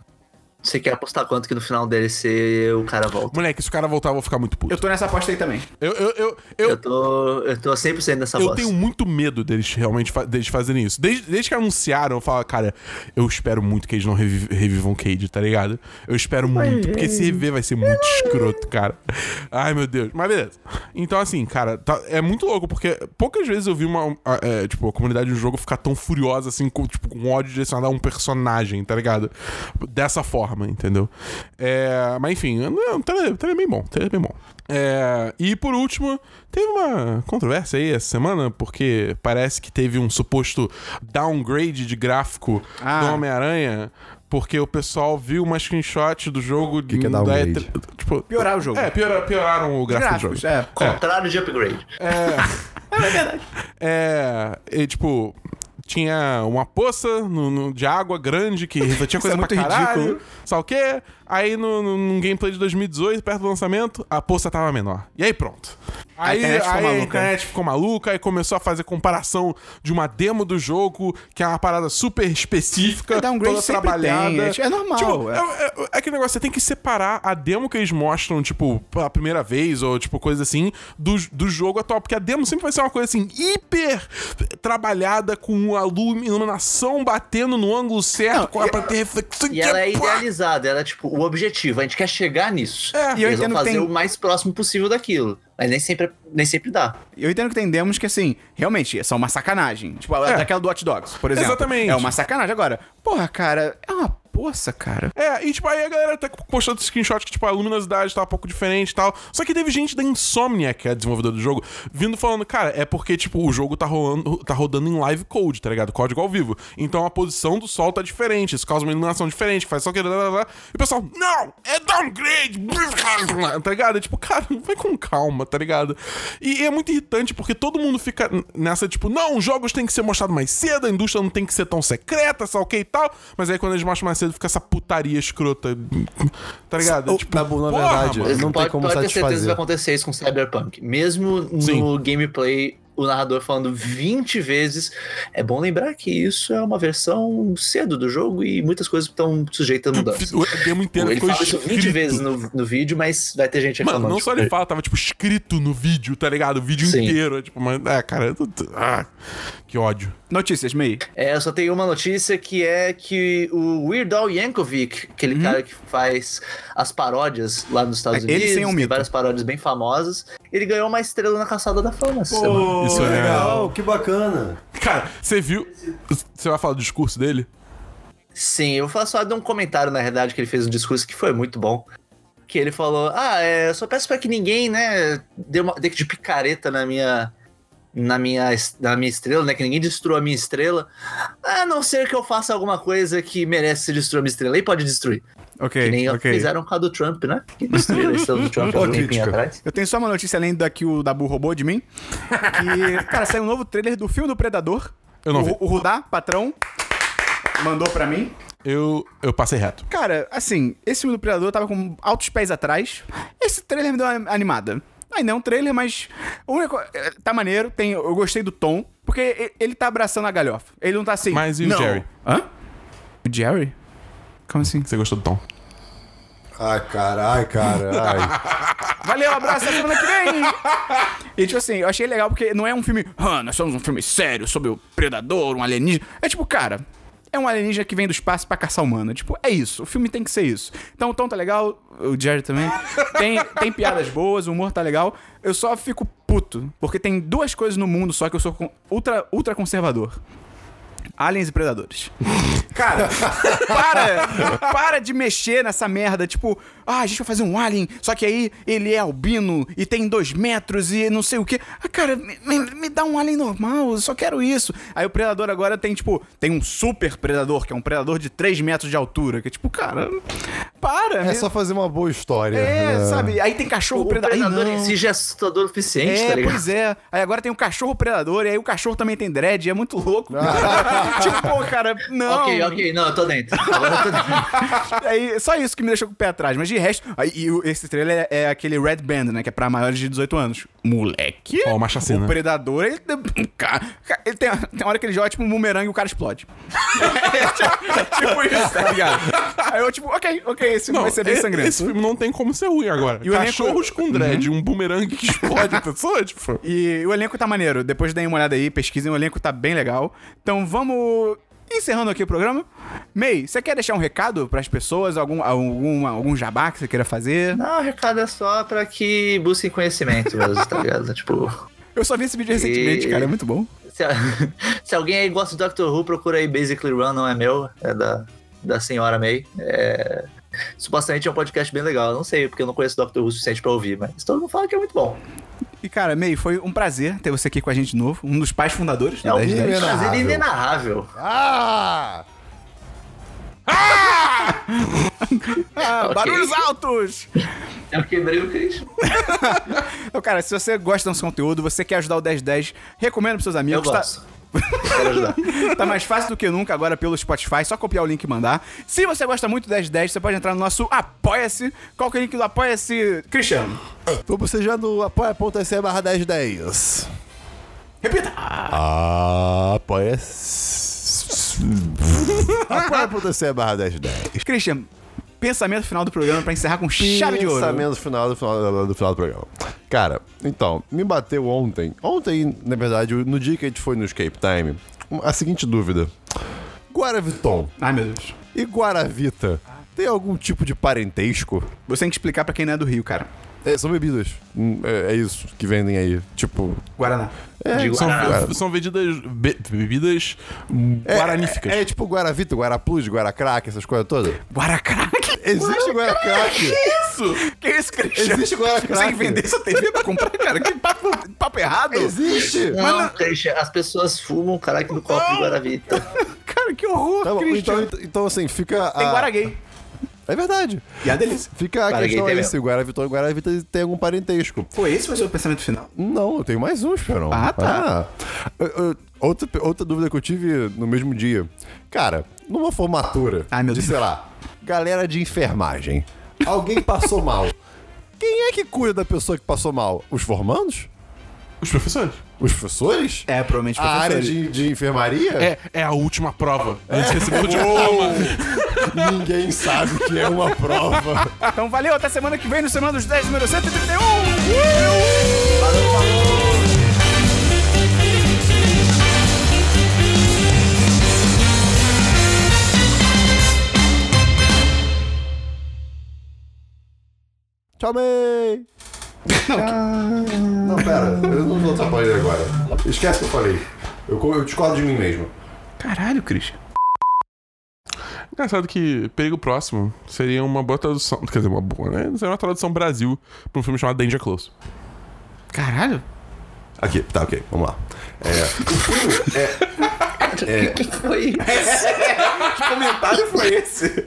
S4: Você quer apostar quanto que no final dele se o cara volta?
S3: Moleque, se o cara voltar, eu vou ficar muito puto.
S1: Eu tô nessa aposta aí também.
S3: Eu, eu, eu,
S4: Eu,
S3: eu,
S4: tô. Eu tô 100% nessa
S3: eu
S4: voz.
S1: um.
S3: tenho muito medo deles realmente fa- deles fazerem isso. Desde, desde que anunciaram, eu falo, cara, eu espero muito que eles não revi- revivam Cade, tá ligado? Eu espero muito, porque se reviver vai ser muito escroto, cara. Ai, meu Deus. Mas beleza. Então, assim, cara, tá- é muito louco, porque poucas vezes eu vi uma, a- é, tipo, a comunidade do jogo ficar tão furiosa, assim, com, tipo, com ódio direcionado a um personagem, tá ligado? Dessa forma, entendeu? É, mas enfim, é um trailer, trailer bem bom, trailer bem bom. É, e por último, teve uma controvérsia aí essa semana, porque parece que teve um suposto downgrade de gráfico
S1: Ah.
S3: do Homem-Aranha, porque o pessoal viu uma screenshot do jogo... O
S2: que é downgrade?
S3: tipo,
S1: Piorar o jogo.
S3: É, piora- pioraram o gráfico do
S1: Gráficos,
S3: jogo.
S1: é.
S4: Contrário de upgrade.
S1: É verdade.
S3: É, e, tipo... tinha uma poça no- no- de água grande que refletia coisa
S1: é
S3: pra
S1: muito
S3: caralho.
S1: ridículo.
S3: Sabe o quê? Aí no, no- num gameplay de 2018, perto do lançamento, a poça tava menor. E aí pronto.
S1: A
S3: Aí,
S1: internet ficou
S3: aí a
S1: maluca.
S3: internet ficou maluca e começou a fazer comparação de uma demo do jogo, que é uma parada super específica,
S1: É, downgrade
S3: toda
S1: sempre
S3: trabalhada.
S1: tem, é- é normal,
S3: Tipo,
S1: é.
S3: é é, é aquele negócio, você tem que separar a demo que eles mostram, tipo, pela primeira vez, ou tipo, coisa assim, do, do jogo atual. Porque a demo sempre vai ser uma coisa assim, hiper trabalhada, com a lu- iluminação batendo no ângulo certo, com a pra ter reflexão.
S4: E ela é
S3: Pá!
S4: idealizada, ela é tipo o objetivo, a gente quer chegar nisso.
S3: É,
S4: e
S1: e eu
S4: eles vão
S1: entendo que
S4: fazer
S1: tem-
S4: o mais próximo possível daquilo. Mas nem sempre, é, nem sempre dá.
S1: Eu entendo que tem demos que, assim, realmente são uma sacanagem. Tipo, a
S3: É.
S1: daquela do Hot Dogs, por exemplo.
S3: Exatamente.
S1: É uma sacanagem. Agora, porra, cara, é uma poça, cara.
S3: É, e tipo, aí a galera até postou esse screenshot que, tipo, a luminosidade tava um pouco diferente e tal. Só que teve gente da Insomnia, que é a desenvolvedora do jogo, vindo falando, cara, é porque, tipo, o jogo tá, rolando, tá rodando em live code, tá ligado? Código ao vivo. Então a posição do sol tá diferente, isso causa uma iluminação diferente, faz só que... blá, blá, blá. E o pessoal, não, é downgrade, tá ligado? É tipo, cara, vai com calma, tá ligado? E é muito irritante porque todo mundo fica n- nessa, tipo, não, os jogos têm que ser mostrados mais cedo, a indústria não tem que ser tão secreta, só o que e tal. Mas aí quando eles mostram mais cedo, fica essa putaria escrota, tá ligado? É
S2: Tipo, na, na
S3: porra,
S2: verdade,
S3: mano.
S2: não tem
S4: pode,
S2: como
S4: pode ter certeza que vai
S2: satisfazer.
S4: acontecer isso com Cyberpunk. Mesmo
S3: Sim.
S4: no gameplay, o narrador falando 20 vezes, é bom lembrar que isso é uma versão cedo do jogo e muitas coisas estão sujeitas a mudanças.
S3: o demo inteiro
S4: Ele
S3: ficou
S4: fala isso 20
S3: escrito.
S4: vezes no, no vídeo, mas vai ter gente reclamando.
S3: Mano, não só ele fala, tava tipo escrito no vídeo, tá ligado? O vídeo
S4: Sim.
S3: inteiro. é, Tipo, mas, é, cara, eu tô- ah, que ódio.
S1: Notícias, Mei.
S4: É, eu só tenho uma notícia que é que o Weird Al Yankovic, aquele cara que faz as paródias lá nos Estados
S1: Ele
S4: Unidos,
S1: sem um
S4: tem
S1: mito.
S4: várias paródias bem famosas, ele ganhou uma estrela na caçada da fama essa semana.
S2: Pô,
S3: Isso é-
S2: que bacana.
S3: Cara, você viu. Você vai falar do discurso dele?
S4: Sim, eu vou falar só de um comentário, na verdade, que ele fez um discurso que foi muito bom. Que ele falou: Ah, é, eu só peço pra que ninguém, né, dê, uma, dê de picareta na minha. Na minha, es- na minha estrela, né? Que ninguém destrua a minha estrela. A não ser que eu faça alguma coisa que merece ser destruir a minha estrela. E pode destruir.
S1: é. Ok,
S4: que nem
S1: ok.
S4: fizeram com a do Trump, né? Que destruíram a estrela do Trump há
S2: Ó,
S4: um tempinho
S2: crítica.
S4: atrás.
S1: Eu tenho só uma notícia além da que o Dabu roubou de mim. Que, cara, saiu um novo trailer do filme do Predador.
S3: Eu não
S1: o,
S3: vi.
S1: o Rudá, patrão, mandou pra mim.
S3: Eu, eu passei reto.
S1: Cara, assim, esse filme do Predador tava com altos pés atrás. Esse trailer me deu uma animada. Ainda é um trailer, mas. a única co- eh, Tá maneiro, tem... eu gostei do tom, porque e- ele tá abraçando a galhofa. Ele não tá assim.
S3: Mas e o
S1: "Não."
S3: Jerry?
S1: Hã? O Jerry? Como assim?
S3: Você gostou do tom?
S2: Ai, carai, carai.
S1: Valeu, abraço, até semana que vem! E tipo assim, eu achei legal porque não é um filme. Ah, nós somos um filme sério sobre o predador, um alienígena. É tipo, cara, é um alienígena que vem do espaço pra caçar humano. Tipo, é isso. O filme tem que ser isso. Então o tom tá legal, o Jared também. Tem, tem piadas boas, o humor tá legal. Eu só fico puto, porque tem duas coisas no mundo só que eu sou con- ultra, ultra conservador. Aliens e predadores. Cara, para! Para de mexer nessa merda. Tipo, ah, a gente vai fazer um alien, só que aí ele é albino e tem dois metros e não sei o quê. Ah, cara, me, me- me dá um alien normal, eu só quero isso. Aí o predador agora tem, tipo, tem um super predador, que é um predador de 3 metros de altura. Que é tipo, cara, para!
S2: É
S1: me-
S2: só fazer uma boa história.
S1: É,
S2: né?
S1: sabe? Aí tem cachorro
S4: O predador
S1: Aí,
S4: em
S1: não.
S4: si já é assustador o suficiente, tá
S1: É,
S4: ligado?
S1: pois é. Aí agora tem o cachorro predador, e aí o cachorro também tem dread, é muito louco. cara. tipo, pô, cara, não.
S4: Ok, ok, não, eu tô dentro. Agora eu tô dentro.
S1: Aí, só isso que me deixou com o pé atrás. Mas de resto, aí, e o- esse trailer é, é aquele Red Band, né? Que é pra maiores de 18 anos. Moleque.
S3: Ó, uma chacina.
S1: O predador, ele. Ca- ca- ele tem, tem hora que ele joga tipo um bumerangue e o cara explode. é, tipo, é tipo isso, tá ligado? Aí eu, tipo, ok, ok, esse vai ser bem
S3: e-
S1: sangrento.
S3: é, Esse filme não tem como ser ruim agora.
S1: E o elenco- Uhum.
S3: Cachorros com dread, um bumerangue que explode a pessoa, tipo.
S1: E o elenco tá maneiro. Depois deem uma olhada aí, pesquisem. O elenco tá bem legal. Então vamos encerrando aqui o programa. May, você quer deixar um recado pras pessoas? Algum, algum, algum jabá que você queira fazer?
S4: Não, o recado é só pra que busquem conhecimento mesmo, tá ligado? Tipo,
S1: Eu só vi esse vídeo recentemente,
S4: E-
S1: cara. É muito bom.
S4: se, se alguém aí gosta de Doctor Who, procura aí Basically Run, não é meu, é da, da senhora May. É, supostamente é um podcast bem legal, eu não sei, porque eu não conheço Doctor Who o suficiente pra ouvir, mas todo mundo fala que é muito bom.
S1: E, cara, May, foi um prazer ter você aqui com a gente de novo. Um dos pais fundadores do
S4: É um
S1: 10 10.
S2: Inenarrável.
S4: prazer inenarrável.
S2: Ah!
S1: Ah,
S4: Ok.
S1: Barulhos altos!
S4: Eu quebrei o Christian.
S1: Então, cara, se você gosta do nosso conteúdo, você quer ajudar o 1010, recomendo pros seus amigos.
S4: Eu gosto.
S1: Tá,
S4: Quero ajudar.
S1: Tá mais fácil do que nunca agora pelo Spotify, só copiar o link e mandar. Se você gosta muito do 1010, você pode entrar no nosso Apoia-se. Qual que é o link do Apoia-se, Cristiano?
S2: Vamos seja no apoia.se barra 1010.
S1: Repita!
S2: Apoia-se. apoia.se barra 1010.
S1: Cristiano, pensamento final do programa pra encerrar com chave de ouro.
S2: Pensamento final do final do final do programa. Cara, então, me bateu ontem. Ontem, na verdade, no dia que a gente foi no Escape Time, a seguinte dúvida. Guaraviton
S1: Ai, meu Deus.
S2: e Guaravita tem algum tipo de parentesco?
S1: Você tem que explicar pra quem não é do Rio, cara.
S2: É, são bebidas. Hum, É, é isso que vendem aí. Tipo.
S1: Guaraná.
S2: É,
S4: De
S2: são-
S4: Guaraná.
S2: é,
S3: São vendidas be- bebidas
S2: é,
S3: guaraníficas.
S2: É, é tipo Guaravita, Guaraplus, Guaracraque, essas coisas todas.
S1: Guaracraque?
S2: Existe Guaracraque.
S3: Isso!
S1: Que isso, Cristiano?
S2: Existe Guaracraque.
S1: Você tem que vender sua TV pra comprar, cara? Que papo, papo errado.
S2: Existe.
S4: Não, Christian, as pessoas fumam caraca no copo de Então, Guaravita.
S1: Cara, que horror,
S2: Tá bom,
S1: Cristiano.
S2: então, então, assim, fica.
S1: Tem
S2: a-
S1: Guaraguei.
S2: É verdade.
S1: E a delícia.
S2: Fica a
S4: Guaraguei
S2: questão
S4: tem
S2: aí
S4: mesmo.
S2: se o Guaravita e o Guaravita tem algum parentesco.
S1: Pô, esse foi o seu pensamento final.
S2: Não, eu tenho mais um, Esperão.
S1: Ah, tá.
S2: Ah. Eu- eu- outra, outra dúvida que eu tive no mesmo dia. Cara, numa formatura
S1: Ai, meu
S2: de,
S1: Deus.
S2: sei lá, galera de enfermagem, alguém passou mal. Quem é que cuida da pessoa que passou mal? Os formandos?
S3: Os professores.
S2: Os professores?
S1: É, provavelmente
S2: A área
S1: professores.
S2: de, de enfermaria?
S3: É, é a última prova.
S1: É.
S3: Antes de receber a última prova.
S2: Ninguém sabe o que é uma prova.
S1: Então valeu, até semana que vem no Semana dos 10, número 131.
S2: Tchau, May! Não, pera, eu não vou atrapalhar ele agora. Esquece o que eu falei. Eu, co- eu discordo de mim mesmo.
S1: Caralho, Christian.
S3: Engraçado que Perigo Próximo seria uma boa tradução. Quer dizer, uma boa, né? Seria uma tradução Brasil pra um filme chamado Danger Close.
S1: Caralho?
S2: Aqui, tá, ok, vamos lá. É,
S4: O que foi?
S2: É,
S1: Que comentário foi esse?